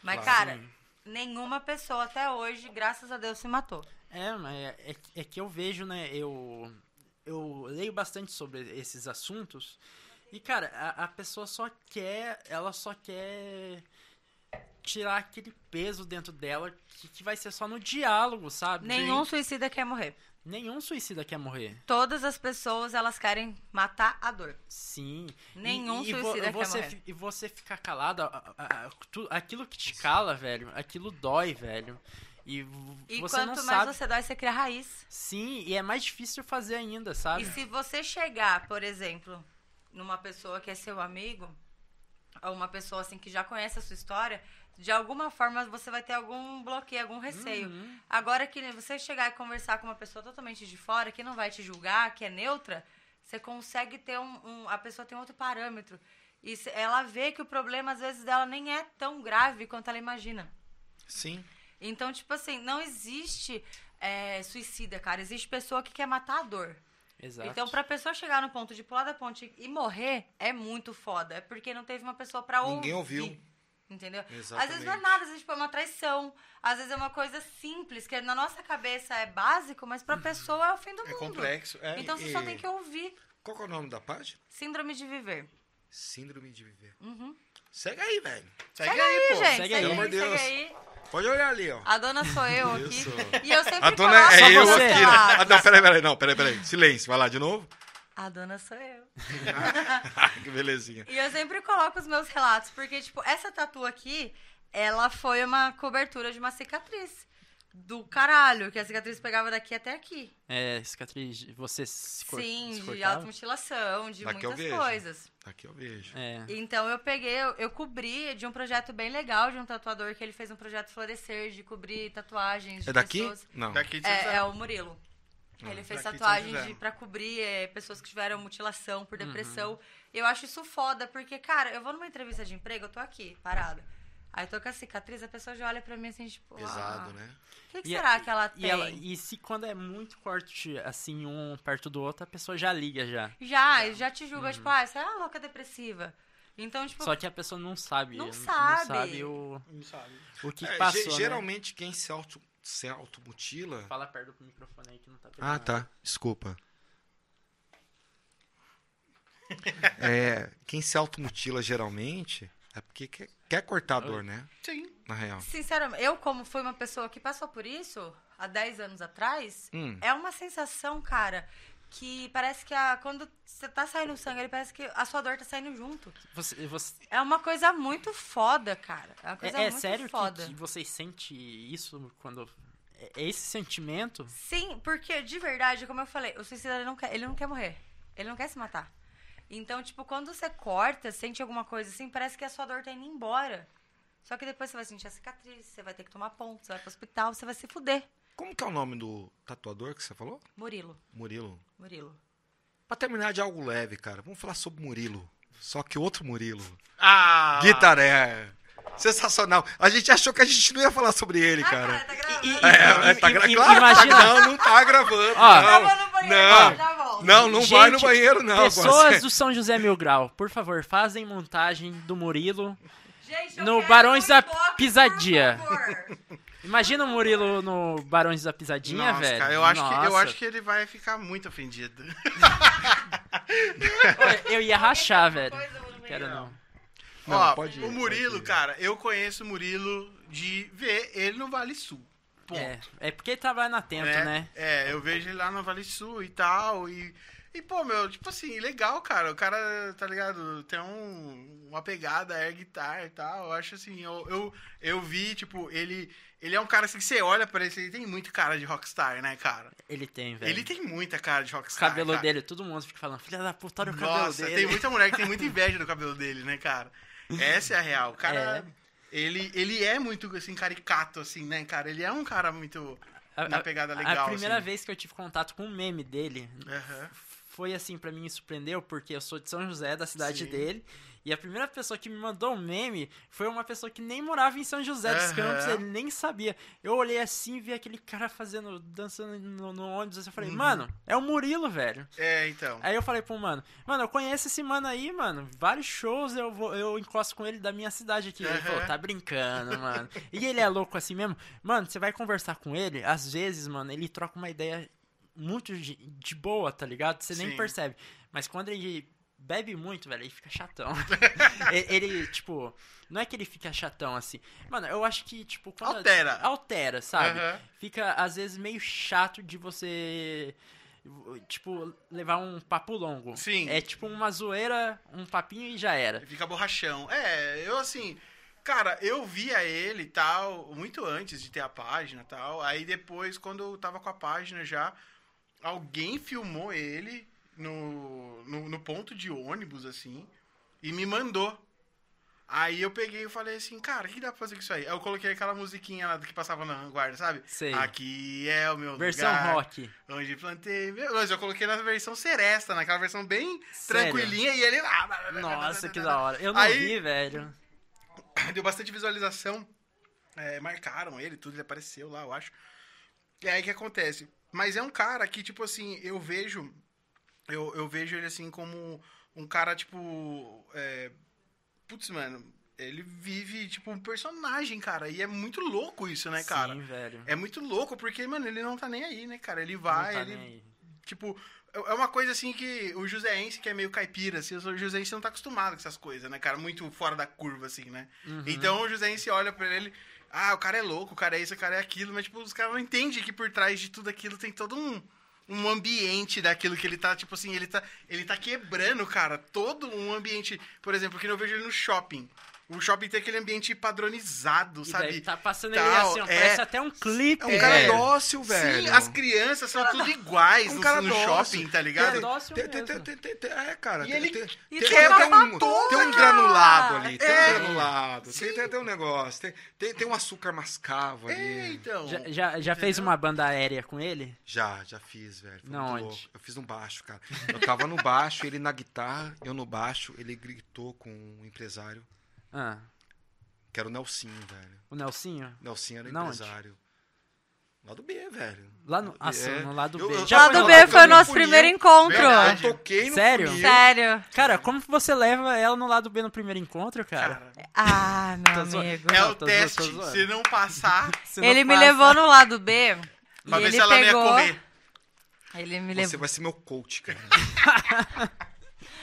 Mas,
Claro.
cara, nenhuma pessoa até hoje, graças a Deus, se matou.
É, mas é, é que- é que eu vejo, né? Eu, eu leio bastante sobre esses assuntos. E, cara, a, a pessoa só quer. Ela só quer tirar aquele peso dentro dela que, que vai ser só no diálogo, sabe?
Nenhum suicida quer morrer.
Nenhum suicida quer morrer.
Todas as pessoas, elas querem matar a dor.
Sim.
Nenhum
e, e vo-
suicida quer
você
morrer.
fi- E você ficar calado, a- a- a- tu- aquilo que te cala, velho, aquilo dói, velho. E, v-
E
você não
quanto mais
sabe.
você dói, você cria raiz.
Sim, e é mais difícil fazer ainda, sabe?
E se você chegar, por exemplo, numa pessoa que é seu amigo, ou uma pessoa assim que já conhece a sua história, de alguma forma você vai ter algum bloqueio, algum receio. Agora que você chegar e conversar com uma pessoa totalmente de fora, que não vai te julgar, que é neutra, você consegue ter um. um- a pessoa tem outro parâmetro. E se- ela vê que o problema, às vezes, dela nem é tão grave quanto ela imagina.
Sim.
Então, tipo assim, não existe é, suicida, cara. Existe pessoa que quer matar a dor.
Exato.
Então, pra pessoa chegar no ponto de pular da ponte e morrer, é muito foda. É porque não teve uma pessoa pra ouvir.
Ninguém ouviu.
Entendeu? Às vezes
Exatamente.
não é nada, às vezes tipo, é uma traição. Às vezes é uma coisa simples, que na nossa cabeça é básico, mas pra pessoa é o fim do
É
mundo.
complexo. É.
Então você só
né? E-
tem que ouvir.
Qual que é o nome da página?
Síndrome de viver.
Síndrome de viver.
Uhum.
Segue aí, velho.
Segue,
Segue aí,
pô.
gente.
segue aí.
Segue aí,
Pelo
amor de
segue
Deus.
aí.
Pode olhar ali, ó.
A dona sou eu aqui.
Isso.
E eu
Ah,
sempre
A dona
coloco
é eu,
os
você. tá.
Akira.
relatos.
Ah, não, peraí, peraí. Não, peraí, peraí. Silêncio. Vai lá de novo. Ah,
A dona sou eu.
que belezinha.
E eu sempre coloco os meus relatos, porque, tipo, essa tatu aqui, ela foi uma cobertura de uma cicatriz. Do caralho, que a cicatriz pegava daqui até aqui.
É, cicatriz, você se cor- se
Sim, de
cortava?
automutilação, de
Daqui eu
muitas
vejo.
coisas.
Aqui eu vejo.
É.
Então eu peguei, eu, eu cobri de um projeto bem legal de um tatuador que ele fez um projeto florescer de cobrir tatuagens de
É daqui?
pessoas.
Não.
Daqui de São
É,
José.
é o Murilo.
Ah,
Ele fez
então,
Daqui de São José.
tatuagens de- pra cobrir é, pessoas que tiveram mutilação
Uhum.
por depressão. E Eu acho isso foda, porque, cara, eu vou numa entrevista de emprego, eu tô aqui, parada. Aí eu tô com a cicatriz, a pessoa já olha pra mim assim, tipo,
Pesado,
ah,
né?
O que, que
E-
será que ela
e
tem?
ela- e se quando é muito corte, assim, um perto do outro, a pessoa já liga já.
Já, já te julga, tipo, ah, você é uma louca depressiva. Então, tipo,
Uhum. Só que a pessoa não sabe.
Não
Não
sabe.
sabe o,
Não sabe.
o que
É,
passou,
ge-
né?
geralmente quem se, auto, se automutila...
Fala perto do microfone aí que não tá pegando.
Ah, tá. Desculpa. é, quem se automutila geralmente é porque quer, quer cortar a dor, né?
Sim.
Na real.
sinceramente, eu, como fui uma pessoa que passou por isso há 10 anos atrás,
Hum.
é uma sensação, cara, que parece que a, quando você tá saindo sangue, ele parece que a sua dor tá saindo junto.
Você, você-
É uma coisa muito foda, cara. É uma coisa
é é
muito
sério
foda.
que, que você sente isso quando. é- É esse sentimento?
Sim, porque de verdade, como eu falei, o suicida ele não quer, ele não quer morrer. Ele não quer se matar. Então, tipo, quando você corta, sente alguma coisa assim, parece que a sua dor tá indo embora. Só que depois você vai sentir a cicatriz, você vai ter que tomar ponto, você vai pro hospital, você vai se fuder.
Como que é o nome do tatuador que você falou?
Murilo,
Murilo.
Murilo.
Pra terminar de algo leve, cara, vamos falar sobre Murilo. Só que outro Murilo.
Ah!
Guitaré. é. Sensacional. A gente achou que a gente não ia falar sobre ele, cara.
tá gravando.
E- e-
É, é, tá gra...
I- i-
claro, que tá-
imagina-
não, não tá gravando.
Ó.
não.
Ah. Tava no banheiro,
não.
já volto.
Não, não vai no
Gente,
banheiro, não.
Pessoas
Guace.
do São José Mil Grau, por favor, fazem montagem do Murilo.
Gente, eu
No
quero
Barões
um
da
inbox, por
Pisadinha.
favor.
Imagina o Murilo no Barões da Pisadinha,
Nossa,
velho.
cara, eu acho, que, eu
Nossa.
acho que ele vai ficar muito ofendido.
Eu ia rachar, velho.
Coisa, eu não
Quero
lembro.
não.
Não,
Ó,
pode ir,
o Murilo,
pode ir.
cara, eu conheço o Murilo de ver ele no Vale Sul. Ponto.
É, é porque ele trabalha na Tento,
É,
né?
É, eu vejo ele lá no Vale Sul e tal. E, e, pô, meu, tipo assim, legal, cara. O cara, tá ligado? Tem um, uma pegada, air guitar e tal. Eu acho assim, eu, eu, eu vi, tipo, ele. Ele é um cara assim que você olha pra ele, ele tem muito cara de rockstar, né, cara?
Ele tem, velho.
Ele tem muita cara de
O
rockstar.
É cabelo
cara.
dele, todo mundo fica falando, filha da puta, olha o cabelo
Nossa,
dele.
tem muita mulher que tem muita inveja do cabelo dele, né, cara? Essa é a real. O cara, ele, ele é muito, assim, caricato, assim, né, cara? Ele é um cara muito...
A-
na
a-
pegada
A
legal,
primeira
assim.
vez que eu tive contato com um meme dele
Aham.
foi assim, pra mim me surpreendeu, porque eu sou de São José, da cidade
Sim.
dele. E a primeira pessoa que me mandou um meme foi uma pessoa que nem morava em São José dos
Aham.
Campos, ele nem sabia. Eu olhei assim e vi aquele cara fazendo, dançando no, no ônibus, assim, eu
Uhum.
falei, mano, é o Murilo, velho.
É, então.
Aí eu falei pro mano, mano, eu conheço esse mano aí, mano. Vários shows eu, vou, eu encosto com ele da minha cidade aqui. Ele
Aham.
falou, tá brincando, mano. E ele é louco assim mesmo. Mano, você vai conversar com ele, às vezes, mano, ele troca uma ideia muito de, de boa, tá ligado? Você nem
Sim.
percebe. Mas quando ele bebe muito, velho, ele fica chatão. E- ele, tipo, não é que ele fica chatão assim. Mano, eu acho que, tipo, quando.
Altera.
Altera, sabe?
Aham.
Fica, às vezes, meio chato de você. Tipo, levar um papo longo.
Sim.
É tipo uma zoeira, um papinho e já era.
Fica borrachão. É, eu assim. Cara, eu via ele e tal, muito antes de ter a página e tal. Aí depois, quando eu tava com a página já, alguém filmou ele no, no, no ponto de ônibus, assim, e me mandou. Aí eu peguei e falei assim, cara, o que dá pra fazer com isso aí? Aí eu coloquei aquela musiquinha lá que passava na vanguarda, sabe?
Sei.
Aqui é o meu
Versão
lugar.
rock.
Onde plantei. meu- Mas eu coloquei na versão seresta, naquela versão bem
Sério?
tranquilinha, e ele. "Ah,
Nossa, que da hora. Eu não
Aí-
vi, velho.
Deu bastante visualização. é, marcaram ele, tudo, ele apareceu lá, eu acho. E aí o que acontece? Mas é um cara que, tipo assim, eu vejo. Eu, eu vejo ele assim como um cara, tipo. é, putz, mano, ele vive, tipo, um personagem, cara. E é muito louco isso, né, cara?
Sim, velho.
É muito louco, porque, mano, ele não tá nem aí, né, cara? Ele
não
vai,
tá
ele
nem aí.
Tipo, é uma coisa assim que o Joséense, que é meio caipira, assim, o Joséense não tá acostumado com essas coisas, né, cara? Muito fora da curva, assim, né?
Uhum.
Então o Joséense olha pra ele, ah, o cara é louco, o cara é isso, o cara é aquilo, mas, tipo, os caras não entendem que por trás de tudo aquilo tem todo um, um ambiente daquilo que ele tá, tipo assim, ele tá, ele tá quebrando, cara, todo um ambiente. Por exemplo, que eu vejo ele no shopping. O shopping tem aquele ambiente padronizado,
E
sabe?
daí tá passando ele
Tal,
assim, ó,
é.
parece até um clipe,
É um cara
É.
velho. tá
dócil, velho.
Sim, as crianças são tudo iguais
um
no,
cara
no
dócil.
shopping, tá ligado?
É dócil
Tem- tem-
mesmo.
tem- tem- tem- É, cara.
E
tem-
ele-
tem-
e
tem-
quebra
tem um-
tudo,
Tem um
cara.
granulado ali. Tem um
É.
granulado. Tem, tem, tem um negócio. Tem, tem, tem um açúcar mascavo
É,
ali.
então.
Já, já, já fez uma banda aérea com ele?
Já, já fiz, velho. Foi
Não,
muito
onde?
louco. Eu fiz um baixo, cara. Eu tava no baixo, ele na guitarra, eu no baixo, ele gritou com um empresário,
Ah,
que era o Nelsinho, velho.
o Nelsinho?
O Nelsinho era
Na onde?
empresário. Lá do B, velho.
Lá no, assim,
É.
no lado
Eu-
B.
eu-
Já
Lá
foi
do
no
B
lado
foi o nosso
nosso primeiro encontro.
Eu
Verdade.
toquei no
Sério?
funil.
Sério.
Cara, como que você leva ela no lado B no primeiro encontro, cara?
Ah,
Tô
meu
zoando.
amigo.
É
Não,
o
tô
teste.
zoando, tô zoando.
Se não passar,
Você não
Ele me
passa.
levou no lado B.
pra
e
ver
ele
se ela não ia
pegou.
correr.
Ele me
Você
levou.
vai ser meu coach, cara.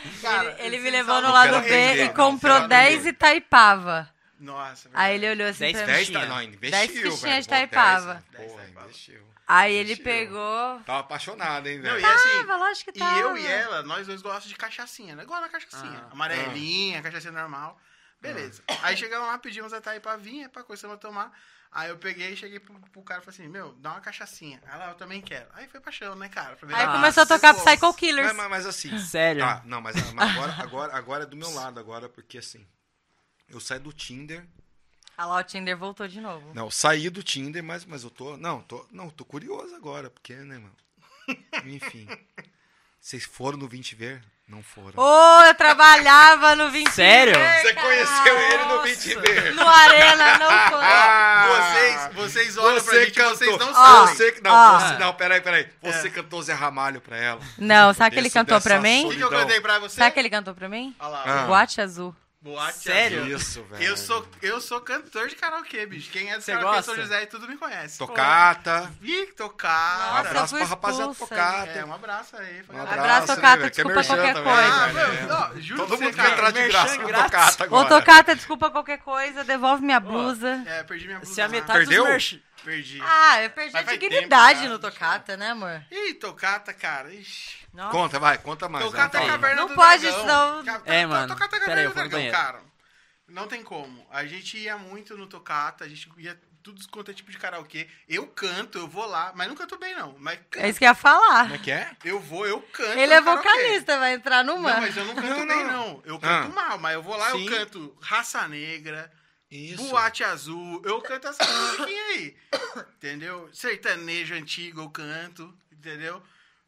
Ele, ele me
é
levou no
sensacional.
Eu quero
lado B
aprender, cara,
e
eu
comprou
quero
10
aprender.
Itaipava.
Nossa,
Aí ele olhou assim
Dez
pra mim.
pés,
10
Fichinha.
tá, não,
Dez
investiu,
fichinhas
velho.
de
Pô, dez,
Taipava.
Porra,
Dez
investiu.
Aí ele
Mexeu.
pegou.
Tava apaixonado, hein,
Não,
velho.
e
é
assim,
Tava, lógico que tá.
E
tava.
eu e ela, nós dois gostamos de cachaçinha. Né? Igual na cachaçinha.
Ah.
Amarelinha, cachaçinha normal. Beleza. Aí chegamos lá, pedimos a Thaí pra vir, é pra começamos a tomar. Aí eu peguei e cheguei pro, pro cara e falei assim, meu, dá uma cachaçinha. Aí lá, eu também quero. Aí foi paixão, né, cara? Primeira
Aí
vez.
começou a tocar
Pô,
Psycho Killers.
Mas, mas, mas assim.
Sério.
Tá, não, mas mas agora, agora, agora é do meu lado, agora, porque assim. Eu saí do Tinder.
Olha lá, o Tinder voltou de novo.
Não, eu saí do Tinder, mas, mas eu tô. Não, tô. Não, tô curioso agora, porque, né, mano? Enfim. Vocês foram no 20 ver? Não foram.
Ô, eu trabalhava no 20
Sério?
Ver,
Você
cara.
conheceu ele no
Nossa.
20 ver.
No Arena, não foi.
Ah,
Vocês, vocês olham pra gente, vocês não
Ó.
sabem.
Você, não,
Ó.
você, não, peraí, peraí. Você
É.
cantou Zé Ramalho pra ela.
Não, sabe que ele
Desse-
cantou
dessa
pra mim?
O que, que eu cantei pra você?
Sabe que ele cantou pra mim?
Olha lá,
Ah.
Boate Azul.
boate
Sério?
azul.
Isso, velho.
Eu sou, eu sou cantor de karaokê, bicho. Quem é do
Você
karaokê
gosta?
São José e tudo me conhece.
Tocata. Um
Ih, tocar.
Nossa, eu
abraço
fui
pra rapaziada
expulsa,
Tocata.
É, um abraço aí. Foi
Um
galera.
Abraço,
né,
Tocata,
velho? Que é
desculpa
merchan
qualquer
também,
coisa.
velho,
Ah,
é.
meu, ó, juro pra
Todo
você,
mundo
cara,
vai entrar de
merchan
graça com
grátis.
Tocata
Ô,
agora.
Tocata, desculpa qualquer coisa, devolve minha blusa.
É, perdi minha blusa.
Se a
lá.
metade
Perdeu?
dos merch...
Perdi.
Ah, eu perdi
Mas
a
faz tempo
dignidade
já,
no
bicho.
Tocata, né, amor?
Ih, tocata, cara. Ixi.
Nossa.
Conta, vai, conta mais.
Tocata
vai,
é a
fala.
caverna
Não
do
pode,
dragão.
senão-
Ca-
É, mano.
Tocata é a
Pera aí,
caverna
eu
do
vou no
dragão,
banheiro.
cara. Não tem como. A gente ia muito no tocata, a gente ia tudo quanto é tipo de karaokê. Eu canto, eu vou lá, mas não canto bem, não. Mas
É isso
canto.
que eu ia falar.
Como é que é?
Eu vou, eu canto.
Ele
no
é
karaokê.
vocalista, vai entrar numa.
Não, mas eu não canto
Não,
bem,
não.
não. Eu canto
Ah.
mal, mas eu vou lá,
Sim.
eu canto Raça Negra,
Isso.
Boate Azul, eu canto essa musiquinha aí. Entendeu? Sertanejo antigo eu canto, entendeu?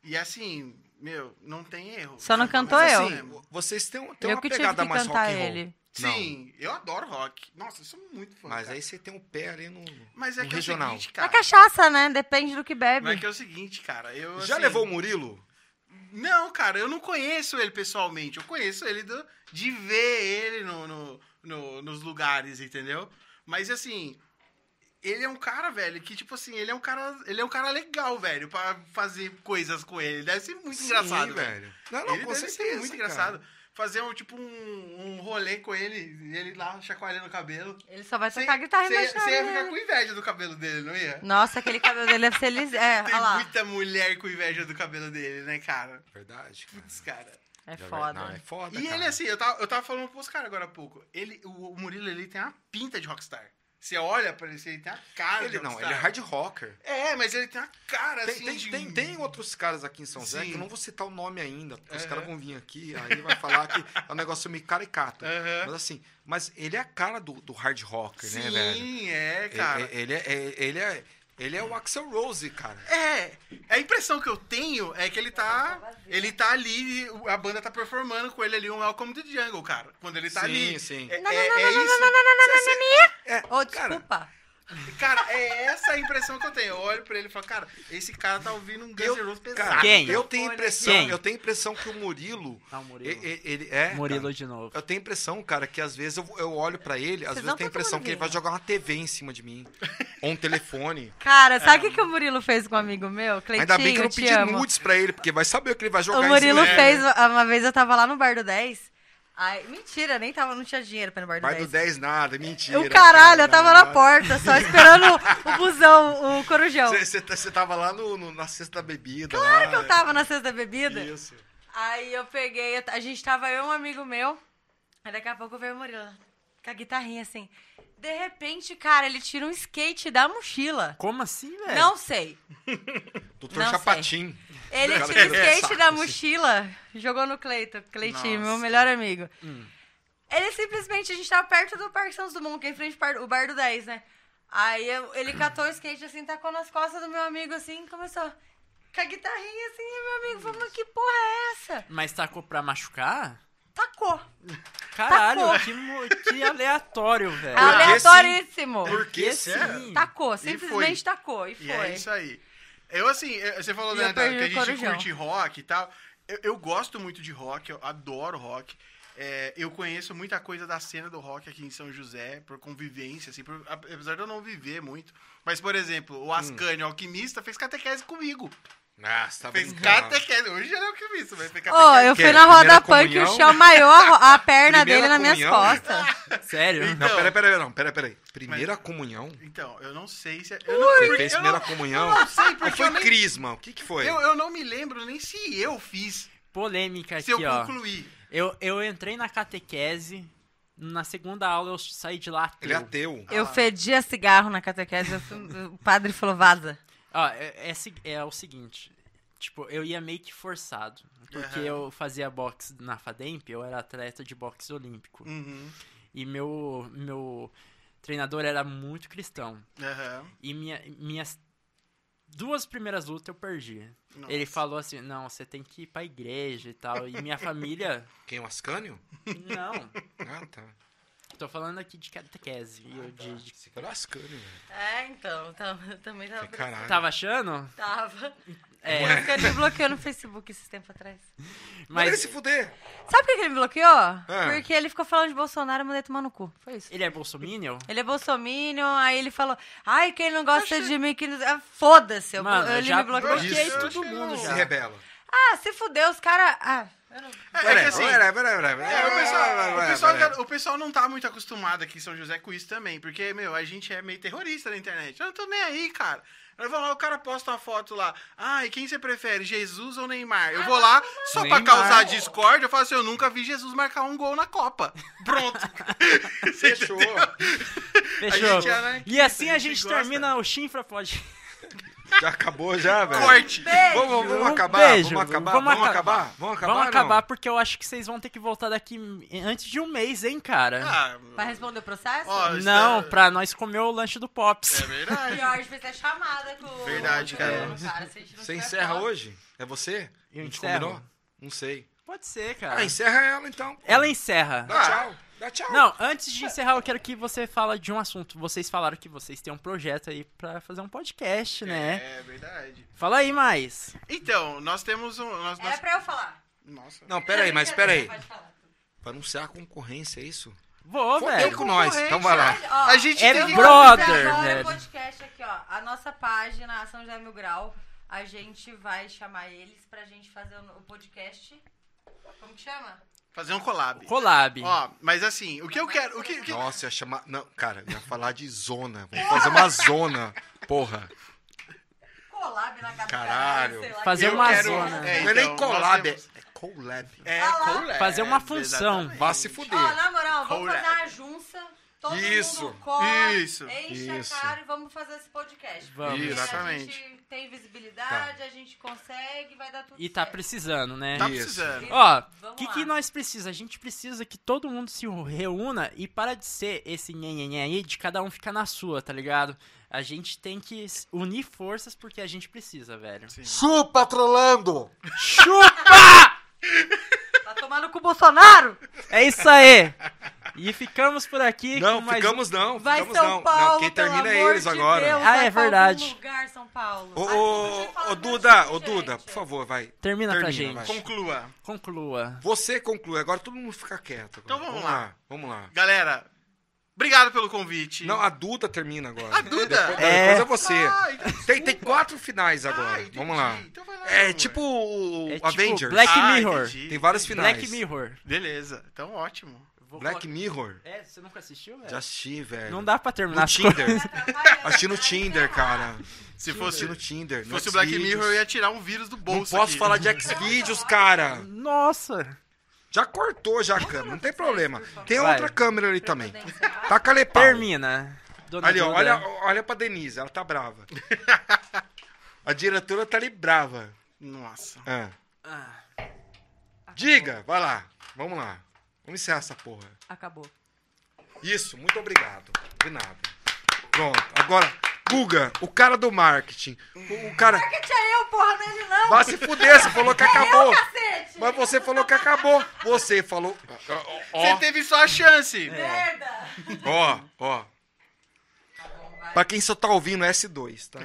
E assim, meu, não tem erro.
Só não
Mas assim,
cantou Então é eu.
mesmo.
Vocês têm, um- têm
Eu
uma
que tive
pegada
que
mais rock and
cantar
roll.
ele.
Não.
Sim, eu adoro rock. Nossa, eu sou muito fã.
Mas
cara.
aí você tem um pé ali no.
Mas é
no
que
regional.
é o seguinte,
É
cara.
cachaça, né? Depende do que bebe.
Mas é que é o seguinte, cara. Eu,
Já
assim,
levou o Murilo?
Não, cara, eu não conheço ele pessoalmente. Eu conheço ele do- de ver ele no, no- no- nos lugares, entendeu? Mas assim, ele é um cara, velho, que, tipo assim, ele é um cara. Ele é um cara legal, velho, pra fazer coisas com ele. Deve ser muito
Sim, Ah,
engraçado, velho.
Não, não,
ele
com
deve ser
certeza,
muito
cara.
engraçado. Fazer um, tipo, um, um rolê com ele, e ele lá chacoalhando o cabelo.
Ele só vai
Você
tocar guitarra
você ia
imaginária.
você ia ficar
dele.
com inveja do cabelo dele, não ia?
Nossa, aquele cabelo dele deve ser liso. É,
Tem
olha lá.
muita mulher com inveja do cabelo dele, né, cara?
É Verdade. cara.
Putz, cara.
É
Já-
foda.
Não, é foda.
E
cara.
ele, assim, eu tava, eu tava falando pros caras agora há pouco. Ele, o, o Murilo, ele tem uma pinta de rockstar. Você olha pra ele, assim, ele tem a cara
Ele
de
não,
rockstar.
ele é hard rocker.
É, mas ele tem a cara,
Tem,
assim,
tem,
de...
tem, tem um outros caras aqui em São José que
Sim.
eu não vou citar o nome ainda, porque os
Aham.
caras vão vir aqui, aí vai falar que é um negócio meio caricato.
Aham.
Mas assim, mas ele é a cara do, do hard rocker, né, velho?
Sim, é, cara.
Ele, ele, é, é- ele, é, ele é o Axel Rose, cara.
É, a impressão que eu tenho é que ele tá. Ele tá ali, a banda tá performando com ele ali um Welcome to Jungle, cara. Quando ele tá
Sim,
ali.
sim.
É,
Não, não,
é-
não,
é
não, não,
isso.
não, não, não, não,
Cê-
É,
Ô,
cara,
desculpa.
cê- Cara, é essa a impressão que eu tenho. Eu olho pra ele e falo, cara, esse cara tá ouvindo
É
um Guns N' Roses pesado.
cara,
Quem?
eu tenho a impressão,
Quem?
eu tenho a impressão que o Murilo,
Tá,
Ah, o
e-
Murilo.
e- ele é
Murilo
cara,
de novo.
eu tenho a impressão, cara, que às vezes eu, eu olho pra ele, às
Vocês
vezes
não
eu tenho a
tão
impressão
tomando
que ele vai
vinho.
jogar uma TV em cima de mim. ou um telefone.
Cara, sabe o que, que o Murilo fez com um amigo meu? Cleitinho,
Ainda bem que eu não
te
pedi
amo.
nudes pra ele, porque vai saber o que ele vai jogar
O
em
Murilo
cima né? de mim.
fez, uma vez eu tava lá no Bar do 10. Ai, mentira, nem tava, não tinha dinheiro pra ir no Bar do
Vai
10.
do 10 nada, mentira.
o caralho,
cara,
eu tava na
cara.
porta, só esperando o busão, o corujão.
Você tá, tava lá no, no- na cesta da bebida.
Claro
lá,
que eu tava na sexta bebida.
Isso.
Aí eu peguei, eu- a gente tava eu e um amigo meu. Aí daqui a pouco veio o Murilo com a guitarrinha assim. De repente, cara, ele tira um skate da mochila.
Como assim,
É.
velho?
Não sei.
Doutor
Não sei.
Chapatin.
Ele
Cara,
tira o
que
skate
saco,
da
assim.
mochila, jogou no Cleito, Cleitinho, meu
Nossa. Hum.
melhor amigo. Ele simplesmente, a gente tava perto do Parque Santos Dumont, que é em frente ao par- o bar do 10, né? Aí eu- ele catou o skate assim, tacou nas costas do meu amigo assim, começou com a guitarrinha assim, e meu amigo, falou, mas que porra é essa?
Mas tacou pra machucar?
Tacou.
Caralho,
Tacou.
que, mo- que aleatório,
É.
velho.
É Aleatoríssimo.
Ah, que
sim.
Tacou,
assim, foi.
simplesmente tacou, e foi.
E é isso aí. Eu, assim, eu- você falou,
E
né,
eu
da-
perdi
que a
o
gente
corujão.
curte rock e tal. Eu, eu gosto muito de rock, eu adoro rock. É, eu conheço muita coisa da cena do rock aqui em São José, por convivência, assim, por- a- apesar de eu não viver muito. Mas, por exemplo, o Ascânio, o alquimista, fez catequese comigo.
Ah, você tá
Fez
brincando.
catequese. Hoje eu
é
não que isso, mas fez
Ô,
catequese.
eu fui
quer?
na
Primeira
roda punk e o
comunhão?
Shell maior a perna dele
Primeira
nas minhas
comunhão?
costas.
Sério?
Não,
Então.
peraí, peraí, não, peraí, peraí. Primeira comunhão?
Então, eu não sei se. é- Eu não,
Você
porque-
fez
eu
primeira
não-
comunhão?
Eu não sei,
Ou
porque
foi
eu, nem-
crisma? O que que foi?
eu, eu não me lembro nem se eu fiz,
Polêmica
se
aqui,
eu
ó.
concluí.
Eu, eu entrei na catequese, na segunda aula eu saí de lá ateu.
Ele é ateu.
Eu fedia cigarro na catequese, eu fui- o padre falou, vaza.
Ó, é, é se- é o seguinte, tipo, eu ia meio que forçado, porque eu fazia boxe na Fademp, eu era atleta de boxe olímpico,
Uhum.
e meu, meu treinador era muito cristão,
Aham.
e minha, minhas duas primeiras lutas eu perdi.
Nossa.
Ele falou assim, não, você tem que ir pra igreja e tal, e minha família,
Quem? O Ascânio?
não,
Ah, tá.
tô falando aqui de catequese, e eu
Ah,
de, de-
Esse cara é o Ascânio, velho.
É, então, eu também tava...
tá.
Caralho.
Tava achando?
Tava.
É,
Por isso que ele me bloqueou no Facebook esses tempos atrás.
Mas... ele
mas
se fuder.
Sabe por que ele me bloqueou? Porque ele ficou falando de Bolsonaro e mandei tomar no cu. Foi isso.
ele é bolsominion?
Ele é bolsominion, aí ele falou, ai, quem não gosta de mim, que não... Ah, Foda-se, eu,
Mano,
ele
já
me bloqueou.
bloqueei
Isso.
todo mundo
Se
já.
rebela.
Ah, se fudeu, os caras... Ah, eu não...
É, é que
Peraí,
assim,
peraí, peraí, peraí, peraí.
É, o pessoal, o,
Peraí,
pessoal,
peraí.
o pessoal não tá muito acostumado aqui em São José com isso também, porque, meu, a gente é meio terrorista na internet. Eu não tô nem aí, cara. Eu vou lá, o cara posta uma foto lá. Ah, e quem você prefere, Jesus ou Neymar? Eu vou lá só pra
Neymar.
causar discórdia. Eu falo assim, eu nunca vi Jesus marcar um gol na Copa. Pronto. Você
Fechou.
entendeu?
Fechou.
gente é anarquista,
e assim
a
a
gente
gente,
gosta.
termina o Chinfra Pod.
Já acabou já, velho?
Corte.
Vamos, vamos
Um
acabar,
beijo.
vamos acabar,
Vamos
vamos,
acabar.
acabar, vamos acabar,
Vamos
não?
acabar porque eu acho que vocês vão ter que voltar daqui antes de um mês, hein, cara?
Ah,
Vai responder o processo?
ó, isso
Não,
é-
pra nós comer o lanche do Pops.
É verdade.
Pior, a gente fez a chamada com o-
Verdade,
com o
cara.
cara, se a gente não
Você
tiver
encerra
foto.
hoje? É você?
Eu
A gente
encerro.
combinou? Não sei.
Pode ser,
Tá.
cara.
Ah, encerra ela então. pô.
Ela encerra.
Ah.
Dá tchau. Dá tchau.
Não, antes de encerrar, eu quero que você fala de um assunto. Vocês falaram que vocês têm um projeto aí pra fazer um podcast, né?
É verdade.
Fala aí mais.
Então, nós temos um... Nós,
Era
nós...
É pra eu falar.
Nossa.
Não, peraí, mas peraí.
Pode falar.
Pra anunciar a concorrência, é isso?
Vou,
Fodeu
um
velho.
com nós. Então vai lá.
Ó,
A gente
É
tem que...
Eu
bro-
vou fazer
Brother,
agora
velho.
o podcast aqui, ó. A nossa página, São José Mil Grau, a gente vai chamar eles pra gente fazer o o podcast. Como que chama?
Fazer um collab.
Collab.
Ó, mas assim, o que eu quero... O que, o que...
Nossa, ia chamar. Não, cara, ia falar de zona. Vamos fazer uma zona. Porra.
Collab na casa do
Caralho.
sei lá.
Fazer
Eu
uma
quero-
zona.
É,
não é nem
então, nós
collab,
temos-
é, é collab.
É,
Ah lá.
collab,
Fazer uma função.
exatamente.
Vá se
Ó,
fuder.
na moral, vamos
Collab.
fazer uma junça. Todo
Isso,
mundo cola,
isso,
enche
isso.
a cara e vamos fazer esse podcast.
Vamos.
Porque
Exatamente.
A gente tem visibilidade, a gente consegue, vai dar tudo
E tá
certo.
precisando, né?
Tá
Isso.
precisando.
Ó, o
Vamos
que,
lá.
que nós precisa? A gente precisa que todo mundo se reúna e para de ser esse nhenhenhen aí de cada um ficar na sua, tá ligado? A gente tem que s- unir forças porque a gente precisa, velho.
Chupa, trolando!
Chupa!
Tá tomando com o Bolsonaro?
É isso aí! E ficamos por aqui.
Não,
com mais...
ficamos não.
Vai
ficamos
São
não.
Paulo,
não. Quem
pelo
termina é
amor
eles
de
agora.
Deus,
Ah,
vai
é
pra
verdade.
algum lugar, São Paulo.
Ô,
Ai,
ô,
deixa eu falar
ô,
um
Duda,
monte
ô,
de
Duda,
gente.
por favor, vai.
um. Termina, pra gente.
Termina, vai.
Conclua.
Conclua.
Você conclui, agora todo mundo fica quieto. agora.
Então vamos lá.
Vamos lá.
Galera, obrigado pelo convite.
Não, a Duda termina agora.
A Duda?
Depois,
É.
depois é você.
Ah,
Ai, desculpa.
Tem, tem quatro finais agora.
Ah, entendi.
Vamos lá.
Então vai lá,
É
amor.
tipo o
É tipo
Avengers.
Black
Ah,
Mirror.
entendi.
Tem vários finais.
Black Mirror.
Beleza, então ótimo.
Vou
Black
colocar-
Mirror.
É, você nunca assistiu, velho?
Já assisti, velho.
Não dá pra terminar
No
as coisas.
Tinder.
Atrapalhando.
Assisti no
Ai,
Tinder, cara.
Se
Assisti
fosse,
no Tinder.
se
no
fosse o Black
Xvideos.
Mirror, eu ia tirar um vírus do
Não
bolso
posso
aqui.
falar de Xvideos, cara.
Nossa!
Já cortou já a câmera, não tem problema. Tem
Vai.
outra câmera ali também. Tá Taca ali pau.
Termina. Dona
Ali, ó,
Duda.
olha, olha pra Denise, ela tá brava. A diretora tá ali brava.
Nossa.
Ah.
Ah,
Diga, vai lá. Vamos lá. Vamos encerrar essa porra.
Acabou.
Isso, muito obrigado. De nada. Pronto, agora, Guga, o cara do marketing. O, o cara.
Que tinha eu, porra, não é ele não,
Vai se fuder, você falou que acabou.
cacete!
Mas você falou que acabou. Você falou.
Você teve só a chance.
É.
Merda!
Ó, ó. Pra quem só tá ouvindo, S2, tá?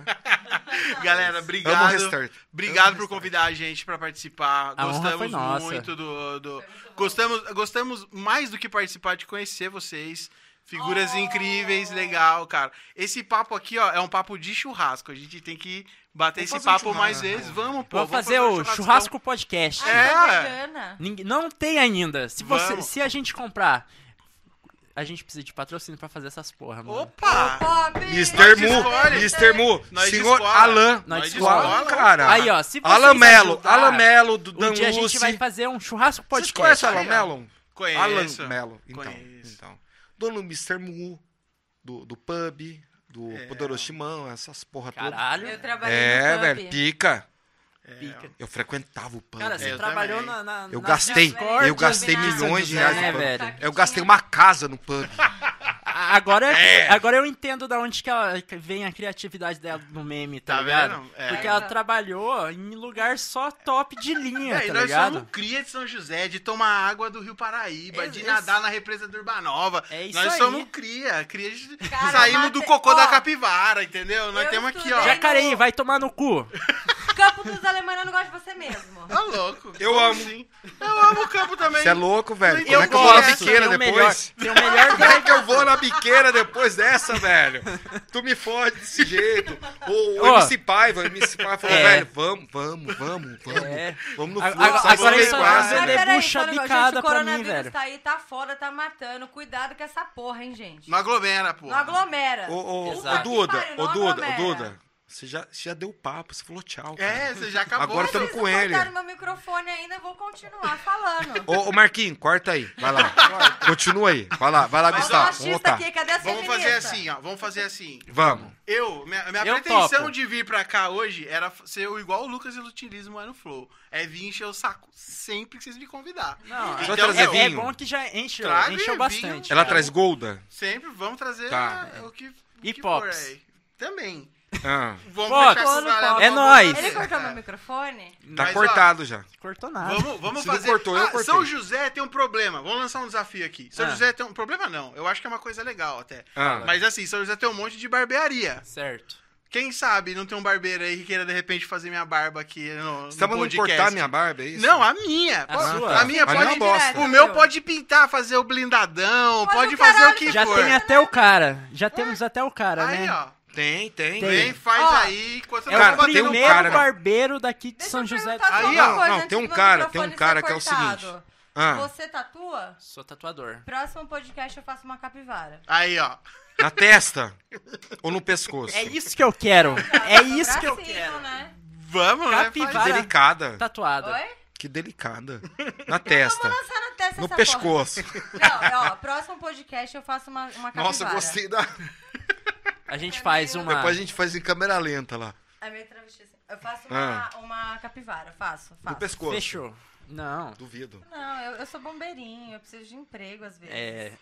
Galera,
Amo
obrigado.
restart.
Obrigado por convidar a gente pra participar.
A honra foi
Gostamos
nossa.
muito do, do- gostamos, gostamos mais do que participar de conhecer vocês. Figuras
Oh.
incríveis, legal, cara. Esse papo aqui, ó, é um papo de churrasco. A gente tem que bater
Vamos
esse
fazer um
papo mais
churrasco.
vezes. Vamos, pô.
Vamos fazer,
um
o
churrascão.
churrasco podcast.
Ah,
É.
tá vegana.
Ninguém- Não tem ainda. Se, você,
Vamos.
se a gente comprar, a gente precisa de patrocínio pra fazer essas porra, mano.
Opa!
Pop!
Mr. Mu,
escolhe.
Mr. Mu,
Nós
senhor
descola.
Alan.
Nós
Qual,
descola.
cara.
Aí, ó, se vocês
Alan Melo,
ajudar,
Alan Melo, do Dan
Um dia a gente
Lucy.
vai fazer um churrasco
Vocês
podcast.
conhecem o Alan Melo?
Conheço.
Alan Melo, então.
Conheço.
então. Dono do Mr. Mu, do, do pub, do Poderoso Chimão, essas porra toda.
É. Caralho.
Eu trabalhei
É,
no pub.
velho, pica.
Pica.
Eu frequentava o pub.
Cara,
velho.
você
É,
tá
eu
trabalhou
também.
na, na-
Eu
nas
gastei,
discórdias
eu gastei
de São
milhões de
José,
reais
né,
no
velho?
Eu gastei uma casa no pub.
A- Agora,
É.
agora eu entendo da onde que ela- que vem a criatividade dela no meme, tá,
Tá
ligado?
vendo? É.
Porque ela trabalhou em lugar só top de linha,
É, e
tá
nós
ligado?
somos cria de São José, de tomar água do Rio Paraíba,
É
de
isso.
nadar na represa do Urbanova.
É isso
nós
aí.
somos um cria, cria de...
Cara,
Saímos
mate-
do cocô da
ó,
capivara, entendeu? Nós
eu
temos aqui, ó.
estudei-
Jacareí, vai tomar no cu.
Campo dos Alemães eu não gosto de você mesmo.
Tá louco.
Eu
Como
amo.
assim? Eu amo o campo também.
Você é louco, velho? Como
Eu
é que eu vou na
gosto, Então,
biqueira
tem o melhor-
depois?
Tem o melhor
Como é que eu vou na biqueira depois dessa, velho? Tu me fode desse jeito. O, o
Ó.
MC Paiva, o MC Paiva falou,
É.
velho, vamos, vamos, vamos, vamos.
É.
Vamos no
A-
fluxo.
agora-
sabe
agora
como é
isso
que
é uma
passa,
Você
Mas
né?
debucha
peraí, só um
a
negócio.
bicada
gente,
pra
o
mim,
coronavírus
velho.
tá aí, tá foda, tá matando. Cuidado com essa porra, hein, gente.
Não aglomera, pô.
Não aglomera.
Ô, ô, ô,
Exato.
Duda,
Pariu,
ô
não
Duda, ô
aglomera.
Duda, você já, você já deu papo, você falou tchau.
É,
Cara.
você já acabou.
Agora tá-
né?
estamos
Vocês não
com ele.
cortaram meu microfone ainda, vou continuar falando.
Ô, ô Marquinhos, corta aí, vai lá. Continua aí, vai lá, vai lá,
Mas
Gustavo,
o
tá, vamos
machista
voltar.
aqui, cadê a
Vamos fazer
feminista?
assim, ó. Vamos fazer assim.
Vamos.
Eu, minha, minha
Eu
pretensão
topo.
de vir pra cá hoje era f- ser o igual o Lucas e o Lutilismo é no Flow. É vir encher o saco sempre que vocês me convidar. Então,
Não,
Deixa eu
é-
trazer
é, é
vinho.
bom que já encheu,
Traga
encheu
vinho.
bastante.
Ela
Tá.
traz golda?
Sempre vamos trazer
Tá.
ah, o que, o
E
que
pops.
for aí. Também.
Ah,
Vamos
Pops,
fechar essa
é
galera pra
nóis.
você.
Ele cortou meu microfone?
tá
Mas, ó,
cortado já.
Cortou nada.
Vamos, vamos
Se não
fazer.
cortou, eu
Ah,
cortei.
São José tem um problema. Vamos lançar um desafio aqui. São
Ah.
José tem um problema não. Eu acho que é uma coisa legal até.
Ah.
Mas assim, São José tem um monte de barbearia.
Certo.
Quem sabe não tem um barbeiro aí que queira de repente fazer minha barba aqui no, no
Estamos não
podcast.
tá cortar minha barba, tá. é isso?
Não, a minha.
A
Pô,
sua.
A minha
Mas
pode.
não é bosta.
O meu pode pintar, fazer o blindadão,
Mas
pode
o
fazer
caralho,
o que
Já
for.
tem até o cara. Já temos até o cara,
Aí,
né?
ó.
Tem, tem.
Vem, faz aí. Enquanto
É
eu
o
vou bater no
primeiro
cara, né?
barbeiro daqui de
Deixa
São
eu
José.
perguntar só
Aí,
uma
ó,
coisa
não,
antes
tem um
do
cara, tem um
microfone ser
cara que é o seguinte.
cortado.
Ah,
Você tatua?
Sou tatuador.
Próximo podcast eu faço uma capivara.
Aí, ó.
na testa ou no pescoço?
É isso que eu quero. É isso
Pra
que eu
cima,
quero.
né?
Vamos, né? Faz-
Que
Capivara.
delicada.
Tatuada.
Oi?
Que delicada. Na testa.
Vamos lançar na testa
No
essa
pescoço.
porra. Não, ó, próximo podcast eu faço uma, uma capivara.
Nossa, eu gostei da.
A gente faz uma.
Depois a gente faz em câmera lenta lá.
A minha travesti assim. Eu faço
Ah.
uma, uma capivara, faço,
No
faço.
pescoço.
Fechou. Não.
Duvido.
Não, eu, eu sou bombeirinho, eu preciso de emprego às vezes.
É.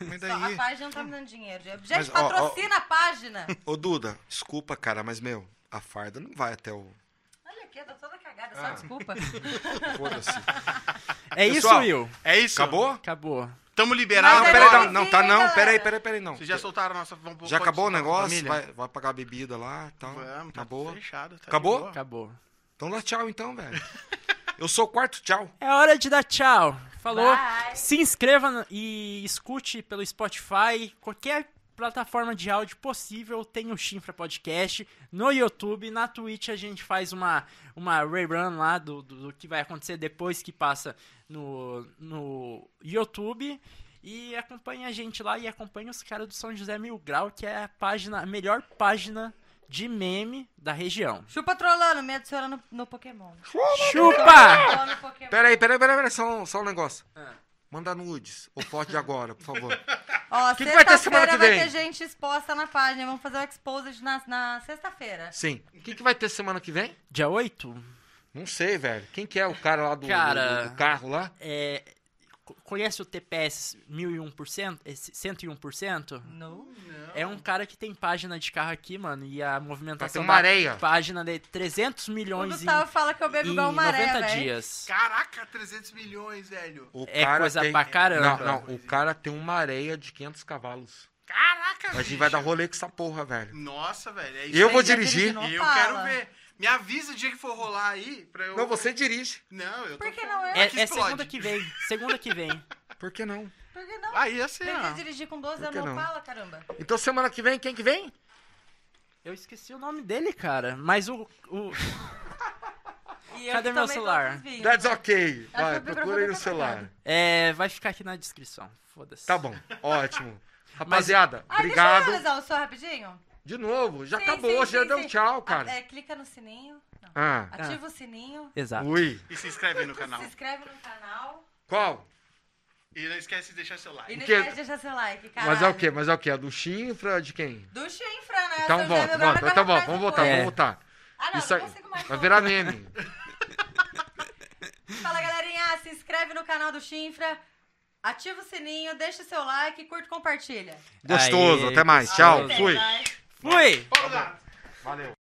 Mas
Só a
daí.
página não tá me dando dinheiro. Gente,
Mas, ó, ó.
patrocina a página.
Ô, Duda, desculpa, cara, mas meu, a farda não vai até o.
Olha aqui, eu tô toda cagada,
Ah.
só desculpa.
Foda-se.
É
Pessoal,
isso, Will.
É isso.
Acabou?
Acabou.
Tamo
Não,
liberados.
Mas é
peraí,
bom,
não, não, tá
hein,
não,
galera?
peraí, peraí, peraí, não.
Vocês já soltaram tá a nossa. vamos- pode
Já acabou o
soltar pra
negócio?
família?
Vai, vai pagar a bebida lá tal.
Vamos, tá
Acabou.
fechado. tá de
Acabou?
boa.
Acabou.
Então dá tchau então, velho. Eu sou o quarto tchau.
É hora de dar tchau. Falou.
Bye.
Se inscreva no- e escute pelo Spotify, qualquer plataforma de áudio possível tem o Chifra Podcast. No YouTube, na Twitch a gente faz uma, uma rerun lá do, do, do que vai acontecer depois que passa no, no YouTube. E acompanha a gente lá e acompanha os caras do São José Mil Grau, que é a página, a melhor página de meme da região.
Chupa trolando, me adiciona no, no Pokémon.
Chupa!
Adiciona no Pokémon.
Peraí, peraí, peraí, peraí, só um, só um negócio.
Ah.
Manda nudes. Ou foto de agora, por favor.
Ó,
que vai ter semana
sexta-feira
que
vai
vem?
ter gente exposta na página. Vamos fazer o exposed na, na sexta-feira.
Sim. O que, que vai ter semana que vem?
Dia 8?
Não sei, velho. Quem que é o cara lá do,
Cara.
do- do carro lá?
é, co- conhece o TPS 1001%? Esse 101%?
No.
É um cara que tem página de carro aqui, mano, e a movimentação
Tem uma
da
areia.
página de 300
O
milhões em,
Gustavo fala que eu bebo
em
igual
90
uma maré, velho.
dias.
Caraca, 300 milhões, velho.
O
É coisa pra caramba.
Não, não. O cara tem uma areia de 500 cavalos.
Caraca,
A gente
bicho.
vai dar rolê com essa porra, velho.
Nossa, velho. É isso
Eu
aí.
vou
já
dirigir.
dirigiu?
Eu
Fala.
quero ver. Me avisa o dia que for rolar aí pra eu.
Não, você dirige.
Não, eu tô.
Por que não eu?
É,
Aqui
é
explode.
segunda que vem. Segunda que vem.
Por que não?
Por que não?
Aí assim,
Aprendi a
ó.
dirigir com 12
Por que
anos,
não?
não fala, caramba.
Então semana que vem, quem que vem?
Eu esqueci o nome dele, cara. Mas o. o-
E eu
Cadê
que
meu
tomei
celular?
todos os vinhos.
That's ok.
Acho que
Vai,
o microfone
procura aí no
tá
celular.
apagado.
é, vai ficar aqui na descrição. Foda-se.
Tá bom, ótimo. Rapaziada,
Ai,
obrigado.
Deixa eu analisar o seu rapidinho.
De novo, já
Sim,
acabou,
sim,
já
sim,
deu
sim.
tchau, cara.
Ah, é, clica no sininho. Não.
Ah,
Ativa o sininho.
Exato.
ui.
E se inscreve no canal.
Se inscreve no canal.
Qual?
E não esquece de deixar seu like.
E não
que-
esquece de deixar seu like, cara.
Mas é o quê? Mas é o quê? A do chifra de quem?
Do Chinfra, né?
Então
Seu
volta,
Jaime Brown
volta. Então
vai correr
volta,
atrás
vamos
do
voltar,
coelho.
vamos voltar.
Ah, não,
Isso
não
aí
consigo mais.
vai
não.
virar meme.
Fala, galerinha. Se inscreve no canal do Chinfra. Ativa o sininho, deixa o seu like, curte e compartilha. É
Gostoso,
Aí,
até mais. Tchau,
gostoso.
fui.
Vai.
Fui!
Vamos lá.